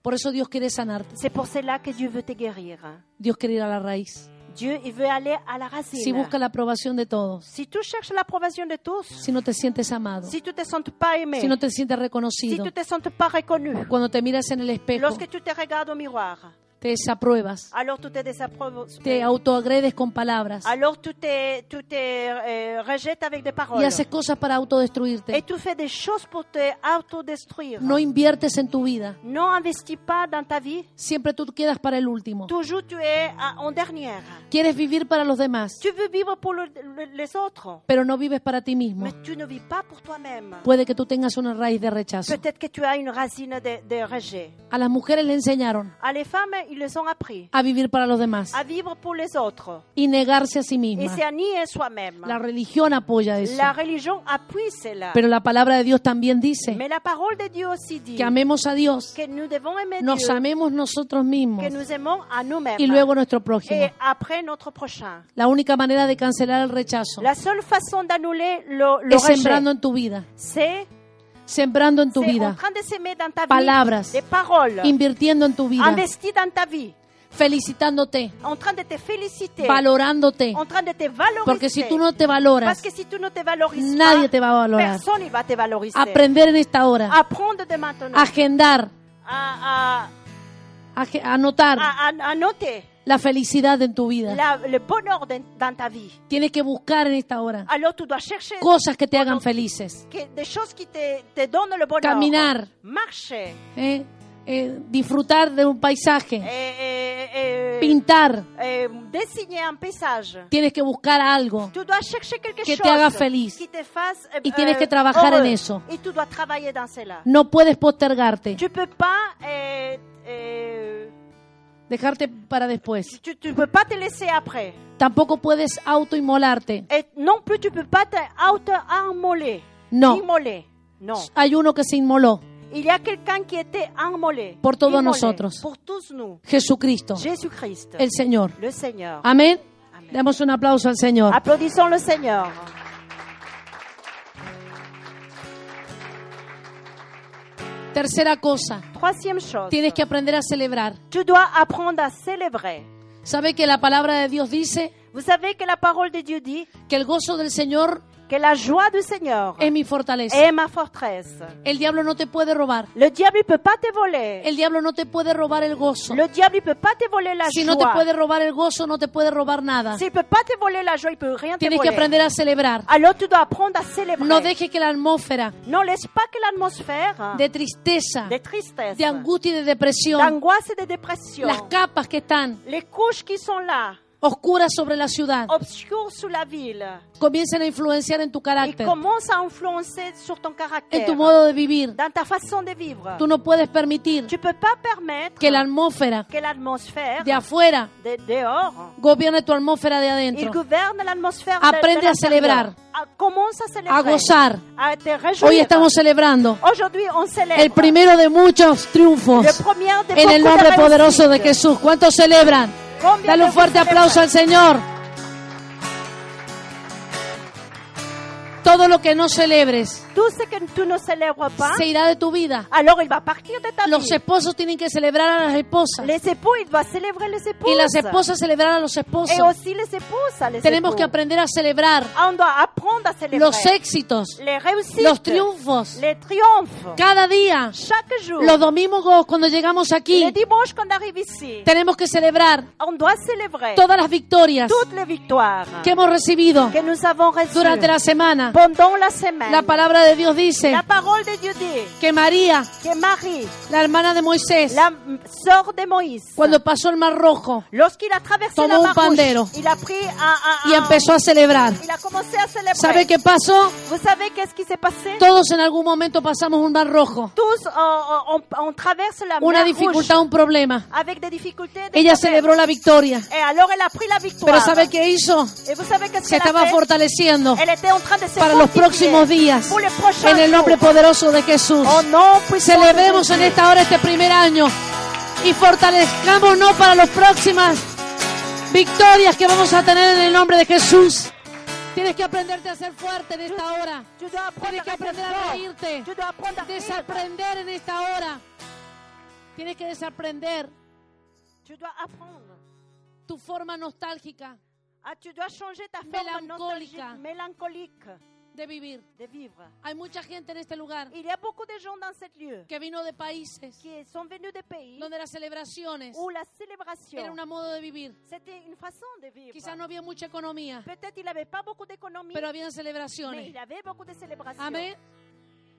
Speaker 1: Por eso Dios quiere sanarte.
Speaker 2: C'est pour cela que Dieu veut te guérir. hein.
Speaker 1: Dios quiere ir a la raíz.
Speaker 2: Dieu, il veut aller à la racine.
Speaker 1: Si buscas la aprobación de todos,
Speaker 2: Si tu cherches l'approbation de tous,
Speaker 1: si no te sientes amado,
Speaker 2: si tu te sens pas aimé,
Speaker 1: si no te sientes
Speaker 2: si
Speaker 1: reconocido,
Speaker 2: tu te sens pas reconnu,
Speaker 1: cuando te miras en el espejo,
Speaker 2: lorsque tu te regardes au miroir,
Speaker 1: te desapruebas,
Speaker 2: alors tu te désapprouves,
Speaker 1: te autoagredes con palabras
Speaker 2: alors tu te, tu te euh, rejettes avec des paroles.
Speaker 1: y haces cosas para
Speaker 2: Et
Speaker 1: autodestruirte.
Speaker 2: tu fais des choses pour te autodestruire.
Speaker 1: No inviertes en tu vida.
Speaker 2: Non investis pas dans ta vie.
Speaker 1: Siempre tú quedas para el último.
Speaker 2: Toujours tu es à- en dernière.
Speaker 1: Quieres vivir para los demás,
Speaker 2: Tu veux vivre pour le- le- les autres,
Speaker 1: pero no vives para ti mismo.
Speaker 2: mais tu ne vis pas pour toi-même.
Speaker 1: Puede que tú tengas una raíz de rechazo.
Speaker 2: Peut-être que tu as une racine de, de rejet.
Speaker 1: A las mujeres le enseñaron
Speaker 2: À Ah, les femmes, ils les ont appris
Speaker 1: a vivir para los demás
Speaker 2: à vivre pour les autres.
Speaker 1: y negarse a sí
Speaker 2: Et
Speaker 1: mismas.
Speaker 2: c'est à nier soi-même.
Speaker 1: La religión apoya eso.
Speaker 2: La religion appuie cela.
Speaker 1: Pero la palabra de Dios también dice
Speaker 2: Mais la parole de Dieu aussi dit
Speaker 1: que amemos a Dios,
Speaker 2: que nous devons aimer
Speaker 1: nos
Speaker 2: Dieu,
Speaker 1: amemos nosotros mismos
Speaker 2: que nous aimons à nous-mêmes
Speaker 1: y luego nuestro
Speaker 2: et
Speaker 1: prójimo.
Speaker 2: après notre prochain.
Speaker 1: La única manera de cancelar el rechazo
Speaker 2: La seule façon d'annuler le, le
Speaker 1: es
Speaker 2: rejet,
Speaker 1: sembrando en tu vida,
Speaker 2: c'est
Speaker 1: sembrando en tu
Speaker 2: c'est en
Speaker 1: vida,
Speaker 2: train de semer dans ta vie
Speaker 1: Palabras.
Speaker 2: des paroles,
Speaker 1: invirtiendo en tu vida,
Speaker 2: investir dans ta vie,
Speaker 1: felicitándote,
Speaker 2: en train de te féliciter,
Speaker 1: valorándote.
Speaker 2: en train de te valoriser.
Speaker 1: Porque si tú no te
Speaker 2: Parce
Speaker 1: valoras,
Speaker 2: que si tu ne te valorises
Speaker 1: nadie
Speaker 2: pas,
Speaker 1: te va a valorar.
Speaker 2: personne ne va te valoriser.
Speaker 1: aprender en esta
Speaker 2: Ah,
Speaker 1: hora,
Speaker 2: Apprendre de maintenant
Speaker 1: agendar, Ah.
Speaker 2: à, à-
Speaker 1: aje- anotar
Speaker 2: à- à- à noter
Speaker 1: la felicidad en tu vida.
Speaker 2: Ah. la- le bonheur de- dans ta vie.
Speaker 1: Tienes que buscar en esta hora
Speaker 2: Alors tu dois chercher
Speaker 1: cosas que te hagan felices.
Speaker 2: que- des choses qui te, te donnent le bonheur.
Speaker 1: Caminar.
Speaker 2: Marcher. Eh,
Speaker 1: ¿eh? Eh, disfrutar de un
Speaker 2: Et-
Speaker 1: paisaje,
Speaker 2: et- et-
Speaker 1: pintar.
Speaker 2: et eh, dessiner un paysage.
Speaker 1: Tienes que buscar algo.
Speaker 2: Tu dois chercher quelque
Speaker 1: Que te
Speaker 2: chose
Speaker 1: haga feliz.
Speaker 2: qui te fasse euh,
Speaker 1: Y tienes que
Speaker 2: euh,
Speaker 1: trabajar en
Speaker 2: heureux.
Speaker 1: eso.
Speaker 2: Et tu dois travailler dans cela.
Speaker 1: No puedes postergarte,
Speaker 2: Tu peux pas euh, euh,
Speaker 1: dejarte para después.
Speaker 2: tu, tu peux pas te laisser après.
Speaker 1: Tampoco puedes autoinmolarte.
Speaker 2: Et non plus, tu peux pas te auto-immoler.
Speaker 1: No.
Speaker 2: Immoler. Non.
Speaker 1: Hay uno que se inmoló,
Speaker 2: Il y a quelqu'un qui était immolé.
Speaker 1: Por todos
Speaker 2: Immolé.
Speaker 1: nosotros.
Speaker 2: Pour tous nous.
Speaker 1: Jesucristo,
Speaker 2: Jésus-Christ.
Speaker 1: el Señor.
Speaker 2: Le Seigneur.
Speaker 1: Amén.
Speaker 2: Amén.
Speaker 1: Damos un aplauso al Señor.
Speaker 2: Applaudissons le Seigneur.
Speaker 1: Tercera cosa,
Speaker 2: Troisième chose.
Speaker 1: tienes que aprender a celebrar.
Speaker 2: Tu dois apprendre à célébrer.
Speaker 1: ¿Sabe que la palabra de Dios dice
Speaker 2: Vous savez que la parole de Dieu dit
Speaker 1: que el gozo del Señor
Speaker 2: que la joie du Seigneur
Speaker 1: es mi fortaleza?
Speaker 2: est ma forteresse.
Speaker 1: El diablo no te puede robar.
Speaker 2: Le diable ne peut pas te voler.
Speaker 1: El diablo no te puede robar el gozo.
Speaker 2: Le diable ne peut pas te voler la
Speaker 1: Si no te
Speaker 2: joie.
Speaker 1: puede robar el gozo, no Ah, te puede robar nada.
Speaker 2: S'il ne peut pas te voler la joie, il ne peut rien te
Speaker 1: Tienes que
Speaker 2: voler.
Speaker 1: aprender a celebrar.
Speaker 2: Alors tu dois apprendre à célébrer.
Speaker 1: No dejes que la atmósfera
Speaker 2: Non, laisse pas que l'atmosphère hein,
Speaker 1: de tristeza,
Speaker 2: de tristesse,
Speaker 1: Ah. de angustia y de depresión,
Speaker 2: d'angoisse et de dépression,
Speaker 1: las capas que están
Speaker 2: les couches qui sont là,
Speaker 1: oscuras sobre la ciudad,
Speaker 2: obscures sous la ville,
Speaker 1: comiencen a influenciar en tu
Speaker 2: ils
Speaker 1: carácter,
Speaker 2: commencent à influencer sur ton
Speaker 1: en
Speaker 2: caractère,
Speaker 1: tu modo de vivir.
Speaker 2: dans ta façon de vivre.
Speaker 1: Tú no puedes permitir
Speaker 2: Tu ne peux pas permettre
Speaker 1: que la atmósfera
Speaker 2: que l'atmosphère
Speaker 1: de afuera
Speaker 2: de dehors.
Speaker 1: gobierne tu atmósfera de
Speaker 2: Il
Speaker 1: adentro.
Speaker 2: gouverne l'atmosphère. de-
Speaker 1: Aprende
Speaker 2: de
Speaker 1: a
Speaker 2: l'intérieur.
Speaker 1: celebrar.
Speaker 2: A- Commence à célébrer.
Speaker 1: A gozar.
Speaker 2: A te réjouir.
Speaker 1: Hoy estamos celebrando
Speaker 2: Aujourd'hui, on célèbre.
Speaker 1: el primero de muchos triunfos
Speaker 2: Le premier de
Speaker 1: en el
Speaker 2: beaucoup
Speaker 1: nombre
Speaker 2: de
Speaker 1: poderoso de
Speaker 2: réussites.
Speaker 1: Jesús. ¿Cuántos celebran?
Speaker 2: Combien
Speaker 1: Dale
Speaker 2: de
Speaker 1: un fuerte
Speaker 2: vous
Speaker 1: aplauso al
Speaker 2: célébrez?
Speaker 1: Señor. Todo lo que no celebres
Speaker 2: Tout ce que tu ne célèbres pas,
Speaker 1: se irá de tu vida.
Speaker 2: alors il va partir de ta
Speaker 1: Los
Speaker 2: vie.
Speaker 1: esposos tienen que celebrar a las esposas
Speaker 2: Les époux, il va célébrer les époux.
Speaker 1: y las esposas celebrar a los
Speaker 2: Et
Speaker 1: esposos.
Speaker 2: aussi les épouses. Les
Speaker 1: Tenemos
Speaker 2: époux.
Speaker 1: que aprender a celebrar
Speaker 2: On doit apprendre à célébrer.
Speaker 1: los éxitos,
Speaker 2: les réussites.
Speaker 1: los triunfos,
Speaker 2: Les triomphs.
Speaker 1: cada día.
Speaker 2: Chaque jour.
Speaker 1: Los domingos cuando llegamos aquí
Speaker 2: Les dimanches qu'on arrive ici.
Speaker 1: tenemos que celebrar
Speaker 2: On doit célébrer
Speaker 1: todas las victorias
Speaker 2: toutes les victoires
Speaker 1: que hemos recibido
Speaker 2: que nous avons reçues.
Speaker 1: durante la semana.
Speaker 2: Pendant la semaine,
Speaker 1: La palabra de Dios dice
Speaker 2: la parole de Dieu dit
Speaker 1: que María,
Speaker 2: que Marie,
Speaker 1: la hermana de Moisés,
Speaker 2: la m- sœur de Moïse,
Speaker 1: cuando pasó el Mar Rojo
Speaker 2: lorsqu'il a traversé
Speaker 1: Tomó
Speaker 2: la
Speaker 1: un
Speaker 2: Mar Rouge,
Speaker 1: pandero.
Speaker 2: il a pris un, un-
Speaker 1: y
Speaker 2: un-
Speaker 1: empezó a celebrar.
Speaker 2: il a commencé à célébrer.
Speaker 1: ¿Sabe qué pasó?
Speaker 2: Vous savez qu'est-ce qui s'est passé
Speaker 1: Todos en algún momento pasamos un Mar Rojo,
Speaker 2: Tous, euh, on, on- on traverse la
Speaker 1: una
Speaker 2: mer
Speaker 1: dificultad,
Speaker 2: Rouge
Speaker 1: un problema.
Speaker 2: avec des difficultés. des
Speaker 1: Ella
Speaker 2: traverses.
Speaker 1: celebró la victoria,
Speaker 2: Et alors elle a pris la victoire.
Speaker 1: pero ¿sabe qué hizo?
Speaker 2: Et vous savez qu'est-ce
Speaker 1: Se
Speaker 2: qu'elle a
Speaker 1: estaba
Speaker 2: fait
Speaker 1: fortaleciendo
Speaker 2: Elle était en train de se
Speaker 1: para los
Speaker 2: fortifier
Speaker 1: próximos días
Speaker 2: pour les prochains
Speaker 1: en el nombre
Speaker 2: jours.
Speaker 1: poderoso de Jesús.
Speaker 2: Oh non, puissant de
Speaker 1: Celebremos
Speaker 2: Dieu.
Speaker 1: en esta hora este primer año y fortalezcámonos para los próximos victorias que vamos a tener en el nombre de Jesús. Tienes que aprenderte a ser fuerte en esta hora.
Speaker 2: Tu dois apprendre
Speaker 1: Tienes que
Speaker 2: à
Speaker 1: aprender
Speaker 2: être
Speaker 1: a
Speaker 2: fort.
Speaker 1: reírte.
Speaker 2: Tu dois apprendre à rire.
Speaker 1: Desaprender en esta hora. Tienes que desaprender
Speaker 2: Tu dois apprendre.
Speaker 1: tu forma nostálgica
Speaker 2: Ah, tu dois changer ta forme
Speaker 1: Mélancolique.
Speaker 2: nostalgique, mélancolique
Speaker 1: de vivir.
Speaker 2: de vivre.
Speaker 1: Hay mucha gente en este lugar
Speaker 2: Il y a beaucoup de gens dans ce lieu
Speaker 1: que vino de países
Speaker 2: qui sont venus des pays
Speaker 1: donde las celebraciones
Speaker 2: où la
Speaker 1: era
Speaker 2: célébration,
Speaker 1: un modo de vivir.
Speaker 2: c'était une façon de vivre.
Speaker 1: Quizás no había mucha economía,
Speaker 2: Peut-être il n'avait pas beaucoup d'économie,
Speaker 1: pero habían
Speaker 2: mais
Speaker 1: celebraciones.
Speaker 2: il avait beaucoup de célébrations.
Speaker 1: Amén.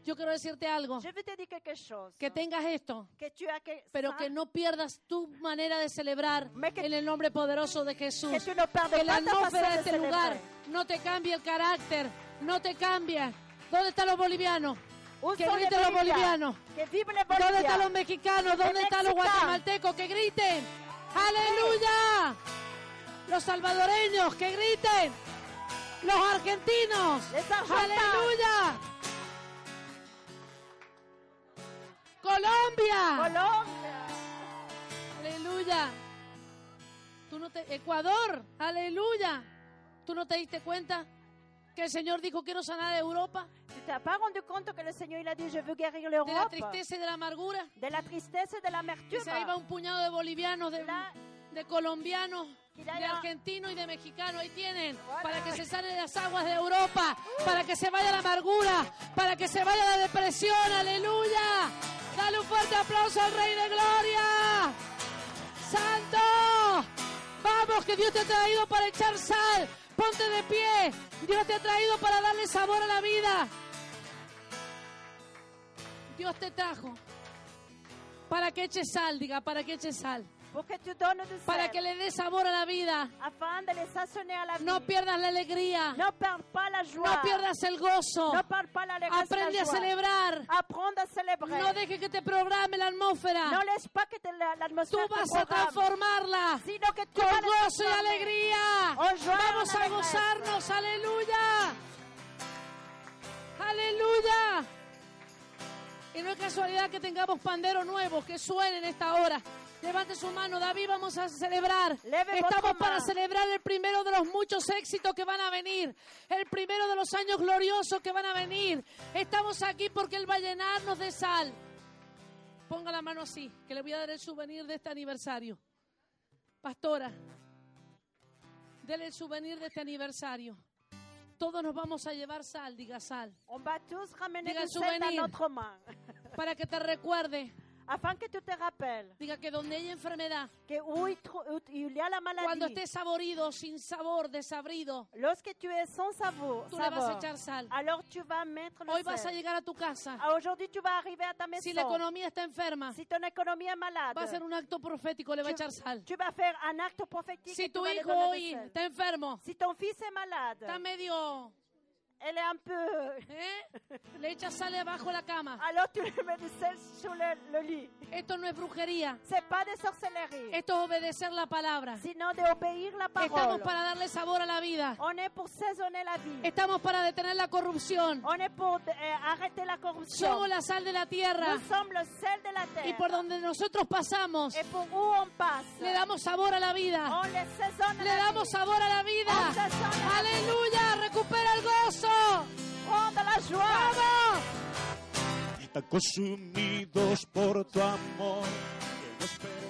Speaker 1: Yo quiero decirte algo.
Speaker 2: Je veux te dire quelque chose.
Speaker 1: Que tengas esto,
Speaker 2: que tu as que,
Speaker 1: pero
Speaker 2: ça,
Speaker 1: que no pierdas tu manera de celebrar
Speaker 2: Me que-
Speaker 1: en el nombre poderoso de Jesús.
Speaker 2: que tú no pierdas
Speaker 1: Que la
Speaker 2: tanta
Speaker 1: atmósfera de
Speaker 2: pasión de
Speaker 1: este lugar
Speaker 2: celebrar.
Speaker 1: no te cambie el carácter, no te cambia. ¿Dónde están los bolivianos?
Speaker 2: Où
Speaker 1: que
Speaker 2: sont les
Speaker 1: griten los
Speaker 2: Boliviens?
Speaker 1: bolivianos.
Speaker 2: Que vivent les
Speaker 1: ¿Dónde
Speaker 2: Boliviens?
Speaker 1: están los mexicanos? ¿Dónde
Speaker 2: El
Speaker 1: están los
Speaker 2: mexicano.
Speaker 1: guatemaltecos? Que griten. Aleluya. Los salvadoreños, que griten. Los argentinos.
Speaker 2: Les argentinos.
Speaker 1: Aleluya. Colombia.
Speaker 2: Colombia.
Speaker 1: Aleluya. Tú no te- Ecuador. Aleluya. ¿Tú no te diste cuenta que el Señor dijo quiero sanar a Europa
Speaker 2: Tu t'as pas rendu compte que le Seigneur il a dit je veux guérir
Speaker 1: de la
Speaker 2: l'Europe
Speaker 1: tristeza y de la amargura?
Speaker 2: de la tristesse et de
Speaker 1: Que
Speaker 2: l'amertume.
Speaker 1: se ahí va un puñado de bolivianos, de,
Speaker 2: La-
Speaker 1: de colombianos, de
Speaker 2: Que la- la-
Speaker 1: argentinos y de mexicanos. Ahí tienen,
Speaker 2: Voilà.
Speaker 1: para que se salen las aguas de Europa, para que se vaya la amargura, para que se vaya la depresión. Aleluya. Dale un fuerte aplauso al Rey de Gloria. Santo. Vamos, que Dios te ha traído para echar sal. Ponte de pie. Dios te ha traído para darle sabor a la vida. Dios te trajo para que eches sal, diga, para que eches sal.
Speaker 2: Pour que tu donnes du
Speaker 1: Para
Speaker 2: sel,
Speaker 1: que le dé sabor a la vida.
Speaker 2: afin de les façonner à la vie.
Speaker 1: No pierdas la alegría.
Speaker 2: Ne perds pas la joie.
Speaker 1: No pierdas el gozo.
Speaker 2: Ne perds pas l'allégresse et la
Speaker 1: Aprende a
Speaker 2: joie.
Speaker 1: celebrar.
Speaker 2: Apprendre à célébrer.
Speaker 1: No dejes que te programe la atmósfera.
Speaker 2: Ne laisse pas que te- la-
Speaker 1: Tú
Speaker 2: l'atmosphère
Speaker 1: vas
Speaker 2: te
Speaker 1: a
Speaker 2: programme,
Speaker 1: transformarla
Speaker 2: sino que tu
Speaker 1: con
Speaker 2: vas la
Speaker 1: gozo y
Speaker 2: transformer.
Speaker 1: alegría.
Speaker 2: Oh, joie,
Speaker 1: Vamos a
Speaker 2: alegría.
Speaker 1: gozarnos. Aleluya. Aleluya. Y no es casualidad que tengamos panderos nuevos que suenen esta hora. Levante su mano, David, vamos a celebrar.
Speaker 2: Leve
Speaker 1: Estamos
Speaker 2: vuestra
Speaker 1: para
Speaker 2: mano.
Speaker 1: celebrar el primero de los muchos éxitos que van a venir, el primero de los años gloriosos que van a venir. Estamos aquí porque Él va a llenarnos de sal. Ponga la mano así, que le voy a dar el souvenir de este aniversario. Pastora, dele el souvenir de este aniversario. Todos nos vamos a llevar sal, diga sal,
Speaker 2: On va tous ramener
Speaker 1: Diga
Speaker 2: du sel dans
Speaker 1: souvenir.
Speaker 2: notre main.
Speaker 1: para que te recuerde,
Speaker 2: Afin que tu te rappelles
Speaker 1: diga que donde hay enfermedad,
Speaker 2: que où il, trou- où il y a la
Speaker 1: cuando
Speaker 2: maladie,
Speaker 1: estés saborido, sin sabor, desabrido,
Speaker 2: lorsque tu es sans savour,
Speaker 1: tú le vas a
Speaker 2: saveur,
Speaker 1: echar sal.
Speaker 2: alors tu vas mettre
Speaker 1: Hoy
Speaker 2: le
Speaker 1: vas a
Speaker 2: sel.
Speaker 1: llegar a tu casa.
Speaker 2: Ah, Aujourd'hui, tu vas arriver à ta maison.
Speaker 1: Si la economía está enferma,
Speaker 2: Si ton économie est malade,
Speaker 1: va a ser un acto profético, le va a echar sal.
Speaker 2: tu, tu vas faire un acte prophétique. et
Speaker 1: Si
Speaker 2: tu
Speaker 1: tu
Speaker 2: vas lui
Speaker 1: hijo
Speaker 2: donner
Speaker 1: hoy
Speaker 2: du sel.
Speaker 1: está enfermo,
Speaker 2: Si ton fils est malade,
Speaker 1: está medio,
Speaker 2: elle est un peu...
Speaker 1: ¿eh? le echas sal debajo de la cama.
Speaker 2: Alors tu lui mets du sel sur le, le lit.
Speaker 1: Esto no es brujería,
Speaker 2: C'est pas de sorcellerie,
Speaker 1: esto es obedecer la palabra.
Speaker 2: sinon d'obéir la
Speaker 1: Estamos
Speaker 2: parole.
Speaker 1: para darle sabor a la vida.
Speaker 2: On est pour saisonner la vie.
Speaker 1: Estamos para detener la corrupción.
Speaker 2: On est pour euh, arrêter la corruption.
Speaker 1: Somos la sal de la tierra
Speaker 2: Nous sommes le sel de la terre.
Speaker 1: y por donde nosotros pasamos
Speaker 2: Et pour où on passe,
Speaker 1: le damos sabor a la vida.
Speaker 2: on les saisonne.
Speaker 1: Le
Speaker 2: la
Speaker 1: damos
Speaker 2: vie.
Speaker 1: sabor a la
Speaker 2: On
Speaker 1: vida.
Speaker 2: saisonne la vie.
Speaker 1: Aleluya, recupera el gozo.
Speaker 2: On de la joie.
Speaker 1: ¡Vamos!
Speaker 3: Están consumidos por tu amor. que no esperan